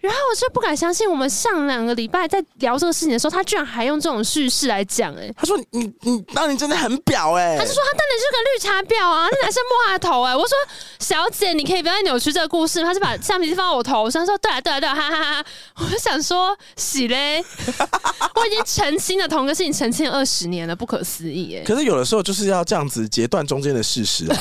B: 然后我就不敢相信，我们上两个礼拜在聊这个事情的时候，他居然还用这种叙事来讲、哎，
A: 他说你：“你你，当你真的很婊哎、
B: 他就说他当然是个绿茶婊啊，那男生摸他的头哎、我说小姐，你可以不要再扭曲这个故事吗，他是把橡皮筋放到我头上，说对啊对啊对啊，哈哈哈哈。我就想说洗嘞， 我已经澄清了同个事情澄清二十年了，不可思议 哎、
A: 可是有的时候就是要这样子截断中间的事 实啊。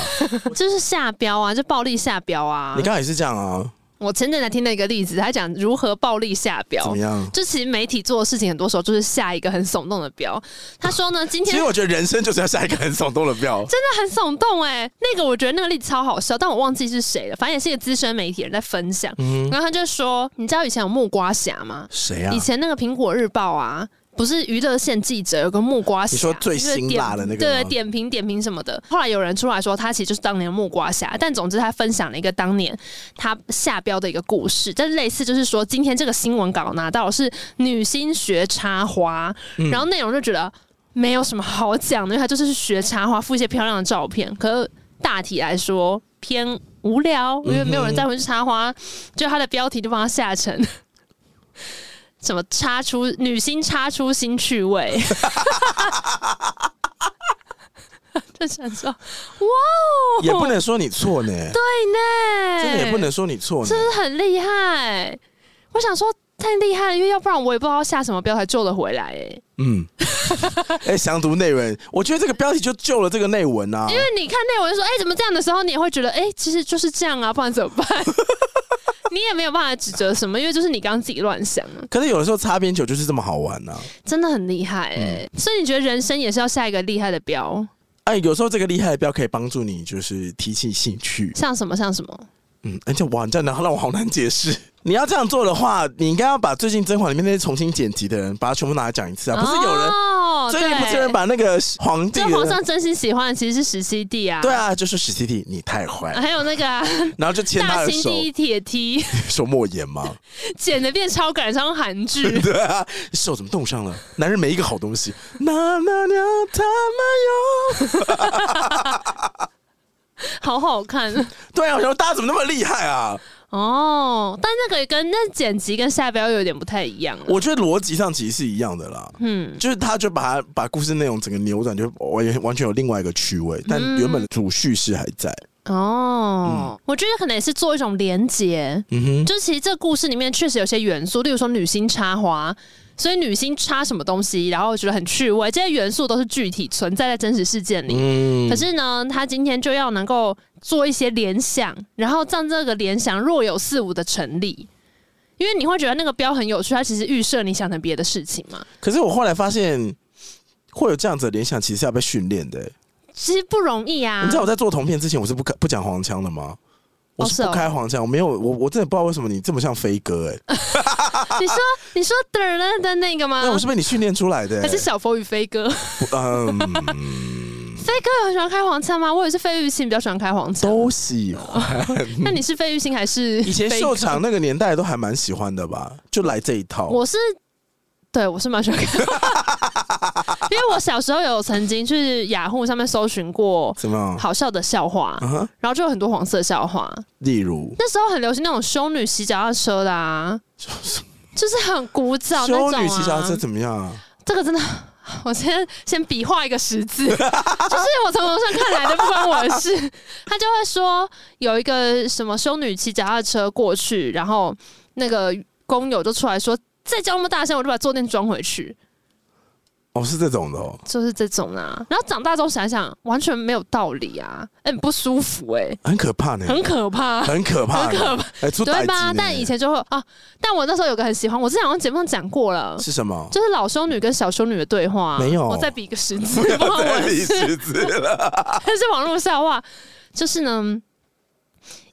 B: 这是下标啊，这暴力下标啊
A: 你。刚才也是这样啊，
B: 我前阵才听到一个例子，他讲如何暴力下标，
A: 怎么样？
B: 就其实媒体做的事情，很多时候就是下一个很耸动的标。他说呢，今
A: 其
B: 天
A: 实我觉得人生就是要下一个很耸动的标。
B: 真的很耸动哎、那个我觉得那个例子超好笑，但我忘记是谁了，反正也是一个资深媒体人在分享。
A: 嗯，
B: 然后他就说，你知道以前有木瓜侠吗？
A: 谁啊
B: 以？前那个苹果日报啊。不是娱乐线记者有个木瓜侠，
A: 你说最辛辣的那个
B: 就是点
A: 吗
B: 对点评点评什么的。后来有人出来说，他其实就是当年的木瓜侠，但总之他分享了一个当年他下标的一个故事，但类似就是说，今天这个新闻稿拿到的是女星学插花，
A: 嗯
B: 然后内容就觉得没有什么好讲的，因为他就是学插花，附一些漂亮的照片，可是大体来说偏无
A: 嗯
B: 聊，因为没有人在乎去插花，就他的标题就帮他下成。 什么插出女星插出新趣味， 就想说，哇哦，
A: 也不能说你错 呢，
B: 对呢，
A: 真的也不能说你错呢
B: 是。不是很厉害？我想说太厉害了，因为要不然我也不知道下什么标才救得回来、哎，
A: 嗯， 哎，详读内文，我觉得这个标题就救了这个内文啊。
B: 因为你看内文说哎、怎么这样的时候，你也会觉得哎、其实就是这样啊，不然怎么 办？你也没有办法指责什么，因为就是你刚刚自己乱想啊，
A: 可是有的时候擦边球就是这么好玩呐、啊。
B: 真的很厉害哎、
A: 嗯
B: 所以你觉得人生也是要下一个厉害的标，
A: 哎，有时候这个厉害的标可以帮助你，就是提起兴趣。
B: 像什么像什么？
A: 嗯，而且哇，你这样然后让我好难解释。 你要这样做的话，你应该要把最近《甄嬛》里面那些重新剪辑的人，把它全部拿来讲一次啊！不是有人、
B: 哦
A: 最近不是有人
B: 对，
A: 把那个皇帝
B: 就皇
A: 的
B: 上真心喜欢的其实是十七弟啊，
A: 对，啊，就说史西弟你太坏 了，
B: 还有那个啊、
A: 然后就牵他
B: 大
A: 的
B: 兴
A: 手，
B: 第一铁梯，
A: 说莫言 嘛，
B: 剪的变超感伤韩 剧。
A: 对啊，手怎么冻上了？男人没一个好东西。 那那那他们有，
B: 好好看
A: 对啊，我想说大家怎么那么厉害啊？
B: 哦，但那个跟那剪辑跟下标有点不太一样了。啊
A: 我觉得逻辑上其实是一样的啦。
B: 嗯，
A: 就是他就把它把故事内容整个扭转，就完完全有另外一个趣味，但
B: 嗯
A: 原本的主叙事还在。
B: 哦，我觉得可能也是做一种连结，
A: 嗯哼，
B: 就其实这故事里面确实有些元素，例如说女星插花。所以女星插什么东西，然后觉得很趣味，这些元素都是具体存在在真实事件里。
A: 嗯
B: 可是呢，他今天就要能够做一些联想，然后让这个联想若有似无的成立，因为你会觉得那个标很有趣，它其实预设你想成别的事情嘛。
A: 可是我后来发现，会有这样子的联想，其实是要被训练的欸、
B: 其实不容易啊。
A: 你知道我在做同片之前，我是不开不讲黄腔的吗？我
B: 哦
A: 是
B: 是哦
A: 不开黄腔，我没有，我我真的不知道为什么你这么像飞哥哎、 欸，
B: 你说你说嘚儿了的那个吗
A: 哎那、？我是被你训练出来的、欸
B: 还是。小佛与飞哥？
A: 不嗯，
B: 飞哥有很喜欢开黄腔吗？我也是费玉清比较喜欢开黄 腔。
A: 都喜欢。
B: 那你是费玉清还是
A: 以前
B: 飞
A: 秀哦
B: 哥？
A: 场那个年代都还蛮喜欢的吧，就来这一套。
B: 我是对我是蛮喜欢开黄腔，因为我小时候有曾经去雅虎上面搜寻过
A: 怎么样？
B: 好笑的笑话，
A: 嗯哼，
B: 然后就有很多黄色笑话。
A: 例如
B: 那时候很流行那种修女骑脚踏车的 啊，就是很古早那种、
A: 修
B: 啊。
A: 女骑脚踏车怎么样啊？
B: 这个真的， 我先先比划一个十字， 就是我从网上看来的，不关我的事。 他就会说有一个什么修女骑脚踏车过去，然后那个工友就出来说。再叫那么大声，我就把坐垫装回去，
A: 哦，是这种的哦。
B: 就是这种啊。然后长大之后想想，完全没有道理啊，哎、很不舒服哎、
A: 很可怕呢，
B: 很可怕，
A: 很可怕
B: 很
A: 呢，
B: 可怕。
A: 哎，出
B: 对
A: 歹
B: 吧？
A: 机呢
B: 但以前就会啊，但我那时候有个很喜欢，我之前好像节目上讲过了，
A: 是什么？
B: 就是老修女跟小修女的对话啊。
A: 没有
B: 我 再比一个 十字，不关我的
A: 历
B: 事，
A: 史字了，
B: 但是网络笑话，就是呢。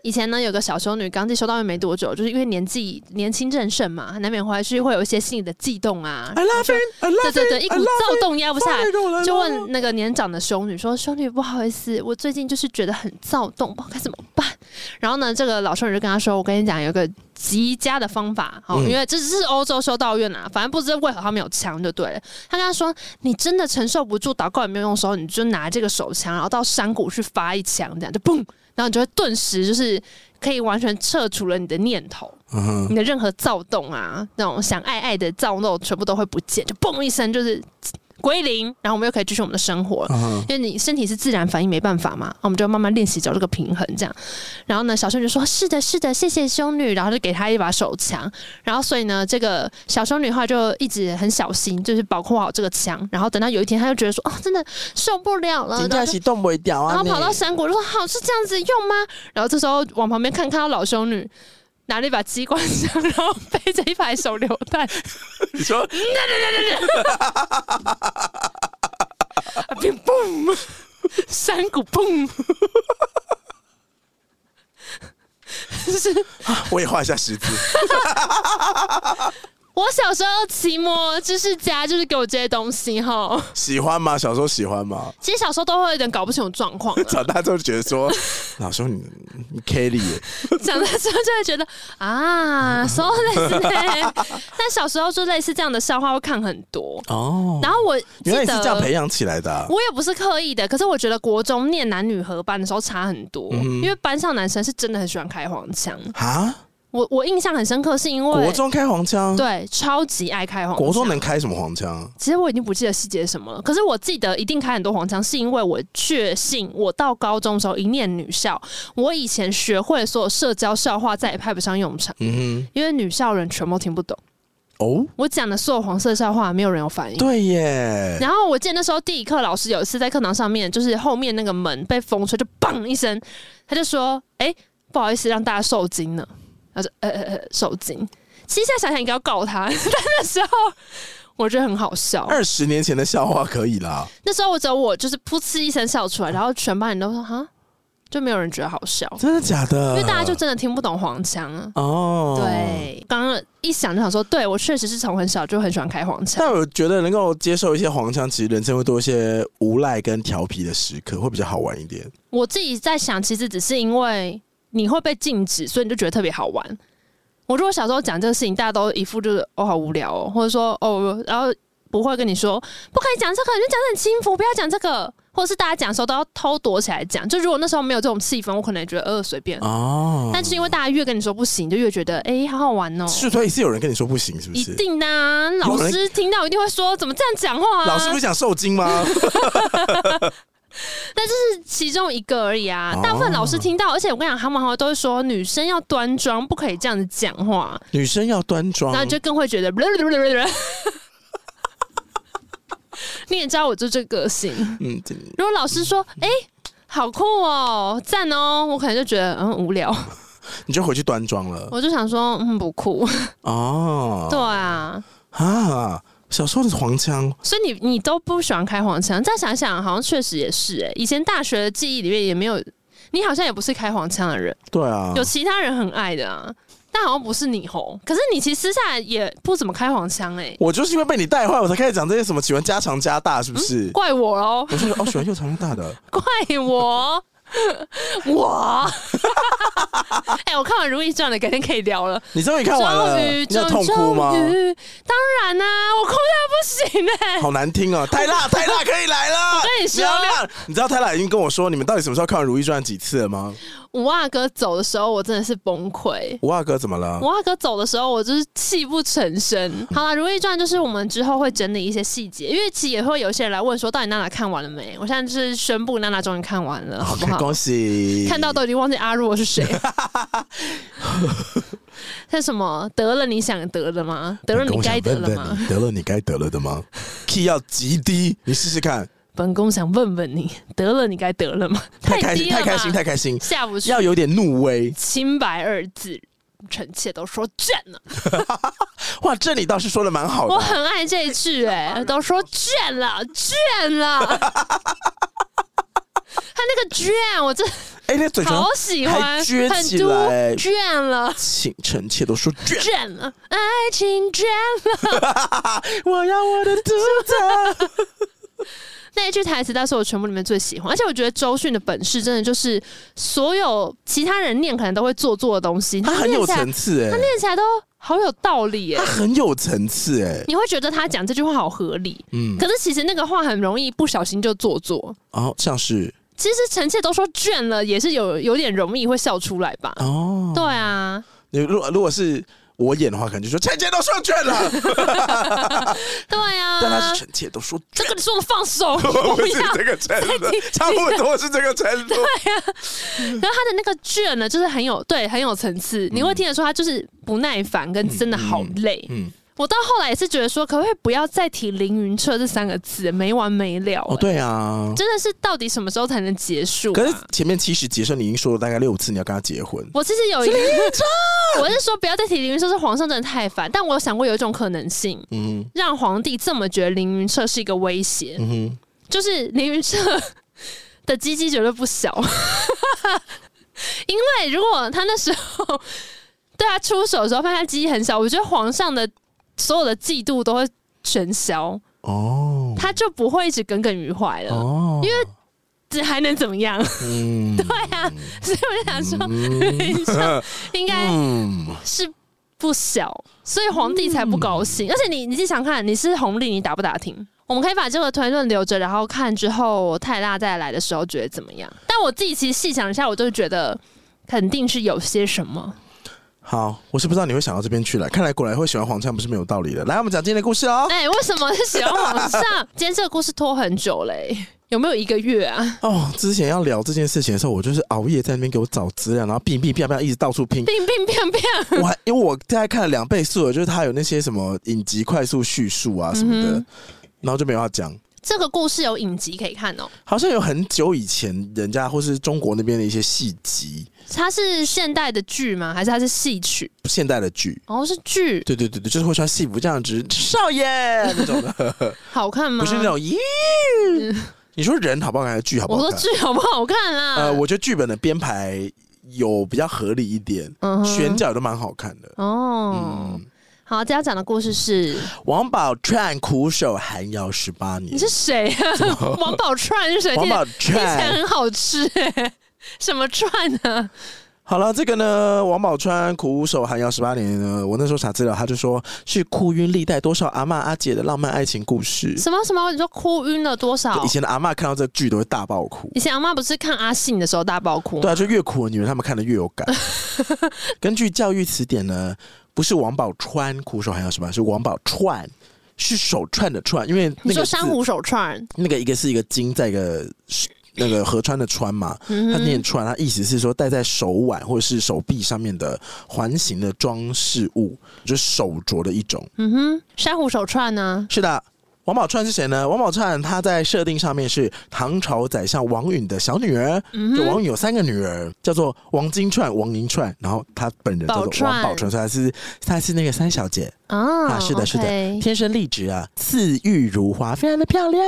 B: 以前呢，有个小修女刚进修道院没多久，就是因为年纪年轻正盛嘛，难免回去会有一些心理的悸动啊。
A: I love it，I
B: 对
A: love
B: 对对，一
A: it，
B: 股
A: I love it，
B: 躁动压不下来，
A: 来
B: 就问那个年长的修女说：“修女，不好意思，我最近就是觉得很躁动，不知道该怎么办。”然后呢，这个老兽人就跟他说：“我跟你讲，有一个极佳的方法，哦，
A: 嗯
B: 因为这只是欧洲修道院啊，反正不知道为何他们有枪就对了。”他跟他说：“你真的承受不住祷告也没有用的时候，你就拿这个手枪，然后到山谷去发一枪，这样就嘣，然后你就会顿时就是可以完全撤除了你的念头。”
A: 嗯哼
B: 你的任何躁动啊，那种想爱爱的躁动，全部都会不见，就嘣一声就是归零，然后我们又可以继续我们的生活。
A: 嗯哼，
B: 因为你身体是自然反应，没办法嘛，我们就慢慢练习找这个平衡，这样。然后呢，小修女就说：“是的，是的，谢谢修女。”然后就给她一把手枪。然后所以呢，这个小修女后来就一直很小心，就是保护好这个枪。然后等到有一天，她就觉得说：“哦，真的受不了
A: 人
B: 了。”然后
A: 家
B: 就是
A: 动不掉
B: 然
A: 啊，
B: 后
A: 你
B: 跑到山谷就说：“好，是这样子用吗？”然后这时候往旁边看，看到老修女拿了一把机关枪，然后背着一排手榴弹，
A: 你说
B: 啊乒嘣，山谷嘣，就是
A: 我也画一下十字，
B: 我小时候骑摩知识家就是给我这些东西哈。
A: 喜欢吗？小时候喜欢 吗？
B: 其实小时候都会有点搞不清楚状况啦，
A: 长大之后就觉得 说，老师你你 Kelly 耶
B: 长大之后就会觉得啊，说类似的。 但小时候就类似这样的笑话会看很多。
A: 哦，
B: 然后我记
A: 原来你是
B: 得
A: 这样培养起来的啊、
B: 我也不是刻意的，可是我觉得国中念男女合班的时候差很多，
A: 嗯
B: 因为班上男生是真的很喜欢开黄腔。
A: 啊？
B: 我我印象很深刻，是因为
A: 国中开黄腔，
B: 对超级爱开黄腔。
A: 国中能开什么黄腔？
B: 其实我已经不记得细节是什么了，可是我记得一定开很多黄腔，是因为我确信我到高中的时候一念女校，我以前学会的所有社交笑话再也派不上用场，
A: 嗯
B: 因为女校人全部听不懂。
A: 哼，哦，
B: 我讲的所有黄色笑话，没有人有反应。
A: 对耶，
B: 然后我记得那时候地理课老师有一次在课堂上面，就是后面那个门被风吹，就砰一声，他就说：“哎、不好意思，让大家受惊了。”他说：“呃呃呃，受惊。”其实现在想想应该要告他，但那时候我觉得很好笑。
A: 二十年前的笑话可以啦，
B: 那时候我只有我就是噗嗤一声笑出来，然后全班人都说：“哈，就没有人觉得好笑，
A: 真的假的？
B: 因为大家就真的听不懂黄腔啊。”
A: 哦，。
B: 对，刚刚一想就想说，对我确实是从很小就很喜欢开黄腔。
A: 但我觉得能够接受一些黄腔，其实人生会多一些无赖跟调皮的时刻，会比较好玩一点。
B: 我自己在想，其实只是因为你会被禁止，所以你就觉得特别好玩。我如果小时候讲这个事情，大家都一副就是哦好无聊哦，或者说哦，然后不会跟你说不可以讲这个，你就讲得很轻浮，不要讲这个，或者是大家讲的时候都要偷躲起来讲。就如果那时候没有这种气氛，我可能也觉得呃随便。
A: 哦，
B: 但是因为大家越跟你说不行，就越觉得哎、好好玩哦。
A: 是所以是有人跟你说不行，是不
B: 一
A: 是？
B: 定的、啊，老师听到一定会说怎么这样讲话啊？
A: 老师不是讲受惊 吗？
B: 其中一个而已啊
A: 哦，
B: 大部分老师听到，而且我跟你讲，他们好像都会说女生要端庄，不可以这样子讲话，
A: 女生要端庄，
B: 然后你就更会觉得 你也知道我就这个性，
A: 嗯，这
B: 如果老师说，哎、好酷哦，赞哦，我可能就觉得嗯无聊，
A: 你就回去端庄了。
B: 我就想说嗯不酷，
A: 哦，
B: 对啊，
A: 啊，小时候的黄腔，
B: 所以你你都不喜欢开黄腔，再想想好像确实也是哎、以前大学的记忆里面也没有，你好像也不是开黄腔的人。
A: 对啊，
B: 有其他人很爱的啊，但好像不是你吼。可是你其实私下也不怎么开黄腔哎、
A: 我就是因为被你带坏，我才开始讲这些什么喜欢家长加大，是不是？
B: 怪我喽，
A: 我是哦，喜欢又长又大的，
B: 怪我， 我。 哎、我看完《如懿传》了，改天可以聊了。
A: 你终于看完了，
B: 终于，
A: 你有
B: 终
A: 痛哭吗？
B: 终于当然啦、我哭到不行 哎、
A: 好难听哦，太辣太辣可以来了。我
B: 跟你说
A: 你知道泰辣已经跟我说，你们到底什么时候看完《如懿传》几次了吗？
B: 五阿哥走的时候，我真的是崩溃。
A: 五阿哥怎么了？
B: 五阿哥走的时候，我就是泣不成声。好了，《如懿传》就是我们之后会整理一些细节，因为其实也会有些人来问说，到底娜娜看完了没？我现在就是宣布娜娜终于看完了，好不好？
A: 哦恭喜！
B: 看到都已经忘记阿若是谁。 那什么得了你想得的吗？得了你该得了
A: 本宫想问
B: 吗？
A: 啊问你？得了你该得了的 吗？Key 要极低，你试试看。
B: 本宫想问问你，得了你该得了吗？
A: 太开心，
B: 低了
A: 太
B: 吧
A: 开心，太开心，
B: 下不去
A: 要。有点怒威。
B: 清白二字，臣妾都说倦了。
A: 哇，这里倒是说的蛮好
B: 我
A: 的。
B: 很爱这一 句、哎，都说倦了，倦了。 他那个倦，我真
A: 哎，那嘴唇
B: 好喜欢，
A: 还撅
B: 很
A: 起
B: 嘟
A: 来
B: 倦了，
A: 请臣妾都说倦，
B: 倦了，爱情倦了。
A: 我要我的独特。
B: 那一句台词，在是我全部里面最喜欢。而且我觉得周迅的本事真的就是所有其他人念可能都会做作的东西，
A: 他很
B: 念
A: 有
B: 起来
A: 层次哎、
B: 他念起来都好有道理耶、
A: 他很有层次哎、
B: 你会觉得他讲这句话好合理，
A: 嗯，
B: 可是其实那个话很容易不小心就做作。
A: 哦，像是
B: 其实臣妾都说倦了，也是有有点容易会笑出来吧？
A: 哦，
B: 对啊，
A: 你如果如果是我演的话，可能就说臣妾都说倦了，
B: 对 啊。
A: 但他是臣妾都说
B: 这
A: 倦
B: 跟你说的 放手，
A: 了，
B: 不
A: 不是
B: 要。
A: 这个程度
B: 你，
A: 差不多是这个程度。
B: 然后他的那个倦呢，就是很有对很有层次，你会听得出他就是不耐烦跟真的好累。
A: 嗯，
B: 我到后来也是觉得说，可不可以不要再提凌云彻这三个字，没完没了、
A: 哦，
B: 哎，
A: 对啊。
B: 真的是到底什么时候才能结束、啊？
A: 可是前面七十集的时候，你已经说了大概六次你要跟他结婚，
B: 我其实有一个， 我是说不要再提凌云彻，是皇上真的太烦。但我有想过有一种可能性，
A: 嗯
B: 让皇帝这么觉得凌云彻是一个威胁，
A: 嗯哼，
B: 就是凌云彻的鸡鸡绝对不小， 因为如果他那时候对他出手的时候发现他鸡鸡很小，我觉得皇上的所有的嫉妒都会全消，
A: 哦
B: 他就不会一直耿耿于怀了。
A: 哦，因为
B: 这还能怎么样？
A: 嗯，
B: 对啊，所以我就想
A: 啊
B: 说，凌云彻
A: 嗯
B: 应该
A: 嗯，
B: 是不小，所以皇帝才不高兴。而且你你自己想看，你是红历，你打不打听？嗯我们可以把这个推论留着，然后看之后泰拉再来的时候觉得怎么样。但我自己其实细想一下，我就觉得肯定是有些什么。
A: 好，我是不知道你会想到这边去了，看来果然会喜欢黄灿不是没有道理的。来，我们讲今天的故事哦。
B: 哎、为什么是喜欢皇上？ 今天这个故事拖很久嘞、有没有一个月啊？
A: 哦，之前要聊这件事情的时候，我就是熬夜在那边给我找资料，然后哔哔哔哔一直到处拼。
B: 病病变变，
A: 我还因为我大概看了两倍速了，就是他有那些什么影集快速叙述啊什么的，
B: 嗯
A: 然后就没有要讲。
B: 这个故事有影集可以看哦、
A: 好像有很久以前，人家或是中国那边的一些戏集，
B: 它是现代的剧吗？还是它是戏曲？
A: 现代的剧，
B: 哦，是剧，
A: 对对对对，就是会穿戏服这样子， 少爷那种的，
B: 好看吗？
A: 不是那 种咦。你说人好不好看，还是剧好不
B: 我
A: 好
B: 说
A: 看？
B: 剧好不好看啊啦？
A: 呃，我觉得剧本的编排有比较合理一点，
B: 嗯哼
A: 选角都蛮好看的。
B: 哦。
A: 嗯，
B: 好，今天要讲的故事是
A: 王宝钏苦守寒窑十八年
B: 你，是谁啊？ 王宝钏是谁？
A: 王宝
B: 听起来听起来
A: 钏
B: 很好吃、 欸，什么串呢、
A: 嗯好了，这个呢，王宝钏苦守寒窑十八年呢，我那时候查资料，他就说是哭晕历代多少阿嬷阿姐的浪漫爱情故事。
B: 什么什么？你说哭晕了多少
A: 以？前的阿嬷看到这剧都会大爆 哭。
B: 以前阿妈不是看阿信的时候大爆哭
A: 对啊，就越苦的女人，她们看的越有感。根据教育词典呢，不是王宝钏苦守寒窑十八，是王宝钏，是手串的串，因为
B: 你
A: 那
B: 说
A: 个
B: 珊
A: 字
B: 瑚手串，
A: 那个一个是一个金，在一个那个河川的川嘛，
B: 嗯
A: 它
B: 哼，
A: 念串，它意思是说戴在手腕或者是手臂上面的环形的装饰物，就是手镯的一种。
B: 嗯哼，珊瑚手串啊呢、
A: 是的，王宝钏是谁呢？王宝钏她在设定上面是唐朝宰相王允的小女儿，
B: 嗯
A: 就
B: 哼，
A: 王允有三个女儿，叫做王金钏、王银钏，然后她本人叫
B: 宝
A: 做
B: 钏
A: 王宝钏，所以她是她是那个三小姐，
B: 啊
A: 啊是的是的
B: OK
A: 天生丽质啊，似玉如花，非常的漂亮。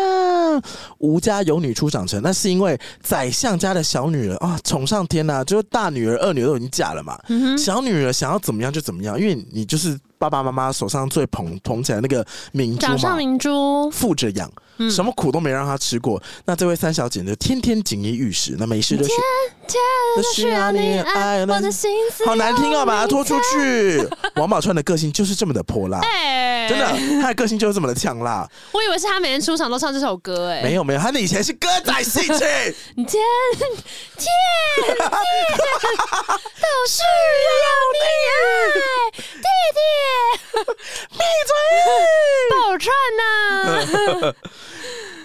A: 吴家有女初长成，那是因为宰相家的小女儿啊，宠上天呐、就是大女儿、二女儿都已经嫁了嘛，
B: 嗯哼，
A: 小女儿想要怎么样就怎么样，因为你就是爸爸妈妈手上最捧捧起来那个明珠
B: 掌上
A: 嘛。
B: 明珠，
A: 富着养，
B: 嗯
A: 什么苦都没让她吃过。那这位三小姐呢，天天锦衣玉食，那没事就去，那需要你爱，
B: 我的心思
A: 好难听
B: 有
A: 哦，把她
B: 你
A: 拖出去。王宝钏的个性就是这么的泼辣，
B: 哎，
A: 真的，，她的个性就是这么的呛辣。
B: 我以为是他每天出场都唱这首歌、哎，
A: 没有没有，他那以前是歌仔戏剧，
B: 天天天都是有你爱，弟弟
A: 闭嘴！
B: 宝钏呐，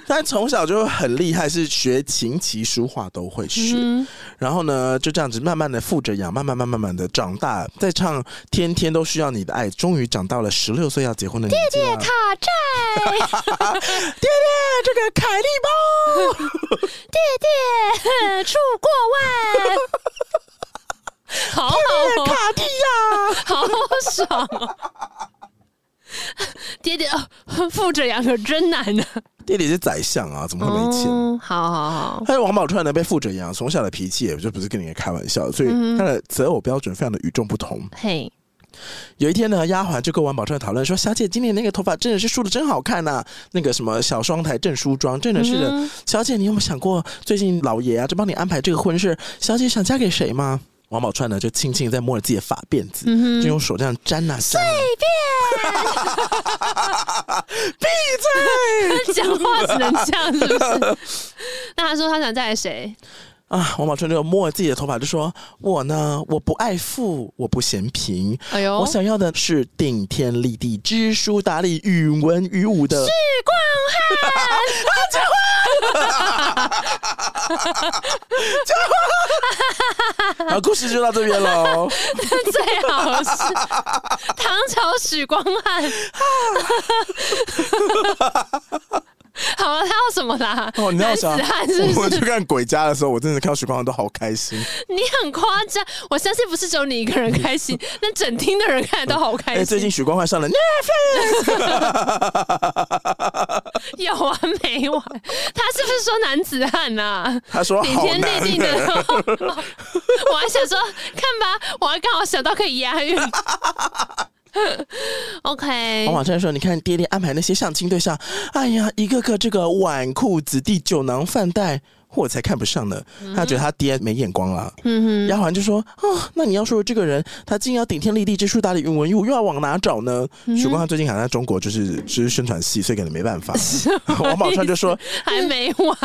A: 他从小就很厉害，是学琴棋书画都会学。
B: 嗯，
A: 然后呢，就这样子慢慢的富着养，慢慢慢慢慢的长大，再唱《天天都需要你的爱》，终于长到了十六岁要结婚的年纪了。
B: 卡债
A: 爹爹，这个凯利猫，
B: 弟弟出过万，好好
A: 卡地亚，
B: 好爽哦。爹爹哦，富着养可真难呢、
A: 爹爹是宰相啊，怎么会没钱？
B: 哦好好好，
A: 但是王宝钏呢，被富着嗯养，从小的脾气也就不是跟人家开玩笑，所以他的择偶标准非常的与众不同。
B: 嘿，
A: 有一天呢，丫鬟就跟王宝钏讨论说：“小姐，今年那个头发真的是梳的真好看呐、那个什么小双台正梳妆，真的是的。
B: 嗯
A: 小姐，你有没有想过，最近老爷啊，就帮你安排这个婚事，小姐想嫁给谁吗？”王宝钏呢，就轻轻地在摸着自己的发辫子，就用手这样沾啊沾啊。
B: 讲话只能这样，是不是？那他说他想嫁给谁？
A: 啊，王宝钏就摸着自己的头发，就说：“我呢，我不爱富，我不嫌贫，
B: 哎呦，
A: 我想要的是顶天立地、知书达理、语文语武的。”啊是光汉，啊，好，故事就到这边哦喽。
B: 最好是唐朝许 光汉。好了，他要什么啦？
A: 哦，你让我
B: 男子
A: 想，
B: 汉是不
A: 我去
B: 是？
A: 看《鬼家》的时候，我真的看到许光汉都好开心。
B: 你很夸张，我相信不是只有你一个人 开心，那整厅的人看都好
A: 哎、
B: 开心。
A: 最近许光汉上 了 Netflix，
B: 有完没完？他是不是说男子汉呐、啊？
A: 他说
B: 顶
A: 哦好
B: 天
A: 难
B: 立地的，
A: 的，
B: 我还想说，看吧，我还刚好想到可以押韵。OK，
A: 王宝钏说：“你看爹爹安排那些相亲对象，哎呀，一个个这个纨绔子弟、酒囊饭袋，我才看不上呢。他觉得他爹没眼光啦。
B: 嗯
A: 丫鬟就说：“啊、那你要说这个人，他竟要顶天立地、知书达理、云文又又要往哪找呢？”许光汉最近好像在中国就是就是宣传戏，所以可能没办法。王宝钏就说
B: 哼，还没 完，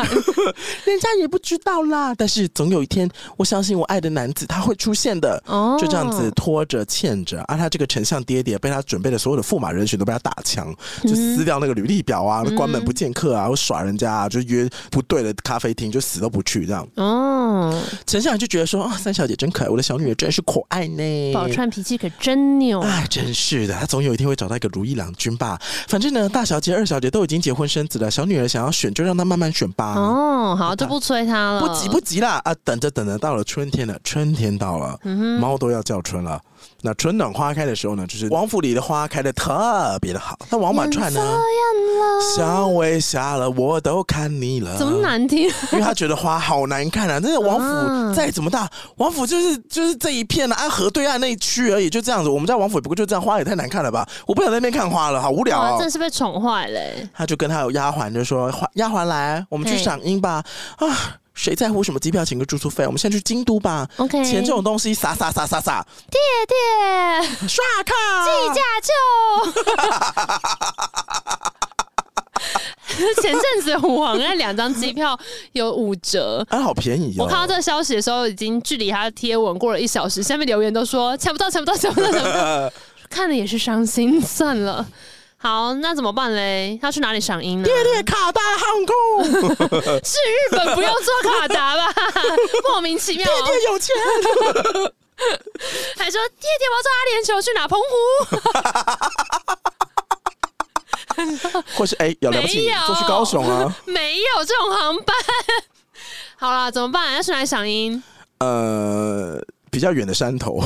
A: 人家也不知道啦。但是总有一天，我相信我爱的男子他会出现的。
B: 哦
A: 就这样子拖着欠着，啊，他这个丞相爹爹被他准备的所有的驸马人选都被他打枪，就撕掉那个履历表啊，关门不见客啊，或耍人家啊，就约不对的咖啡厅就死都不去这样。
B: 哦，
A: 丞相就觉得说啊，三小姐真可爱，我的小女儿真是可爱呢。
B: 宝钏脾气可真牛，
A: 哎，真是的，他总有一天会找到一个如意郎君吧。反正呢，大小姐、二小姐都已经结婚生子了，小女儿想要选就让她慢慢选吧。
B: 哦，好，就不催他了，
A: 不急不急啦啊！等着等着，到了春天了，春天到了，
B: 嗯
A: 猫都要叫春了。那春暖花开的时候呢，就是王府里的花开的特别的好。那王满钏
B: 这
A: 呢，
B: 样了，
A: 香味下了，我都看腻了。
B: 嗯怎么？难听？
A: 因为他觉得花好难看啊！真的，王
B: 啊
A: 府再怎么大，王府就是就是这一片啊，河对岸那一区而已，就这样子。我们家王府也不过就这样，花也太难看了吧！我不想在那边看花了，好无聊、
B: 哇，
A: 哦
B: 真。是被宠坏嘞！
A: 他就跟他有丫鬟就说：“花丫鬟来，我们去
B: 嘿
A: 赏樱吧。”啊，谁在乎什么机票钱跟住宿费？我们现在去京都吧。
B: OK
A: 钱这种东西，撒撒撒撒撒，
B: 爹爹，
A: 刷卡
B: 计价就。 前阵子虎王那两张机票有五折，
A: 啊，好便宜哦！
B: 我看到这个消息的时候，已经距离他的贴文过了一小时，下面留言都说抢不到，抢不到，抢不到，抢不到， 看了也是伤心，算了。好，那怎么办嘞？要去哪里赏樱呢？
A: 烈烈卡大航空，烈
B: 是日本不用做卡达吧？ 莫名其妙、哦，
A: 烈有钱。
B: 还说爹爹我要坐阿联酋去哪？澎湖？
A: 或是哎，有了不
B: 没
A: 起
B: 有，
A: 就去高雄啊。
B: 没有这种航班。好啦，怎么办？要去哪里赏樱？
A: 呃，比较远的山头。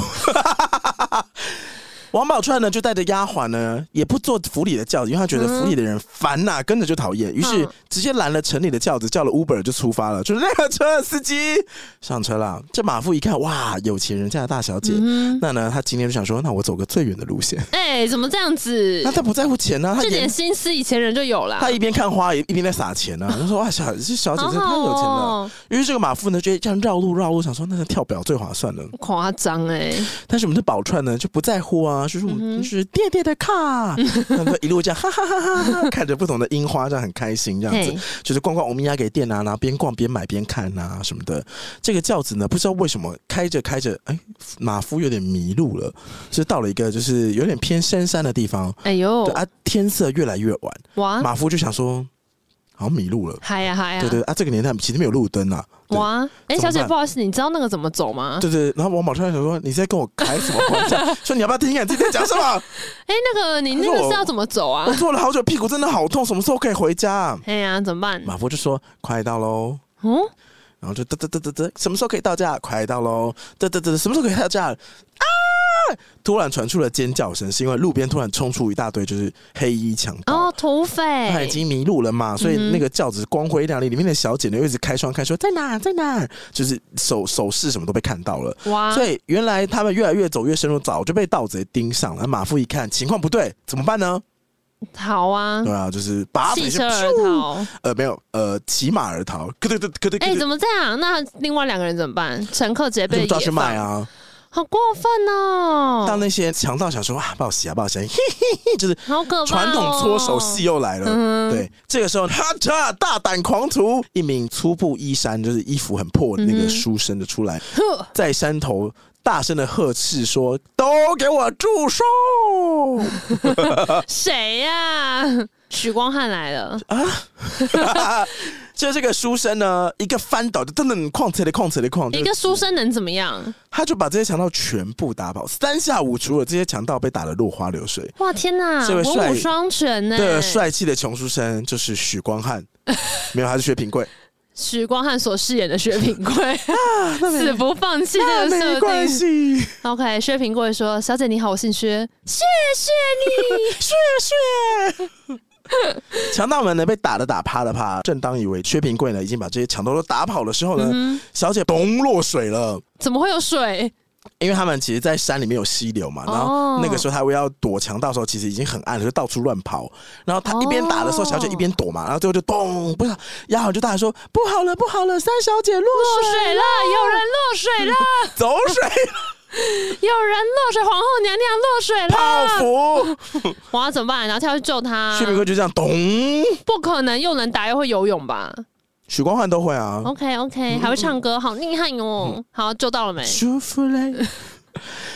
A: 王宝钏呢，就带着丫鬟呢，也不坐府里的轿子，因为她觉得府里的人烦呐、跟着就讨厌，于是
B: 嗯
A: 直接拦了城里的轿子，叫了 Uber 就出发了，就是那个车司机上车啦。这马夫一看，哇，有钱人家的大小姐，
B: 嗯
A: 那呢，他今天就想说，那我走个最远的路线。
B: 哎、怎么这样子
A: 那？他不在乎钱呢、啊他
B: 这
A: 眼
B: 点心思以前人就有啦
A: 他。一边看花，一一边在撒钱呢、啊。他说：“哇，小这小姐
B: 好
A: 真的太有钱
B: 好
A: 了
B: 哦。”
A: 于是这个马夫呢，就这样绕路绕路，想说那就跳表最划算了。
B: 夸张哎，
A: 但是我们的宝钏呢就不在乎啊，就是
B: 嗯
A: 我们就是爹爹的 卡，然后一路这样哈哈哈哈哈，看着不同的樱花，这样很开心，这样子
B: 嘿
A: 就是逛逛欧米亚给店啊，然后边逛边买边看啊什么的。这个轿子呢，不知道为什么开着开着，哎，马夫有点迷路了，就是到了一个就是有点偏深山的地方，
B: 哎呦
A: 对，啊，天色越来越晚，
B: 哇，
A: 马夫就想说好像迷路了，
B: 嗨呀啊哎嗨呀，
A: 对对啊，这个年代其实没有路灯啊，对
B: 哇，哎、
A: 怎么
B: 小姐，
A: 办
B: 不好意思，你知道那个怎么走吗？
A: 对对，然后王宝钏想说：“你在跟我开什么玩 笑？说你要不要听啊？你自己在讲什么？
B: 哎、那个你那
A: 可是
B: 个
A: 我
B: 是要怎么走啊
A: 我？坐了好久，屁股真的好痛，什么时候可以回家、啊？
B: 哎呀、怎么办？
A: 马夫就说：“快到喽。
B: 嗯，”
A: 然后就嘚嘚嘚嘚嘚，什么时候可以到家？快到喽！嘚嘚嘚，什么时候可以到家？啊！突然传出了尖叫声，是因为路边突然冲出一大堆就是黑衣强盗。
B: 哦，土
A: 他已
B: 匪，
A: 经迷路了嘛，所以那个轿子光辉亮丽，里面的小姐呢又一直开窗看，说在哪在哪，就是手手势什么都被看到了。
B: 哇，
A: 所以原来他们越来越走越深入，早就被盗贼盯上了。马夫一看情况不对，怎么办呢？
B: 逃啊，
A: 对啊，就是拔腿
B: 弃
A: 就
B: 车而
A: 咻
B: 逃。
A: 呃没有呃骑马而逃，咯噔咯噔咯噔咯
B: 哎，
A: 噔，
B: 怎么这样？那另外两个人怎么办？乘客直接
A: 怎
B: 被
A: 么抓去
B: 野放
A: 卖，啊？
B: 好过分
A: 当
B: 哦，
A: 那些强盗想说啊报喜啊报喜啊，嘿嘿嘿，就是
B: 好可怕哦！
A: 传统搓手戏又来了。
B: 嗯
A: 对，这个时候哈嚓，大胆狂徒，一名粗布衣衫，就是衣服很破的那个书生就出来，
B: 嗯呵，
A: 在山头大声的呵斥说：“都给我住手！”
B: 谁呀？ 许光汉来了，
A: 啊就这个书生呢，一个翻倒就噔噔哐哧的哐哧的哐，
B: 一个书生能怎么样？
A: 他就把这些强盗全部打跑，三下五除了这些强盗被打得落花流水。
B: 哇，天哪，
A: 这位帅
B: 文武双全呢！
A: 这帅气的穷书生就是许光汉，没有，他是薛平贵。
B: 许光汉所饰演的薛平贵， 死不放弃这
A: 啊那
B: 个
A: 没
B: 设
A: 关
B: 定。
A: 系，
B: OK，薛平贵说：“小姐你好，我姓薛，谢谢
A: 血血。强盗们呢被打的打趴的趴，正当以为薛平贵呢已经把这些强盗都打跑的时候呢，小姐咚落水了。
B: 你。” 怎么会有水？
A: 因为他们其实，在山里面有溪流嘛，
B: 哦
A: 然后那个时候他为要躲强盗的时候，其实已经很暗了，就到处乱跑。然后他一边打的时候，
B: 哦
A: 小姐一边躲嘛，然后最后就咚，不是丫鬟就大喊说：“不好了，不好了，三小姐落
B: 落
A: 水，
B: 水了，有人落水了，
A: 走水
B: 有人落水，皇后娘娘落水
A: 泡
B: 了，
A: 芙。
B: 我要怎么办？然后跳去救她
A: 薛。平贵就这样咚，
B: 不可能又能打又会游泳吧
A: 许光汉都会啊。
B: ？OK OK，还会唱歌，好厉害
A: 嗯
B: 哦！好，救到了没？
A: 舒服嘞。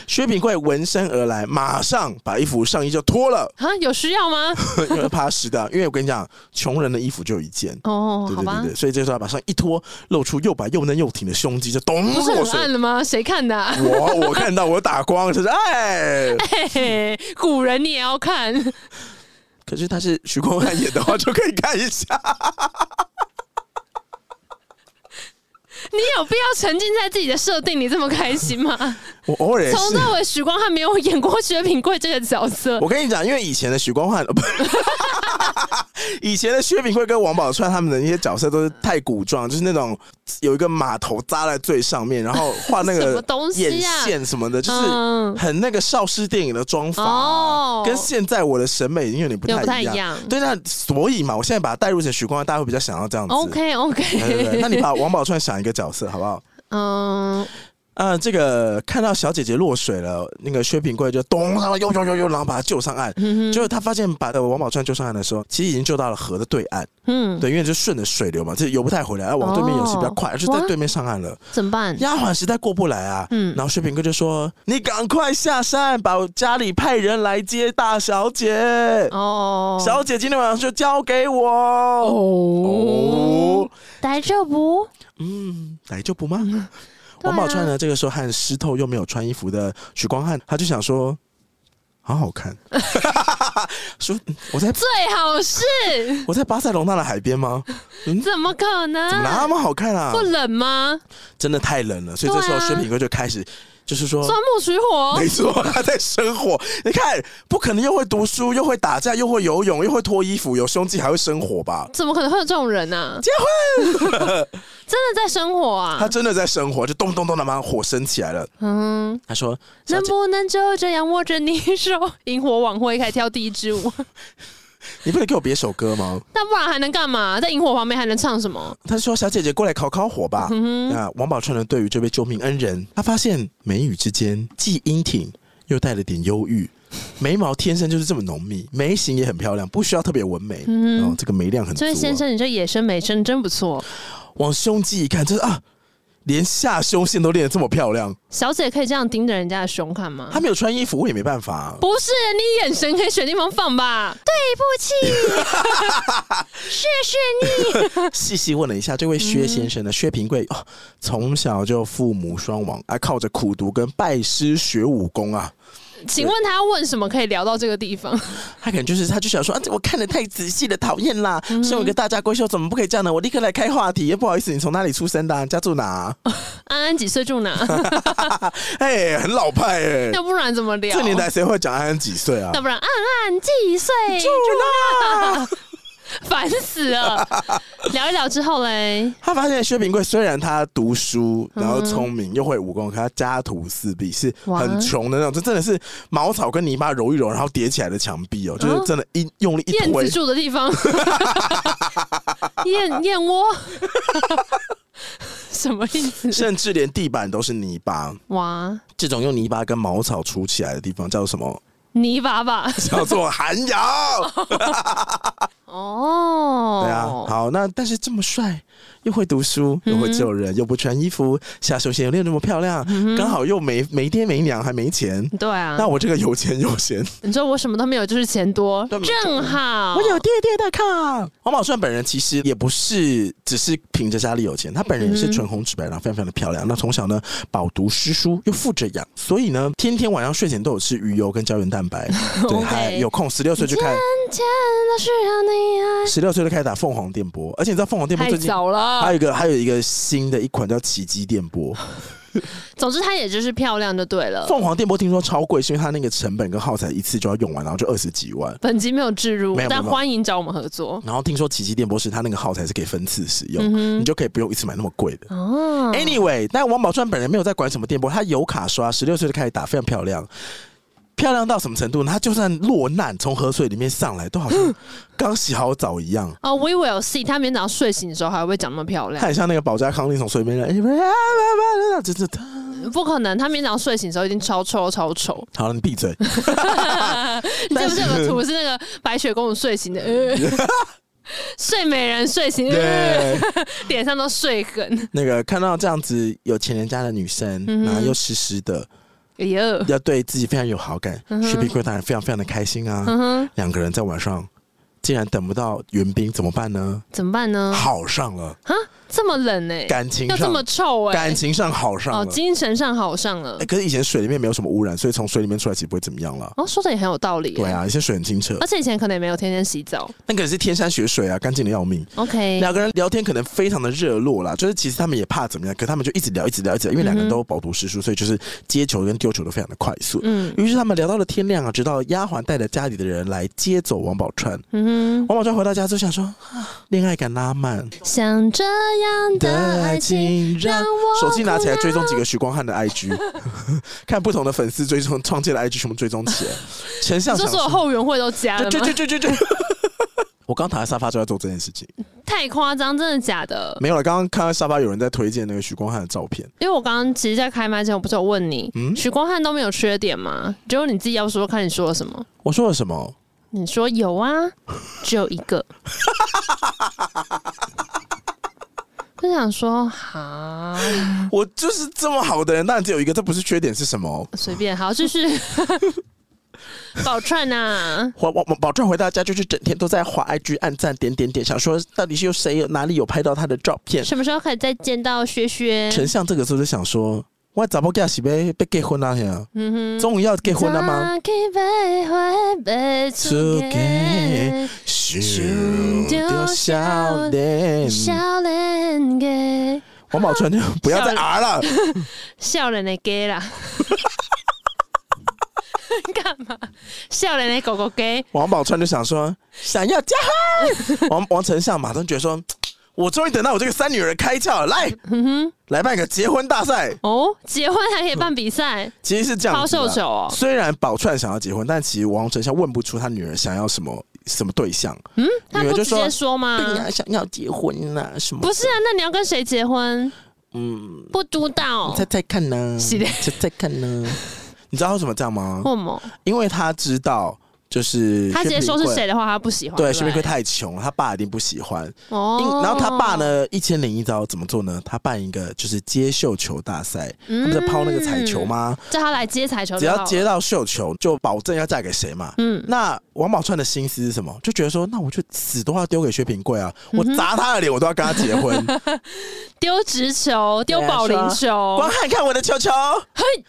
A: 薛平贵闻声而来，马上把衣服上衣就脱了，
B: 啊，有需要吗？
A: 因为怕湿的。因为我跟你讲，穷人的衣服就有一件，
B: 哦
A: 对，
B: 好
A: 对对
B: 吧，
A: 对，所以这时候把上衣一脱，露出又白又嫩又挺的胸肌，就 咚
B: 不
A: 落
B: 是很暗
A: 水。
B: 了吗？谁看的啊？
A: 我我看到我打光，就是哎，
B: 嘿嘿，古人你也要看，
A: 可是他是徐光汉演的话，就可以看一下。
B: 你有必要沉浸在自己的设定里这么开心吗？
A: 我偶尔也是。
B: 从头到尾，许光汉没有演过薛平贵这个角色
A: 我跟你讲，因为以前的许光汉， 呃不以前的薛平贵跟王宝钏他们的那些角色都是太古装，就是那种有一个码头扎在最上面，然后画那
B: 什么
A: 个
B: 东
A: 眼
B: 西啊
A: 线什么的，
B: 嗯
A: 就是很那个邵氏电影的妆法、啊
B: 哦
A: 跟现在我的审美已经有点不
B: 有
A: 太
B: 不太一
A: 样。
B: 样
A: 对，那所以嘛，我现在把它带入成许光汉，大家会比较想要这样子。
B: OK
A: 对对对，那
B: OK，
A: 你把王宝钏想一个角色好不好？
B: 嗯，
A: 啊，这个看到小姐姐落水了，那个薛平贵就咚，然后呦呦呦呦，然后把她救上岸。
B: 嗯
A: 结果他发现把呃王宝钏救上岸的时候，其实已经救到了河的对岸，
B: 嗯，哦
A: 对，因为就顺着水流嘛，这游不太回来，要往对面游是比较快，就在对面上岸了。
B: 怎么办？
A: 丫鬟实在过不来啊，
B: 嗯
A: 然后薛平贵就说：“你赶快下山，把我家里派人来接大小姐，
B: 哦，
A: 小姐今天晚上就交给我。
B: 哦
A: 哦，
B: 大丈夫，
A: 嗯，来就不嘛。
B: 对啊
A: 王宝钏呢，这个时候和湿透又没有穿衣服的许光汉，他就想说，好好 看，说嗯我在
B: 最好是，
A: 我在巴塞隆纳的海边吗？
B: 怎么可
A: 嗯怎么那
B: 能？
A: 么好看啊
B: 不？冷吗？
A: 真的太冷了，所以这时候
B: 对啊
A: 薛平贵就开始就是说。
B: 钻木取火
A: 没，错，他在生火。你看，不可能又会读书，又会打架，又会游泳，又会脱衣服，有胸肌还会生火吧？
B: 怎么可能会有这种人呢？结婚， 真的在生活
A: 他
B: 啊？
A: 真的在生火，就咚咚咚的把火升起来了。
B: 嗯。
A: 他说：“小
B: 能
A: 姐，
B: 不能就这样握着你手，萤火晚会开始跳第一支舞？
A: 你不能给我别首歌吗
B: 那不然还能干嘛？在萤火旁边还能唱什么？”？
A: 他说：“小姐姐，过来烤烤火
B: 嗯
A: 吧。那王宝钏呢？对于这位救命恩人，他发现眉宇之间既英挺又带了点忧 郁，眉毛天生就是这么浓密，眉形也很漂亮，不需要特别纹眉。嗯，然后这个眉量很足、
B: 这位先
A: 啊。
B: 生，你这野生美声真不错。
A: 往胸肌一看，就是啊，连下胸线都练得这么漂亮。
B: 小姐可以这样盯着人家的胸看吗
A: 他？没有穿衣服，我也没办法、啊
B: 不是，你眼神可以选地方放吧？对不起， 谢谢你。
A: 细细问了一下这位薛先
B: 嗯
A: 生呢，薛平贵哦，从小就父母双亡，啊，靠着苦读跟拜师学武功啊，
B: 请问他问什么可以聊到这个地方？
A: 他可能就是他就想说啊，这我看的太仔细了，讨厌啦！
B: 嗯
A: 身为一个大家闺秀，怎么不可以这样呢？我立刻来开话题。不好意思，你从哪里出生的、啊？你家住哪、
B: 安安几岁 住哪？
A: 哎、很老派哎、
B: 要不然怎么聊
A: 这？年代谁会讲安安几岁啊
B: 要？不然安安几岁住
A: 啦！
B: 哪？烦 死了！聊一聊之后嘞，
A: 他发现薛平贵虽然他读书，然后聪明又会武功，可他家徒四壁，是很穷的那种，这真的是茅草跟泥巴揉一揉，然后叠起来的墙壁哦，就是真的一用力一
B: 嗯燕
A: 推
B: 子，住的地方，燕 燕窝，什么意思？
A: 甚至连地板都是泥巴。
B: 哇，
A: 这种用泥巴跟茅草储起来的地方叫什么？
B: 泥巴吧？
A: 叫做涵窑。
B: 哦，
A: 对啊，好，那但是这么帅，又会读书，
B: 嗯
A: 又会救人，又不穿衣服，下胸线又练那么漂亮，
B: 嗯
A: 刚、好又没没爹没娘，还没钱。
B: 对啊，
A: 那我这个有钱有闲，
B: 你说我什么都没有，就是钱多，
A: 对没
B: 正好
A: 我有爹爹的卡。王宝钏本人其实也不是只是凭着家里有钱，她本人
B: 嗯
A: 也是唇红齿白，然后非常非常的漂亮。那从小呢饱读诗书，又富着养，所以呢天天晚上睡前都有吃鱼油跟胶原蛋 白。对，
B: OK
A: 还有空十六岁就开，
B: 天都需要你爱，
A: 十六岁就开始打凤凰电波，而且你知道凤凰电波
B: 太
A: 最近哎
B: 早
A: 还
B: 了。
A: 有一个还有一个新的一款叫奇迹电波，
B: 总之，她也就是漂亮就对了。
A: 凤凰电波听说超贵，是因为它那个成本跟耗材一次就要用完，然后就二十几万。
B: 本集没有置入
A: 没有，没有
B: 但欢迎找我们合作
A: 然后听说奇迹电波是它那个耗材是可以分次使用，你就可以不用一次买那么贵的。
B: 哦。
A: Anyway，但王宝钏本人没有在管什么电波，她有卡刷，十六岁就开始打，非常漂亮。漂亮到什么程度呢？她就算落难，从河水里面上来，都好像刚洗好澡一样。
B: 哦、w e will see。她明天早上睡醒的时候还会长那么漂
A: 她
B: 亮？
A: 很像那个保加康利从水里面来，哎真的。
B: 不可能，她明天早上睡醒的时候一定超臭超丑。
A: 好了，你闭嘴。
B: 你记不记得有
A: 但是
B: 个图是那个白雪公主睡醒 的，呃、睡美人睡醒，呃、
A: 对。
B: 脸上都睡痕。
A: 那个看到这样子有钱人家的女生，
B: 嗯
A: 然后又湿湿的，
B: 哎呦，
A: 要对自己非常有好感，薛冰贵当然非常非常的开心啊。
B: 嗯哼，
A: 两个人在晚上竟然等不到援兵，怎么办呢？
B: 怎么办呢？
A: 好上了，
B: 啊，这么冷哎、
A: 感情
B: 嗯要这
A: 上
B: 么，臭哎、
A: 感情上好上
B: 哦，
A: 了。
B: 精神上好上了
A: 哎。可是以前水里面没有什么污染，所以从水里面出来其实不会怎么样了。
B: 哦，说的也很有道理。
A: 对，啊，以前水很清澈
B: 而，且以前可能也没有天天 洗澡。
A: 那个是天山雪水啊，干净的要命。
B: OK，
A: 两个人聊天可能非常的热络啦，就是其实他们也怕怎么样，可他们就一直聊，一直聊，一直聊，因为两个人都饱读诗书，所以就是接球跟丢球都非常的快速。
B: 嗯
A: 于是他们聊到了天亮啊，直到丫鬟带着家里的人来接走王宝钏。
B: 嗯
A: 王宝钏回到家之后想说，啊恋爱感拉满
B: 哼，像这样的爱情，让我
A: 手机拿起来
B: 苦恼
A: 追踪几个许光汉的 IG，看 不同的粉丝追踪创建的 IG 全部追踪起 来。丞相
B: 你说
A: 想
B: 所有后援会都加了
A: 对
B: 吗
A: 对？对对对。 我刚躺在沙发就在做这件事情，
B: 太夸张，真的假的？
A: 没有了。刚刚看到沙发有人在推荐那个许光汉的照片，
B: 因为我刚刚其实，在开麦前我不是有问你，
A: 嗯
B: 许光汉都没有缺点吗？只有你自己要说，看你说了什么。
A: 我说了什么？
B: 你说 有啊，只有一个。就想说，哈，
A: 我就是这么好的人，当然只有一个，这不是缺点是什么？
B: 随便，好，就是 宝啊钏呐，
A: 我我我保证回到家就是整天都在滑 IG 暗赞点点点，想说到底是有谁有哪里有拍到他的照片。
B: 什么时候可以再见到薛薛？
A: 丞相这个时候就想说，我咋不嫁是被被结婚了呀？
B: 嗯
A: 终于要结
B: 哼，
A: 婚了吗？
B: 早起徘徊被
A: 出
B: 出嫁
A: 咻丢笑脸，
B: 少年家，
A: 王宝钏就不要再啊了，
B: 少年的 家啦。干嘛？少年的狗狗家，
A: 王宝钏就想说想要嫁 汉。王王丞相马上觉得说，我终于等到我这个三女儿开窍了，来
B: 嗯哼，
A: 来办个结婚大赛。
B: 哦，结婚还可以办比赛，
A: 其实是这样
B: 抛
A: 子啦啊
B: 绣球哦，
A: 虽然宝钏想要结婚，但其实王丞相问不出他女儿想要什么什么对象。
B: 嗯，他
A: 女儿
B: 不
A: 就
B: 直
A: 说
B: 接说吗？
A: 对呀、想要结婚呐、什么？
B: 不是啊，那你要跟谁结婚？
A: 嗯，
B: 不督导，
A: 猜猜看呢、
B: 是的
A: 猜猜看呢、你知道为什么这样吗？
B: 或么？
A: 因为他知道。就是
B: 他直接说是
A: 薛
B: 谁的话，他不喜欢。
A: 平贵，对，薛平
B: 薛明
A: 贵太穷，他爸一定不喜欢。因
B: 哦，
A: 然后他爸？呢，一千零一招怎么做呢？他办一个就是接绣球大赛，他
B: 嗯
A: 不是抛那个彩球？吗？
B: 叫他来接彩球，
A: 只要。接到绣球，就保证要嫁给谁嘛。
B: 嗯，
A: 那王宝钏的心思是什么？就觉得说，那我就死都要丢给薛平贵啊！我
B: 嗯哼
A: 砸他的脸，我都要跟他结 婚。
B: 丢直球，丢
A: 对啊
B: 保龄球
A: 光，看看我的球球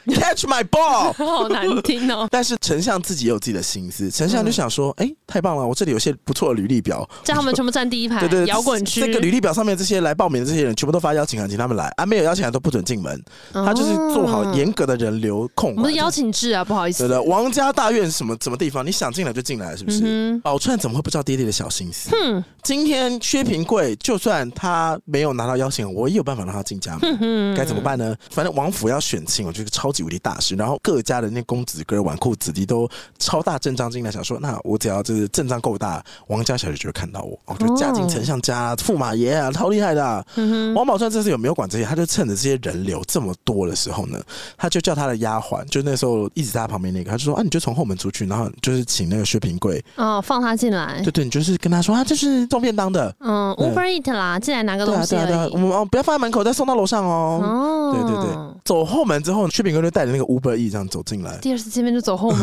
A: ，catch my ball。。
B: 好难听哦
A: 但是丞相自己也有自己的心思，丞
B: 嗯
A: 相就想说，哎、太棒了，我这里有些不错的履历表，
B: 叫他们全部站第一排
A: 对对，，
B: 摇滚区。
A: 这个履历表上面这些来报名的这些人，全部都发邀请函，请他们来啊，没有邀请函都不准进门。他就是做好
B: 哦
A: 严格的人流控
B: 我
A: 管。
B: 们是邀请制啊，不好意
A: 对
B: 思。
A: 的，王家大院什么什么地方，你想进来就进来，是不是？
B: 嗯
A: 宝钏怎么会不知道爹爹的小心思？
B: 哼，
A: 今天薛平贵就算他没有拿到邀请函，我也有办法让他进家门。
B: 哼哼，
A: 该怎么？办呢？反正王府要选亲，我觉得超级无敌大事。然后各家的那公子哥、纨绔子弟都超大阵仗进来，想说，那我只要就是阵仗够大，王家小姐就会看到我，我就嫁进丞相家、
B: 哦
A: 啊、驸马爷啊，超厉害的啊、
B: 嗯哼，
A: 王宝钏这次有没有管这些？他就趁着这些人流这么多的时候呢，他就叫他的丫鬟，就那时候一直在他旁边那个，他就说啊，你就从后门出去，然后就是请那个薛平贵，
B: 哦，放他进来
A: 对。对，你就是跟他说啊，这是送便当的，
B: 嗯
A: 对
B: ，Uber Eat 啦，进来拿个
A: 对
B: 东
A: 啊
B: 西
A: 对啊对啊
B: 而，
A: 我
B: 已。
A: 们哦不要放在门口，再送到楼上哦。
B: 哦
A: 对对对，走后门之后，薛平贵就带着那个 Uber E 这样走进来。
B: 第二次见面就走后门，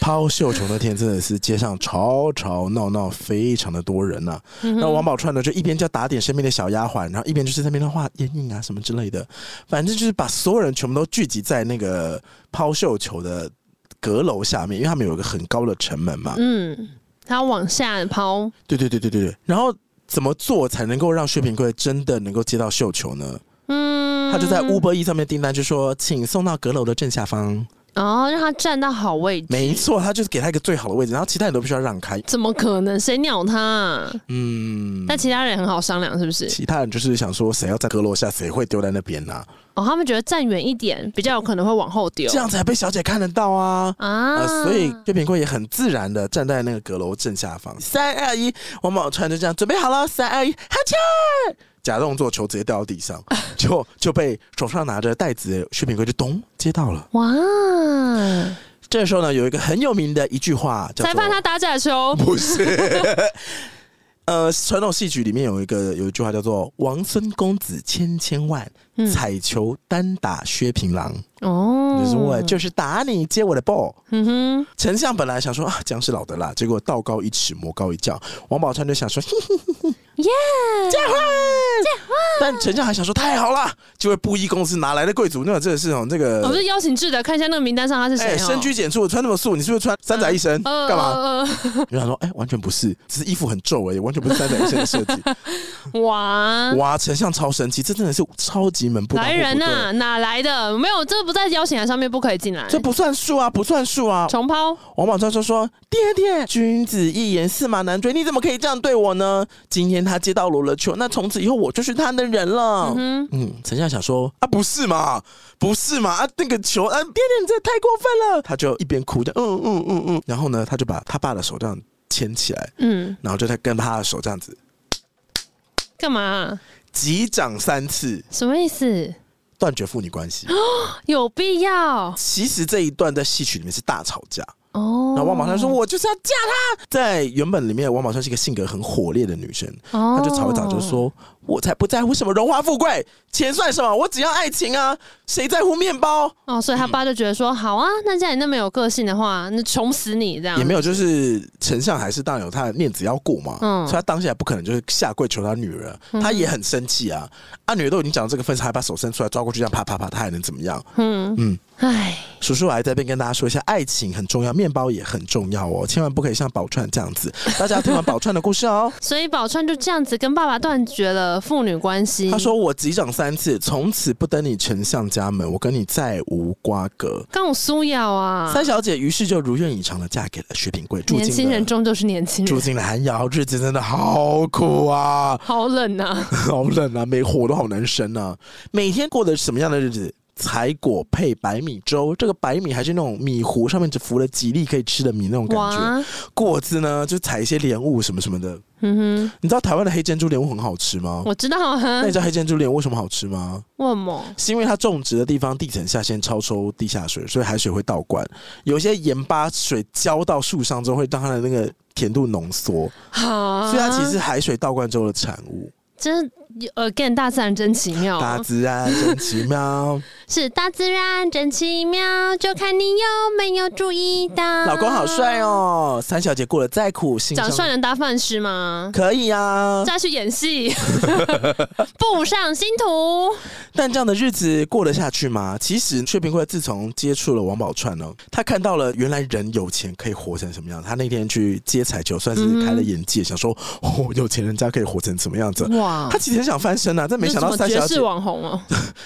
A: 抛绣球那天真的是街上吵吵闹闹，非常的多人呐、啊
B: 嗯 哼
A: 那王宝钏呢，就一边叫打点身边的小丫鬟，然后一边就是在那边画眼影啊什么之类的，反正就是把所有人全部都聚集在那个抛绣球的阁楼下面，因为他们有一个很高的城门嘛。
B: 嗯，他往下抛，
A: 对对对对对对。然后怎么做才能够让薛平贵真的能够接到绣球呢？
B: 嗯，
A: 他就在 Uber E 上面订单，就说请送到阁楼的正下方。
B: 哦，让他站到好位置。
A: 没错，他就是给他一个最好的位置，然后其他人都必须要让开。
B: 怎么可能？谁鸟他啊？
A: 嗯，
B: 那其他人很好商量，是不是？
A: 其他人就是想说，谁要在阁楼下，谁会丢在那边呢、
B: 哦，他们觉得站远一点比较有可能会往后丢
A: 这样才被小姐看得到啊。
B: 啊、
A: 啊、所以薛平贵也很自然的站在那个阁楼正下方。三二一，王宝钏就这样准备好了，三二一，哈啾！假动作，球直接掉到地上，就就被手上拿着袋子的薛平贵就咚接到了。
B: 哇，
A: 这时候呢，有一个很有名的一句话叫做
B: 裁判他打假球，
A: 不是。呃，传统戏曲里面有一个有一句话叫做“王孙公子千千万，
B: 嗯
A: 彩球单打薛平郎”，
B: 哦，
A: 就是我就是打你接我的 ball。
B: 嗯哼，
A: 丞相本来想说啊，姜是老的辣，结果道高一尺，魔高一丈。王宝钏就想说，嘿嘿嘿
B: 耶
A: 结婚，结婚。但丞相还想说太好了，就会布衣公司拿来的贵族，那这个是哦，这个
B: 我是邀请制的，看一下那个名单上他是谁、哦。
A: 深居简出，穿那么素，你是不是穿三宅一生？
B: 呃
A: 哎 干嘛？
B: 呃
A: 就想说，哎，完全不是，只是衣服很皱而已，完全不是三宅一生的设计。
B: 呃哇，
A: 哇，丞相超神奇，这真的是超级门不当户
B: 来
A: 不
B: 人啊
A: 对
B: 呐、哪来的？没有，这不在邀请函上面，不可以进来。
A: 这不算数啊，不算数啊！
B: 重抛，
A: 王宝钏就说：“爹爹，君子一言，驷马难追，你怎么可以这样对我呢？今天他接到罗了球，那从此以后我就是他的人了。
B: 嗯
A: 嗯，丞相想说啊，不是嘛，不是嘛，啊，那个球，啊，爹爹你这太过分了。他就一边哭着，嗯嗯嗯嗯，然后呢，他就把他爸的手这样牵起来，
B: 嗯，
A: 然后就在跟他的手这样子
B: 干嘛、
A: 击掌三次，
B: 什么意思？
A: 断绝父女关系。
B: 有必要
A: 其实这一段在戏曲里面是大吵架。
B: 哦？
A: 然后王宝钏说：“我就是要嫁他。”在原本里面，王宝钏是一个性格很火烈的女生，
B: 哦
A: 她就吵一吵就说：“我才不在乎什么荣华富贵，钱算什么？我只要爱情啊！谁在乎面包？
B: 哦，所以他爸就觉得说，好啊，那既然你那么有个性的话，那穷死你这样。
A: 也没有，就是丞相还是当然有他的面子要顾嘛，
B: 嗯
A: 所以他当下也不可能就是下跪求他女儿，他也很生气啊。啊，女儿都已经讲到这个份上，还把手伸出来抓过去，这样啪啪啪，他还能怎么样？
B: 嗯
A: 嗯
B: 嗯，唉，
A: 叔叔来这边跟大家说一下，爱情很重要，面包也很重要哦，千万不可以像宝钏这样子。大家听完宝钏的故事 哦。”
B: 所以宝钏就这样子跟爸爸断绝了父女关系。
A: 他说：“我击掌三次，从此不登你丞相家门，我跟你再无瓜葛。
B: 刚我苏瑶啊，
A: 三小姐于是就如愿以偿的嫁给了薛平贵，住
B: 年
A: 进
B: 轻人
A: 了
B: 终究是年轻
A: 住
B: 人，
A: 进了寒窑，日子真的好苦啊，
B: 好冷啊，
A: 好冷啊，没火都好难生啊，每天过的什么样的日子？柴果配白米粥，这个白米还是那种米糊上面只浮了几粒可以吃的米那种感觉。
B: 哇，
A: 果子呢，就采一些莲雾什么什么的。
B: 嗯
A: 你知道台湾的黑珍珠莲雾很好吃吗
B: 哼，？我知道啊
A: 哦那你，知道黑珍珠莲雾为什么好吃吗？
B: 问么？
A: 是因为它种植的地方地层下先超抽地下水，所以海水会倒灌。有些盐巴水浇到树上之后，会让它的那个甜度浓缩，
B: 好，啊
A: 所以它其实是海水倒灌之后的产物。
B: 真 again 大自然真奇妙，
A: 大自然真奇妙，
B: 是大自然真奇妙，就看你有没有注意到。
A: 老公好帅！哦！三小姐过得再苦，心
B: 嗯长帅
A: 上
B: 能当饭吃吗？
A: 可以啊，
B: 再去演戏，步上星途。
A: 但这样的日子过得下去吗？其实薛平贵自从接触了王宝钏呢，他看到了原来人有钱可以活成什么样。他那天去接彩球，算是开了眼
B: 嗯
A: 界，想说哦，有钱人家可以活成什么样子。
B: 哇
A: 他其实很想翻身啊，但没想到
B: 这
A: 三
B: 是什
A: 小
B: 嗯么
A: 姐
B: 爵士，网红哦，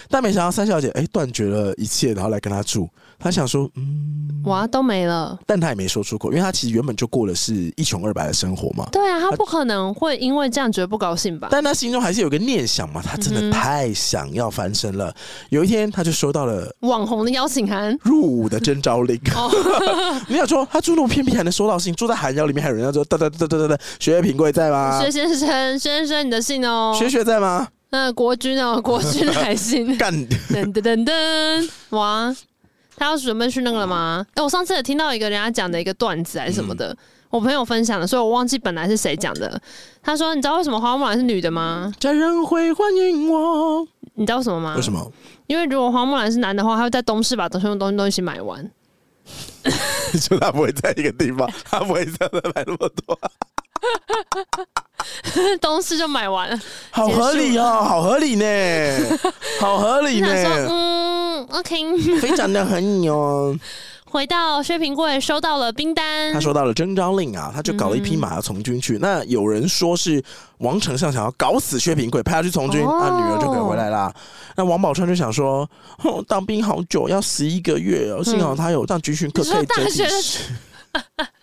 A: 但没想到三小姐哎断绝了一切，然后来跟他住。他想说，嗯，
B: 哇，都没了。
A: 但他也没说出口，因为他其实原本就过的是一穷二白的生活嘛。
B: 对啊，他不可能会因为这样觉得不高兴吧？
A: 但他心中还是有个念想嘛，他真的
B: 嗯哼
A: 太想要翻身
B: 嗯
A: 了。有一天，他就收到了
B: 网红的邀请函，
A: 入伍的征召令。
B: 哦
A: 你想说，他住那么偏僻还能收到信，住在寒窑里面还有人要说，哒哒哒哒哒哒，学业平贵在吗？
B: 薛先生，薛先生，你的信哦。
A: 学学在吗？
B: 那国 军哦，国军来信。
A: 干，
B: 噔噔噔噔，哇！他要准备去那个了吗？哎、我上次也听到一个人家讲的一个段子还是什么
A: 嗯
B: 的，我朋友分享的，所以我忘记本来是谁讲的。他说：“你知道为什么花木兰是女的吗？
A: 家人会欢迎我。
B: 你知道为什么吗？
A: 为什么？
B: 因为如果花木兰是男的话，他会在东市把东西东西东西买完。
A: 就他不会在一个地 方，他不会在那买那么多，
B: 东市就买完 了。
A: 好合理哦，好合理呢， 好合理
B: 你想说，
A: 呢，
B: 嗯，OK。
A: 非常的合理哦。
B: 回到薛平贵收到了冰单，
A: 他收到了征召令啊，他就搞了一匹
B: 嗯
A: 马要从军去。那有人说是王丞相想要搞死薛平贵，派他去从军，
B: 哦
A: 那、女儿就给回来啦。那王宝钏就想说，哼，当兵好久，要十一个月哦，幸好他有上军训课
B: 嗯你说
A: 可以折
B: 大
A: 抵
B: 学的
A: 时。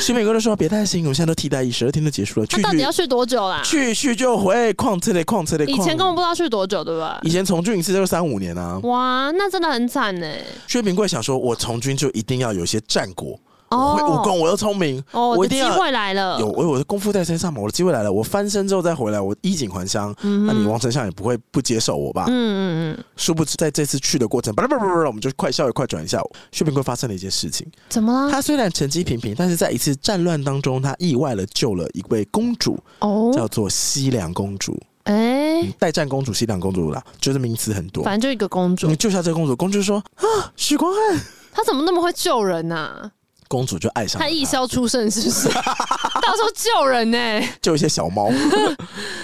A: 薛平贵就说：“别担心，我们现在都替代役，十二天就结束了，
B: 他
A: 去
B: 到底
A: 去
B: 要去多久啦？
A: 去去就回，旷车的旷车的。”
B: 以前根本不知道去多久，对吧？
A: 以前从军一次就是三五年啊。
B: 哇，那真的很惨呢、
A: 薛平贵想说，我从军就一定要有一些战果，我
B: 哦，
A: 会武功，我又聪明，
B: 哦，
A: 我
B: 我
A: 一
B: 的
A: 定
B: 机
A: 要
B: 会来了，
A: 有我有我的功夫在身上嘛，我的机会来了，我翻身之后再回来，我衣锦还乡，
B: 嗯哼
A: 那你王丞相也不会不接受我吧？
B: 嗯嗯
A: 殊不知在这次去的过程，不不不不，我们就快稍微快转一下，薛平贵发生了一件事情。
B: 嗯，怎么了？
A: 他虽然成绩平平，但是在一次战乱当中，他意外的救了一位公主，
B: 哦，
A: 叫做西凉公主，
B: 哎、
A: 嗯代战公主、西凉公主啦，就是名词很多。
B: 反正就一个公主
A: 你，救下这个公主，公主说啊，许光汉，
B: 她怎么那么会救人呐、啊？
A: 公主就爱上了
B: 她
A: 他
B: 一消出圣是 不是？到处救人呢、
A: 救一些小 猫。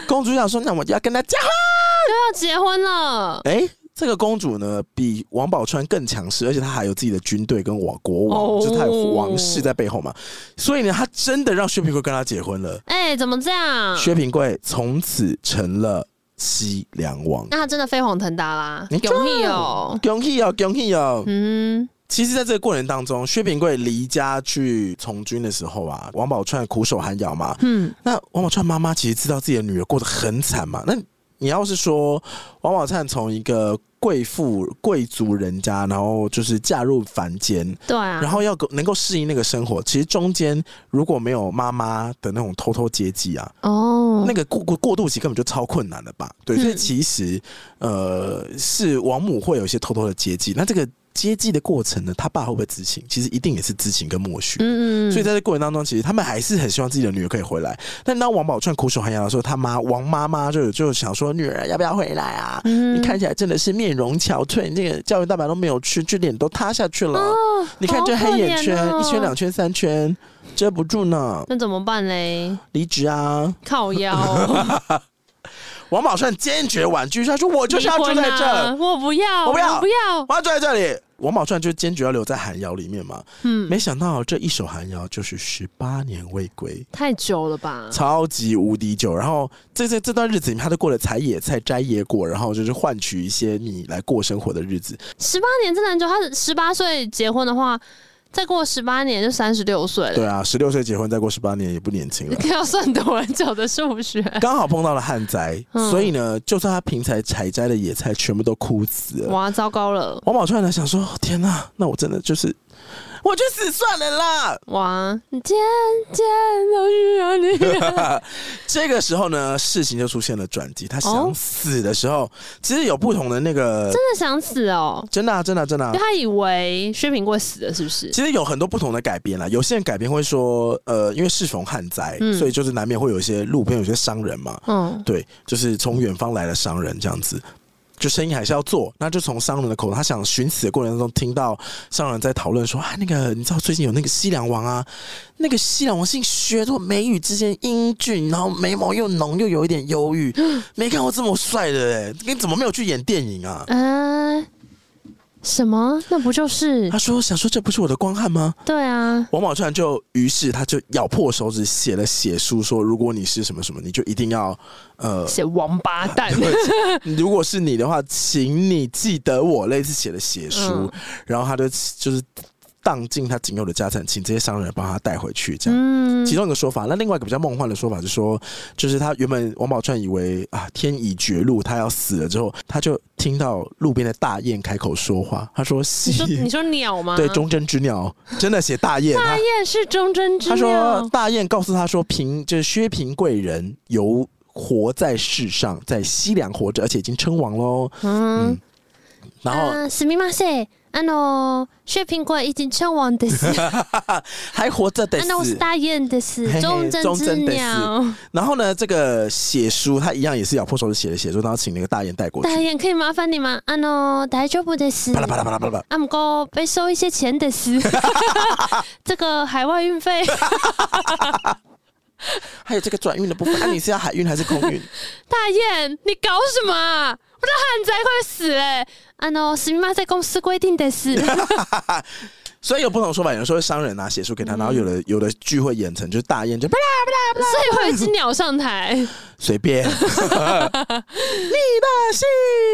A: 公主想说，那我要跟他交
B: 要结婚了
A: 哎、这个公主呢，比王宝钏更强势，而且她还有自己的军队跟王国王，
B: 哦
A: 就她有王室在背后嘛。所以呢，她真的让薛平贵跟她结婚了。
B: 哎、怎么这样？
A: 薛平贵从此成了西凉王。
B: 那她真的飞黄腾达啦
A: 你，
B: 有意哦，
A: 恭喜哦，恭喜哦！
B: 嗯，
A: 其实，在这个过程当中，薛平贵离家去从军的时候啊，王宝钏苦守寒窑嘛。
B: 嗯，
A: 那王宝钏妈妈其实知道自己的女儿过得很惨嘛。那你要是说王宝钏从一个贵妇贵族人家，然后就是嫁入凡间，
B: 对啊，
A: 然后要够能够适应那个生活，其实中间如果没有妈妈的那种偷偷接济啊，
B: 哦，
A: 那个过过过渡期根本就超困难了吧？对，
B: 嗯
A: 所以其实呃是王母会有一些偷偷的接济，那这个接济的过程呢，他爸会不会知情？其实一定也是知情跟默许。
B: 嗯嗯，
A: 所以在这过程当中，其实他们还是很希望自己的女儿可以回来。但当王宝钏苦守寒窑的时候，他妈王妈妈就有就想说：“女儿要不要回来啊？
B: 嗯
A: 你看起来真的是面容憔悴，那个胶原蛋白都没有吃，就脸都塌下去了。你看这
B: 哦好可
A: 黑眼圈，
B: 怜哦
A: 一圈、两圈、三圈，遮不住呢。
B: 那怎么 办嘞？
A: 离职啊！
B: 靠腰，
A: 王宝钏坚决婉拒，她说：“我 就是要住在
B: 离
A: 这
B: 婚啊
A: 儿，
B: 我不要，
A: 我不要
B: 不要，
A: 我要住在这里。”王宝钏就坚决要留在寒窑里面嘛。
B: 嗯，
A: 没想到这一手寒窑就是十八年未归。
B: 太久了吧？
A: 超级无敌久。然后这这这段日子里面，他都过了采野菜、摘野果，然后就是换取一些你来过生活的日子。
B: 十八年真的很久，他十八岁结婚的话，再过十八年就三十六岁了，
A: 对啊，十六岁结婚，再过十八年也不年 轻了。
B: 要算多久的数学？
A: 刚好碰到了旱灾，
B: 嗯
A: 所以呢，就算他平台采摘的野菜全部都枯死了。
B: 哇，糟糕了！
A: 王宝钏呢想说：“天哪，那我真的就是，我去死算了啦。”
B: 哇，你天天都需要你。
A: 这个时候呢，事情就出现了转机。他想死的时候，其实有不同的那个，
B: 真的想死哦，
A: 真的啊、真的啊、真的啊、
B: 因为他以为薛平贵死了，是不是？
A: 其实有很多不同的改编啦，有些人改编会说，呃，因为适逢旱灾，
B: 嗯
A: 所以就是难免会有一些路边有些商人嘛，
B: 嗯，
A: 对，就是从远方来的商人这样子，就生意还是要做，那就从商人的口中，他想寻死的过程当中，听到商人在讨论说啊，那个你知道最近有那个西凉王啊，那个西凉王姓薛，多眉宇之间英俊，然后眉毛又浓又有一点忧 郁，没看过这么帅的哎、你怎么没有去演电影啊？
B: 呃，什么？那不就是
A: 他说想说这不是我的光汉吗？
B: 对啊？
A: 王宝钏就于是他就咬破手指写了血书，说如果你是什么什么，你就一定要呃，
B: 写王八 蛋，
A: 如果是你的话，请你记得我，类似写了血书，
B: 嗯
A: 然后他就就是荡尽他仅有的家产，请这些商人帮他带回去，这样。
B: 嗯
A: 其中一个说法，那另外一个比较梦幻的说法是说，就是他原本王宝钏以为啊天已绝路，他要死了之后，他就听到路边的大雁开口说话，他说：“
B: 你
A: 夕
B: 说啊你说鸟吗？
A: 对忠贞之鸟，真的写大雁。”他
B: 雁是忠贞之
A: 他说
B: 鸟。
A: 大雁告诉他说平就是薛平贵人犹活在世上，在西凉活着，而且已经称王喽。
B: 嗯，
A: 然后
B: 啊すみません。あの哦薛平贵已经称王 です。
A: 还活着得
B: あ嗯啊の我哦是
A: 死。
B: 大雁です
A: 嘿嘿，
B: 忠贞
A: 忠
B: 之
A: 贞得
B: 鸟。
A: 然后呢，这个写书他一样也是咬破手指写的写书，然后请那个大雁带过
B: 大
A: 去。
B: 雁可以麻烦你吗？あの大丈夫です
A: 啪。啦啪啦啪啦啪 啦，
B: 啊，不过被收一些 钱です。这个海外运费，
A: 还有这个转运的部分，啊那、你是要海运还是空运？
B: 大雁，你搞什么啊？我的汉仔快死啊嘞！あのすみません公司规 定です。
A: 所以有不同说法，有人说是商人拿写书给
B: 嗯
A: 他，然后有的有的剧会演成就是大雁就啪啦
B: 所以会有一只鸟上台。
A: 随 便，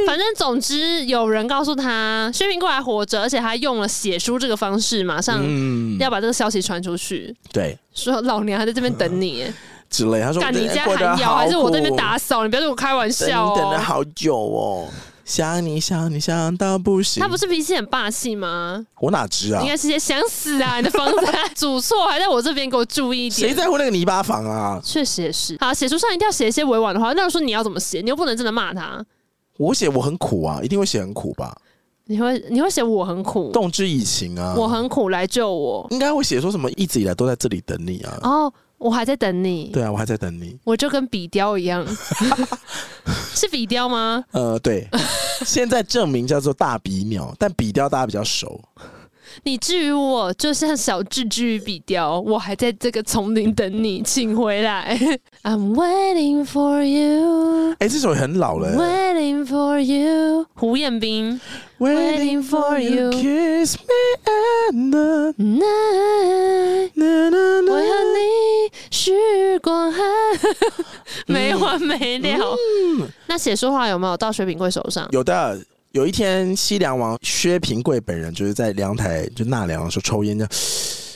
B: 反正总之，有人告诉他薛平贵还活着，而且他用了写书这个方式，马上
A: 嗯，
B: 要把这个消息传出去，
A: 对
B: 说老娘还在这边等你，
A: 之类。他说
B: 干
A: 我
B: 你
A: 这
B: 家
A: 嗯过得
B: 喊腰，
A: 好
B: 还是我在那边
A: 苦
B: 打扫，你不要跟我开玩
A: 等
B: 笑
A: 你等了
B: 哦。
A: 好久哦，想你想你想到不行。
B: 他不是脾气很霸气吗？
A: 我哪知啊
B: 应？该是些想死啊！你的房子主错还在我这边，给我注意一
A: 谁
B: 点。
A: 在乎那个泥巴房啊？
B: 确实也是。好，写书上一定要写一些委婉的话。那我说你要怎么写，你又不能真的骂他。
A: 我写我很苦啊，一定会写很苦吧？
B: 你会你会写我很苦，
A: 动之以情啊，
B: 我很苦来救我。
A: 应该会写说什么一直以来都在这里等你啊。
B: 哦，我还在等你。
A: 对啊，我还在等你。
B: 我就跟笔雕一 样，是笔雕吗？
A: 呃， 对，现在证明叫做大鼻鸟，但比雕大家比较熟。
B: 你至于我，就像小智至于笔雕，我还在这个丛林等你，请 回来。I'm waiting for you,
A: 哎、这首也很老了、
B: waiting for you。胡彦斌，Waiting for you.
A: kiss me and the
B: 那我
A: na na
B: 和
A: na
B: 你是光汉， 没完没了。那写书话有没有到薛平贵手上？
A: 有的。有一天，西凉王薛平贵本人就是在凉台就纳凉的时候抽烟，这样，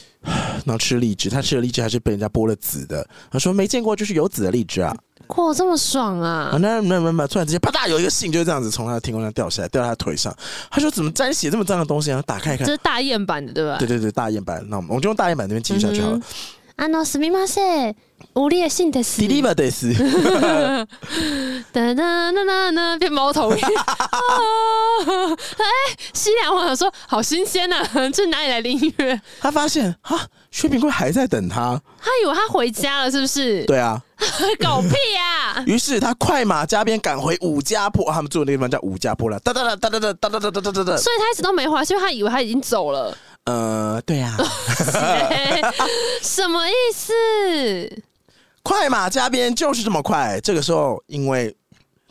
A: 然后吃荔枝。他吃的荔枝还是被人家剥了籽的。他说没见过就是有籽的荔枝啊！
B: 哇，这么爽啊
A: 啊，！那那那那，突然之间啪嗒，有一个信就是这样子从他的天空上掉下来，掉到他腿上。他说怎么沾血这么脏的东西啊？打开一
B: 这
A: 看，
B: 是大雁版的，对吧？
A: 对对对，大雁版。那我们我们就用大雁版那边继续下去好了
B: 嗯。あのすみません、无理性的死。
A: Deliver this，
B: 哒哒哒哒哒，变猫头鹰。 哦哎、西凉网友说好新鲜呐、啊， 这哪里来的音乐？
A: 他发现哈，薛平贵还在等他。
B: 他以为他回家了，是不是？
A: 对啊，
B: 狗屁 啊！
A: 于是他快马加鞭赶回武家坡，啊他们住的那个地方叫武家坡了。哒哒哒哒哒哒哒哒哒哒哒哒。
B: 所以他一直都没回来，是因为他以为他已经走了。
A: 呃，对呀、
B: 哎什么意思？
A: 快马加鞭就是这么快。这个时候，因为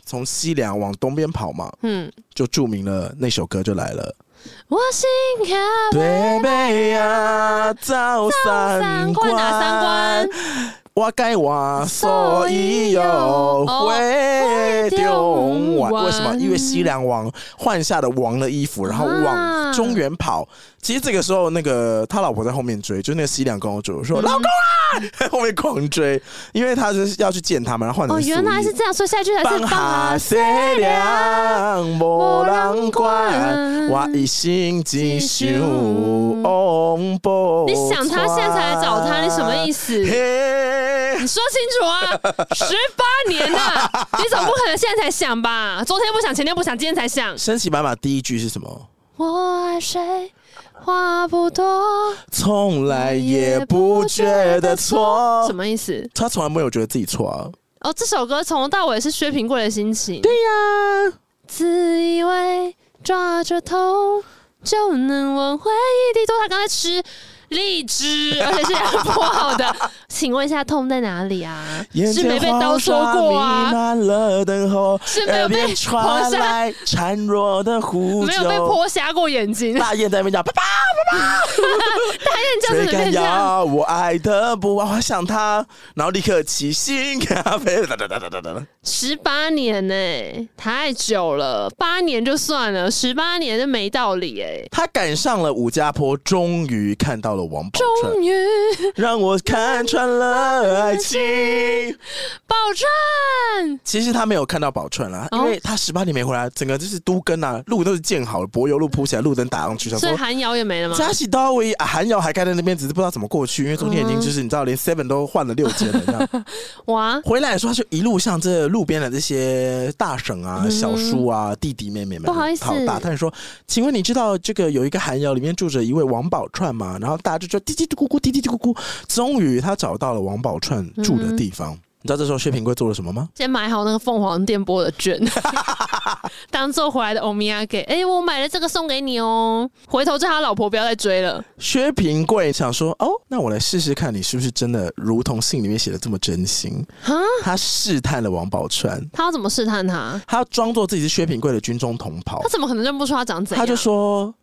A: 从西凉往东边跑嘛，
B: 嗯，
A: 就注明了那首歌就来了。
B: 我心卡
A: 对北呀，早
B: 三
A: 三啊
B: 啊关哪三关？
A: 我该我所以有会中
B: 哦
A: 王，为什么？因为西凉王换下了王的衣服，然后往
B: 啊
A: 中原跑。其实这个时候，那个他老婆在后面追，就那个西凉公主
B: 嗯
A: 说：“老公啊！”后面狂追，因为他是要去见他们，然后换成
B: 哦，
A: 苏
B: 原来
A: 伊
B: 是这样，所以下一句才
A: 放
B: 是啊
A: 下
B: 哈
A: 西凉，无人管，我一心只想往步。
B: 你想他现在才来找他，你什么意
A: 思？
B: 思？你说清 楚啊！十八年呐、你总不可能现在才想吧？昨天不想，前天不想，今天才想。
A: 升旗白马第一句是什么？
B: 我爱谁话不多，
A: 从来哎也不觉得错
B: 什。么意思？
A: 他从来没有觉得自己错啊。
B: 哦，这首歌从头到尾是薛平贵的心情。
A: 对呀、
B: 自以为抓着头就能闻回忆的多。他刚才吃荔 枝，而且是剥好的。 请问一下，痛在哪里啊？
A: 眼
B: 是
A: 前
B: 没被刀戳
A: 黄沙
B: 过
A: 弥
B: 啊？
A: 漫了等候，
B: 是没有
A: 耳
B: 被
A: 边传
B: 黄沙
A: 来孱弱的呼
B: 没有被
A: 救。
B: 泼瞎过眼睛，
A: 大雁在那边叫，爸爸。
B: 但就是
A: 追赶
B: 变这样。
A: 呀，我爱的不完，我想他，然后立刻起心咖啡，哒哒哒哒哒哒。
B: 十八年呢、太久了，八年就算了，十八年就没道理哎、
A: 他赶上了武家坡，终于看到了王宝钏，
B: 终于
A: 让我看穿了爱情。
B: 宝钏，
A: 其实他没有看到宝钏啦，
B: 哦
A: 因为他十八年没回来，整个就是都跟啊，路都是建好了，柏油路铺起来，路灯打上去，他
B: 所以
A: 说。
B: 韩瑶也没了吗？
A: 加喜到位啊，韩瑶还盖在那边，只是不知道怎么过去，因为中间已经就是你知道， 连 Seven 都换了六间了，这样。
B: 哇，
A: 回来的时候，他就一路向这路边的这些大婶啊、
B: 嗯
A: 小叔啊、弟弟妹妹们
B: 不好意思
A: 讨打探说：“请问你知道这个有一个寒窑里面住着一位王宝钏吗？”然后大家就说：“嘀嘀咕咕，嘀嘀咕咕。”终于，他找到了王宝钏住
B: 嗯
A: 的地方。你知道这时候薛平贵做了什么吗？
B: 先买好那个凤凰电波的 券，当做回来的欧米亚给。哎、我买了这个送给你哦。回头叫他老婆不要再追了。
A: 薛平贵想说：“哦，那我来试试看，你是不是真的如同信里面写的这么真心
B: 哈，？”
A: 他试探了王宝钏，
B: 他要怎么试探他？
A: 他装作自己是薛平贵的军中同袍
B: 他，怎么可能认不出他长怎
A: 他
B: 样？
A: 就，说：“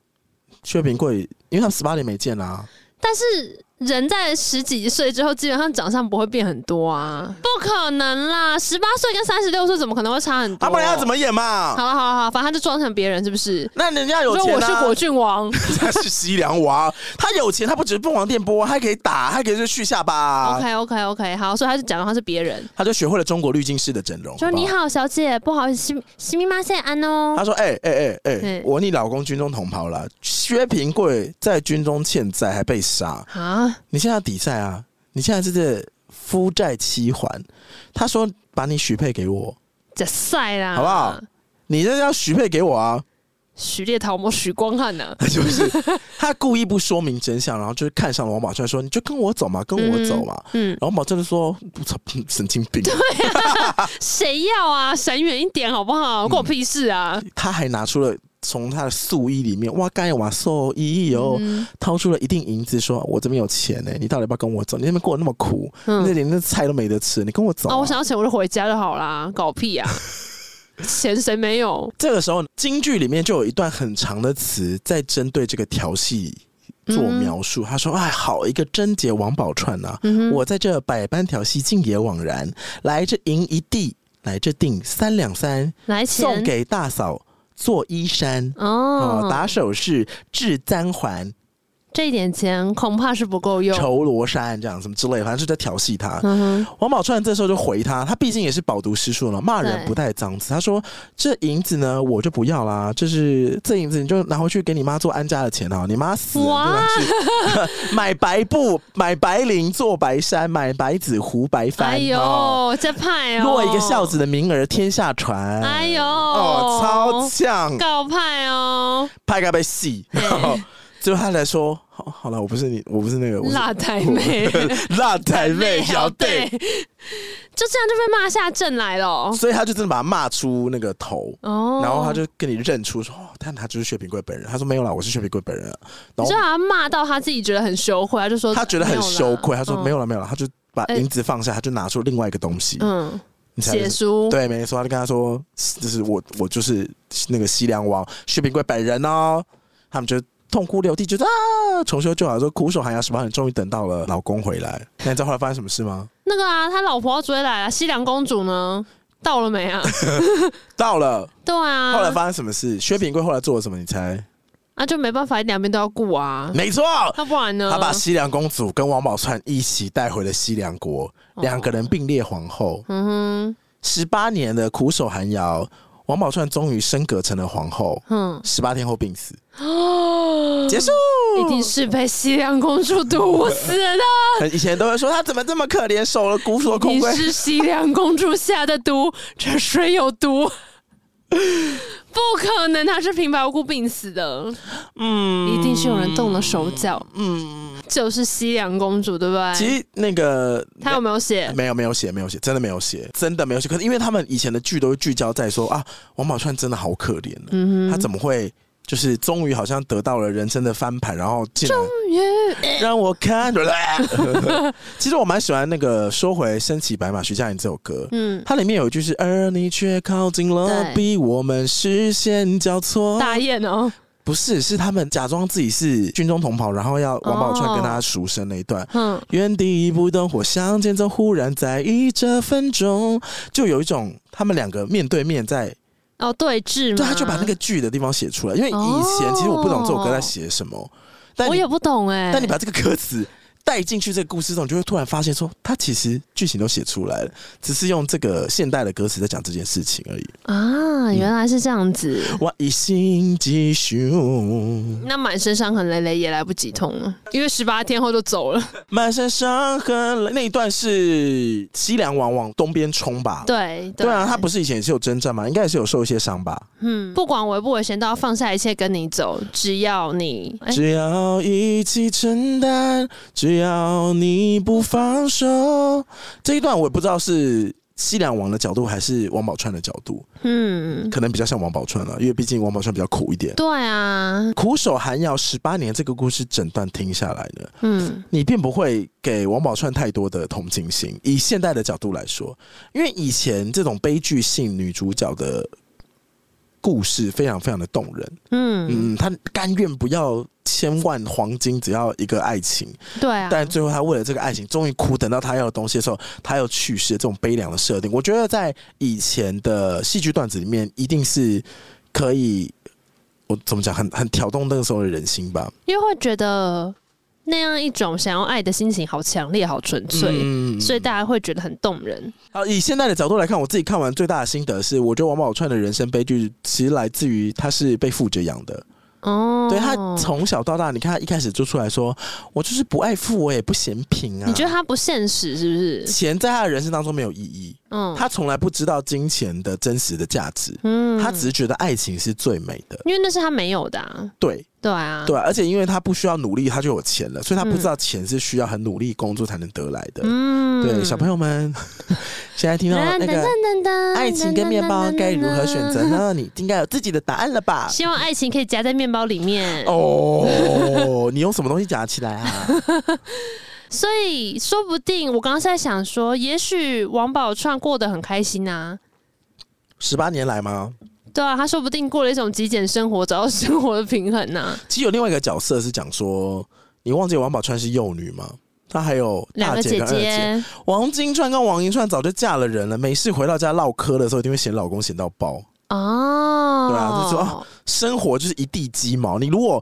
A: 薛平贵，因为他们十八年没见啦、
B: 哦但是人在十几岁之后，基本上长相不会变很多啊，不可能啦！十八岁跟三十六岁怎么可能会差很多？
A: 他啊不然要怎
B: 么？
A: 么演嘛？
B: 好了好了好了，反正他就装成别人，是不是？
A: 那人家有
B: 说
A: 钱、啊，
B: 我 是果郡王。
A: 他是西凉娃，他有钱，他不只是凤凰电波，他还可以打，还可以是续下巴、
B: OK OK OK，好，所以他就假装他是别人，
A: 他就学会了中国滤镜式的整容。
B: 说你
A: 好
B: 好，小姐，不好意思，西西密马谢安
A: 不好，
B: 哦。
A: 他说：“哎哎哎哎
B: 嗯，
A: 我你老公军中同袍了，薛平贵在军中欠债还被杀，
B: 啊，
A: 你现在要抵债啊，你现在是这夫债妻还。”他说：“把你许配给我，
B: 假赛啦，
A: 好不好？你这要许配给我啊。”
B: 许烈桃魔许光汉啊呐、
A: 就是他故意不说明真相，然后就是看上了王宝钏，说你就跟我走嘛，跟我走嘛。
B: 嗯，
A: 然后王宝钏就说：“我操，神经病
B: 谁要啊？闪远一点好不好？关我屁事啊！！”
A: 他还拿出了从他的素衣里面，哇该哇素衣哟，
B: 嗯
A: 掏出了一锭银子，说：“我这边有钱呢、你到底要不要跟我走？你那边过得那么苦，
B: 嗯
A: 那连那菜都没得吃，你跟我走、啊。
B: 啊，我想要钱我就回家就好啦，搞 屁啊！钱谁没有？
A: 这个时候，京剧里面就有一段很长的词在针对这个调戏做描
B: 嗯
A: 述。他说：“哎，好一个贞洁王宝钏啊！我在这百般调戏，竟也枉然。来这银一地，来这锭三两三，
B: 来
A: 送
B: 钱
A: 给大嫂做衣衫。”
B: 哦
A: 哦，，打首饰、制簪环、
B: 这一点钱恐怕是不够用。
A: 绸罗衫，这样什么之类的，反正就在调戏他。
B: 嗯哼，
A: 王宝钏这时候就回他，他毕竟也是饱读诗书了，骂人
B: 对
A: 不带脏字。他说：“这银子呢，我就不要啦，就是这银子你就拿回去给你妈做安家的钱啊，你妈死了
B: 哇
A: 你就拿去买白布、买白绫做白衫、买白子糊白
B: 哎
A: 帆，哦
B: 呦，这派哦，
A: 落一个孝，子的名儿天下传。”
B: 哎呦，
A: 哦，超呛，
B: 告派哦，
A: 拍个被戏。然后 最后他来说：“好，好了，我不是你，我不是那个，我是
B: 辣台妹，
A: 辣台妹小
B: 对，
A: 对。”
B: 就这样就被骂下阵来了哦。
A: 所以他就真的把他骂出那个头。
B: 哦
A: 然后他就跟你认出说，哦，但他就是薛平贵本人。他说没有啦，我是薛平贵本人。啊然后
B: 你就把他骂到他自己觉得很羞愧，他就说
A: 他觉得很羞愧，他说没。有
B: 啦
A: 啦，没有啦，他就把
B: 哎
A: 银子放下，他就拿出另外一个东西，
B: 嗯，
A: 你才
B: 写书，
A: 对，没错，他就跟他说，就是我，我就是那个西凉王薛平贵本人哦。他们就痛哭流涕，觉得啊，重修旧好，说苦守寒窑十八年，终于等到了老公回来。那你知道后来发生什么事吗？
B: 那个啊，他老婆要追来了，西凉公主呢？到了没 啊？
A: 到了，
B: 对啊，
A: 后来发生什么事？薛平贵后来做了什么？你猜？
B: 啊就没办法，两边都要顾 啊，
A: 没错，
B: 那不然呢？
A: 他把西凉公主跟王宝钏一起带回了西凉国，两个人并列皇后。
B: 哦 嗯
A: 十八年的苦守寒窑，王宝钏终于升格成了皇后。
B: 哼，
A: 十八天后病死，
B: 嗯，
A: 结束。
B: 一定是被西凉公主毒死 的，
A: 以前都会说她怎么这么可怜，守了孤守空
B: 你
A: 闺。
B: 是西凉公主下的毒，这水有毒。不可能，她是平白无故病死的，
A: 嗯，
B: 一定是有人动了手脚。
A: 嗯，
B: 就是西凉公主，对不
A: 其
B: 对？
A: 实那个
B: 她有没有写？
A: 没有没有写，没有写，真的没有写，真的没有写。可是因为他们以前的剧都会聚焦在说啊，王宝钏真的好可怜、啊，
B: 嗯
A: 她怎么会就是终于好像得到了人生的翻盘，然后竟然
B: 哼，耶
A: 让我看。其实我蛮喜欢那个说回身骑白马徐佳莹这首歌。
B: 嗯，
A: 它里面有一句是，而你却靠近了，
B: 对
A: 逼我们视线交错。
B: 大雁哦，
A: 不是，是他们假装自己是军中同袍，然后要王宝钏
B: 哦
A: 跟他赎身那一段。
B: 嗯，
A: 原地不动或向前走，忽然在意这分钟，就有一种他们两个面对面在，
B: 哦，对峙嘛，
A: 对，他就把那个剧的地方写出来。因为以前
B: 哦
A: 其实我不懂这首歌在写什么，但
B: 我
A: 你
B: 也不懂哎、
A: 但你把这个歌词带进去这个故事中，你就会突然发现说，他其实剧情都写出来了，只是用这个现代的歌词在讲这件事情而已。嗯
B: 啊，原来是这样子，
A: 我一心继续，
B: 那满身伤痕累累也来不及痛了，因为十八天后就走了。
A: 满身伤痕。那一段是西凉王往东边冲吧？
B: 对
A: 对啊，他不是以前也是有征战嘛，应该也是有受一些伤吧。
B: 嗯，不管危不危险，都要放下一切跟你走，只要你。哎
A: 只要一起承担，只要你不放手。这一段我也不知道是西凉王的角度还是王宝钏的角度，
B: 嗯，
A: 可能比较像王宝钏了，因为毕竟王宝钏比较苦一点。
B: 对啊，
A: 苦守寒窑十八年这个故事整段听下来呢，
B: 嗯，
A: 你并不会给王宝钏太多的同情心。以现代的角度来说，因为以前这种悲剧性女主角的故事非常非常的动人，
B: 嗯，
A: 嗯，她甘愿不要千万黄金，只要一个爱情，
B: 对啊，
A: 但最后她为了这个爱情，终于苦等到她要的东西的时候，她又去世，这种悲凉的设定，我觉得在以前的戏剧段子里面，一定是可以，我怎么讲，很很挑动那个时候的人心吧。
B: 因为会觉得那样一种想要爱的心情好强烈、好纯粹，
A: 嗯
B: 所以大家会觉得很动人。
A: 好，以现在的角度来看，我自己看完最大的心得是，我觉得王宝钏的人生悲剧其实来自于她是被父者养的。
B: 哦，
A: 对她从小到大，你看她一开始就出来说，我就是不爱富，我也不嫌贫啊。
B: 你觉得他不现实是不是？
A: 钱在她的人生当中没有意义，
B: 嗯，
A: 她从来不知道金钱的真实的价值，
B: 嗯
A: 她只是觉得爱情是最美的。
B: 因为那是他没有的、啊，
A: 对
B: 对啊，
A: 对啊、而且因为她不需要努力，她就有钱了，所以她不知道钱是需要很努力工作才能得来的。
B: 嗯
A: 对，小朋友们，现在听到那个。
B: 个
A: 爱情跟面包该如何选择？呢？你应该有自己的答案了吧？
B: 希望爱情可以夹在面包里面。
A: 哦，你用什么东西夹起来啊？
B: 所以说不定我刚刚是在想说，也许王宝钏过得很开心啊。
A: 十八年来吗？
B: 对啊，他说不定过了一种极简生活，找到生活的平衡啊呐、
A: 其实有另外一个角色是讲说，你忘记王宝钏是幼女吗？她还有
B: 两
A: 大
B: 个
A: 姐
B: 姐
A: 跟二姐，
B: 姐，
A: 王金钏跟王银钏早就嫁了人了，没事回到家唠嗑的时候，一定会嫌老公嫌到爆。
B: 哦，
A: 对啊就说哦生活就是一地鸡毛，你如果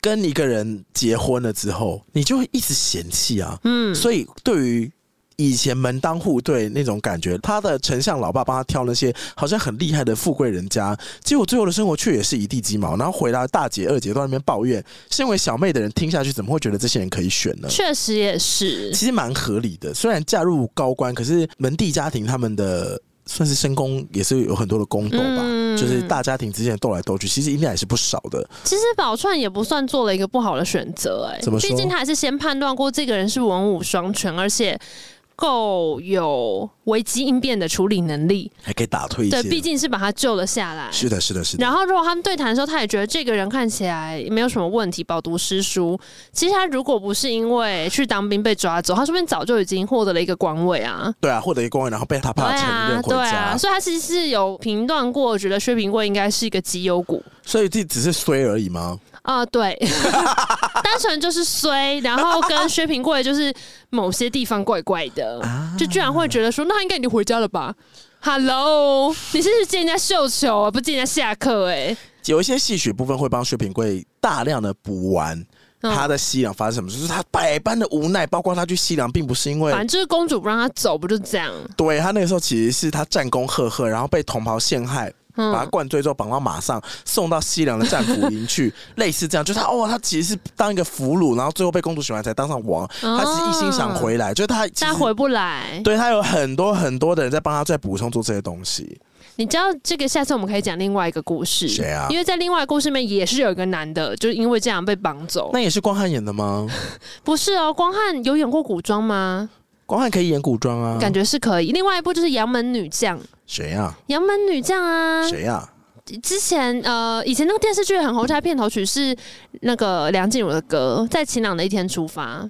A: 跟一个人结婚了之后，你就会一直嫌弃啊。
B: 嗯，
A: 所以对于以前门当户对那种感觉，他的丞相老爸帮他挑那些好像很厉害的富贵人家，结果最后的生活却也是一地鸡毛。然后回来大姐、二姐都在那边抱怨，身为小妹的人听下去，怎么会觉得这些人可以选呢？
B: 确实也是，
A: 其实蛮合理的，虽然嫁入高官，可是门第家庭他们的算是深宫也是有很多的宫斗吧，
B: 嗯
A: 就是大家庭之间的斗来斗去，其实应该也是不少的。
B: 其实宝钏也不算做了一个不好的选择、哎，
A: 怎么说
B: 毕竟他还是先判断过这个人是文武双全，而且够有危机应变的处理能力。
A: 还可以打退一
B: 对，
A: 些。
B: 毕竟是把他救了下来。
A: 是的，是的，是的。
B: 然后，如果他们对谈的时候，他也觉得这个人看起来没有什么问题，饱读诗书。其实他如果不是因为去当兵被抓走，他说不定早就已经获得了一个官位啊。
A: 对啊，获得一个官位，然后被他
B: 对
A: 爸承
B: 啊
A: 认，回
B: 对
A: 家，
B: 啊，所以他其实是有评断过，觉得薛平贵应该是一个绩优股。
A: 所以这只是衰而已吗？
B: 啊， 对，单纯就是衰，然后跟薛平贵就是某些地方怪怪的，
A: 啊
B: 就居然会觉得说，那他应该已经回家了吧？Hello，你是不是借人家绣球啊，不借人家下课哎、
A: 有一些戏曲部分会帮薛平贵大量的补完
B: 嗯
A: 他在西凉发生什么事，就是他百般的无奈，包括他去西凉，并不是因为
B: 反正就是公主不让他走，不就这样？
A: 对他那个时候其实是他战功赫赫，然后被同袍陷害，把他
B: 嗯，
A: 灌醉之后绑到马上，送到西凉的战俘营 去，类似这样，就是他哦，他其实是当一个俘虏，然后最后被公主喜欢才当上王，他是一心想回来，就是他其
B: 但
A: 实
B: 啊回不来。
A: 对他有很多很多的人在帮他在补充做这些东西，
B: 你知道这个，下次我们可以讲另外一个故事。
A: 谁啊
B: 因为在另外一个故事里面也是有一个男的，就是因为这样被绑走
A: 那。也是光汉演的吗？
B: 不是哦，光汉有演过古装吗？
A: 光汉可以演古装啊，
B: 感觉是可以。另外一部就是《杨门女将》，《
A: 谁呀、
B: 杨门女将》啊，
A: 谁呀、
B: 之前呃，以前那个电视剧很红，它的片头曲是那个梁静茹的歌，在晴朗的一天出发。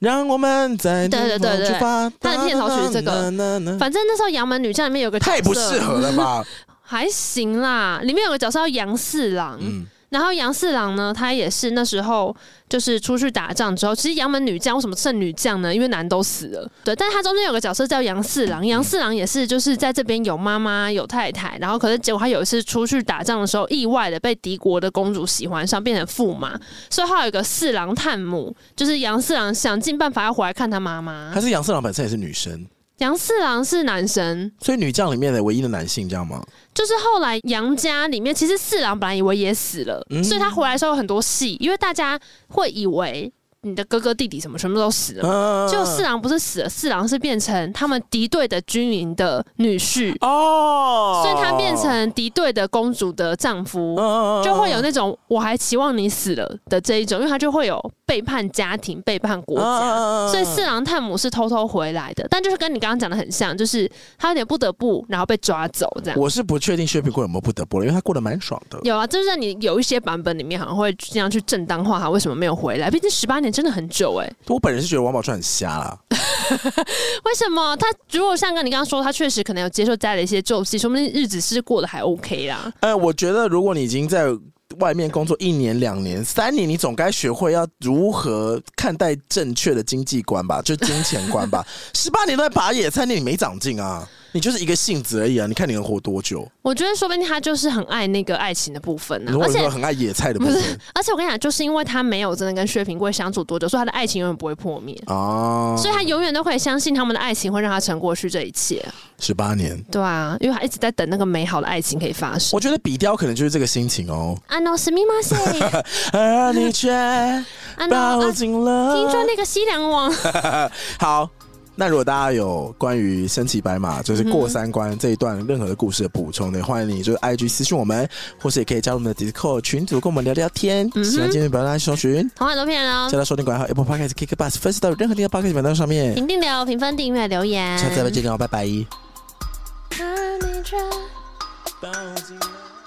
A: 让我们在
B: 对对对对
A: 出发。
B: 他的片头曲是这个
A: 个
B: 反正那时候《杨门女将》里面有个角色
A: 太嗯不适，合了 吧？
B: 还行啦。里面有个角色叫杨四郎，
A: 嗯，
B: 然后杨四郎呢，他也是那时候就是出去打仗之后，其实杨门女将为什么剩女将呢？因为男都死了，对。但是他中间有个角色叫杨四郎，杨四郎也是就是在这边有妈妈有太太，然后可是结果他有一次出去打仗的时候，意外的被敌国的公主喜欢上，变成驸马，所以他有一个四郎探母，就是杨四郎想尽办法要回来看他妈妈
A: 还。是杨四郎本身也是女生，
B: 杨四郎是男神，
A: 所以女将里面的唯一的男性，这样吗？
B: 就是后来杨家里面，其实四郎本来以为也死了，
A: 嗯
B: 所以他回来的时候有很多戏，因为大家会以为你的哥哥弟弟什么全部都死了。
A: 嗯，
B: 就四郎不是死了，四郎是变成他们敌对的军营的女婿，
A: 哦，
B: 所以他变成敌对的公主的丈夫，
A: 嗯
B: 就会有
A: 那
B: 那种我还期望你死了的这一种，因为他就会有背叛家庭、背叛国
A: 啊嗯
B: 家。所以四郎探母是啊偷偷回来的，但就是跟你刚刚讲的很像，就是他有点不得不，然后被抓走这样。
A: 我是不确定薛平贵有没有不得不了，因为他过得蛮爽的。
B: 有啊，就是在你有一些版本里面好像会这样去正当化他为什么没有回来，毕竟十八年真的很久哎、
A: 我本人是觉得王宝钏很瞎啦，
B: 为什么他如果像跟你刚刚说，他确实可能有接受家里的一些救济，说明日子是过得还 OK 啦。
A: 呃，我觉得如果你已经在外面工作一年、两年、三年，你总该学会要如何看待正确的经济观吧，就金钱观 吧。十八年都在拔野菜，那你没长进啊，你就是一个性子而已啊。你看你能活多久？
B: 我觉得说不定他就是很爱那个爱情的部分呢、
A: 如
B: 啊，
A: 果
B: 而
A: 你说
B: 且
A: 很爱野菜的部
B: 不
A: 分
B: 而且我跟你讲，就是因为他没有真的跟薛平贵相处多久，所以他的爱情永远不会破灭。
A: 啊，
B: 所以他永远都可以相信他们的爱情会让他撑过去这一切，啊
A: 十八年，
B: 对啊，因为他一直在等那个美好的爱情可以发生。
A: 我觉得比雕可能就是这个心情 哦。
B: 啊 no，史密马塞，
A: 而你却
B: 啊 no，
A: 抱
B: 啊
A: 紧了。
B: 听说那个西凉王
A: 好，那如果大家有关于身骑白马就是过三关这一段任何的故事的补充的，欢迎你就是 IG 私讯我们，或是也可以加入我们的 Discord 群组跟我们聊聊天。
B: 嗯哼
A: 喜欢今天的表达搜寻，
B: 同款都骗人哦
A: 加。到收听管道 Apple Podcast、KK Bus、First 到任何地方 Podcast 频道上面。
B: 评定留、评分、订阅、留言。
A: 下次再见哦，拜拜。
B: Honey Trap
A: 抱紧了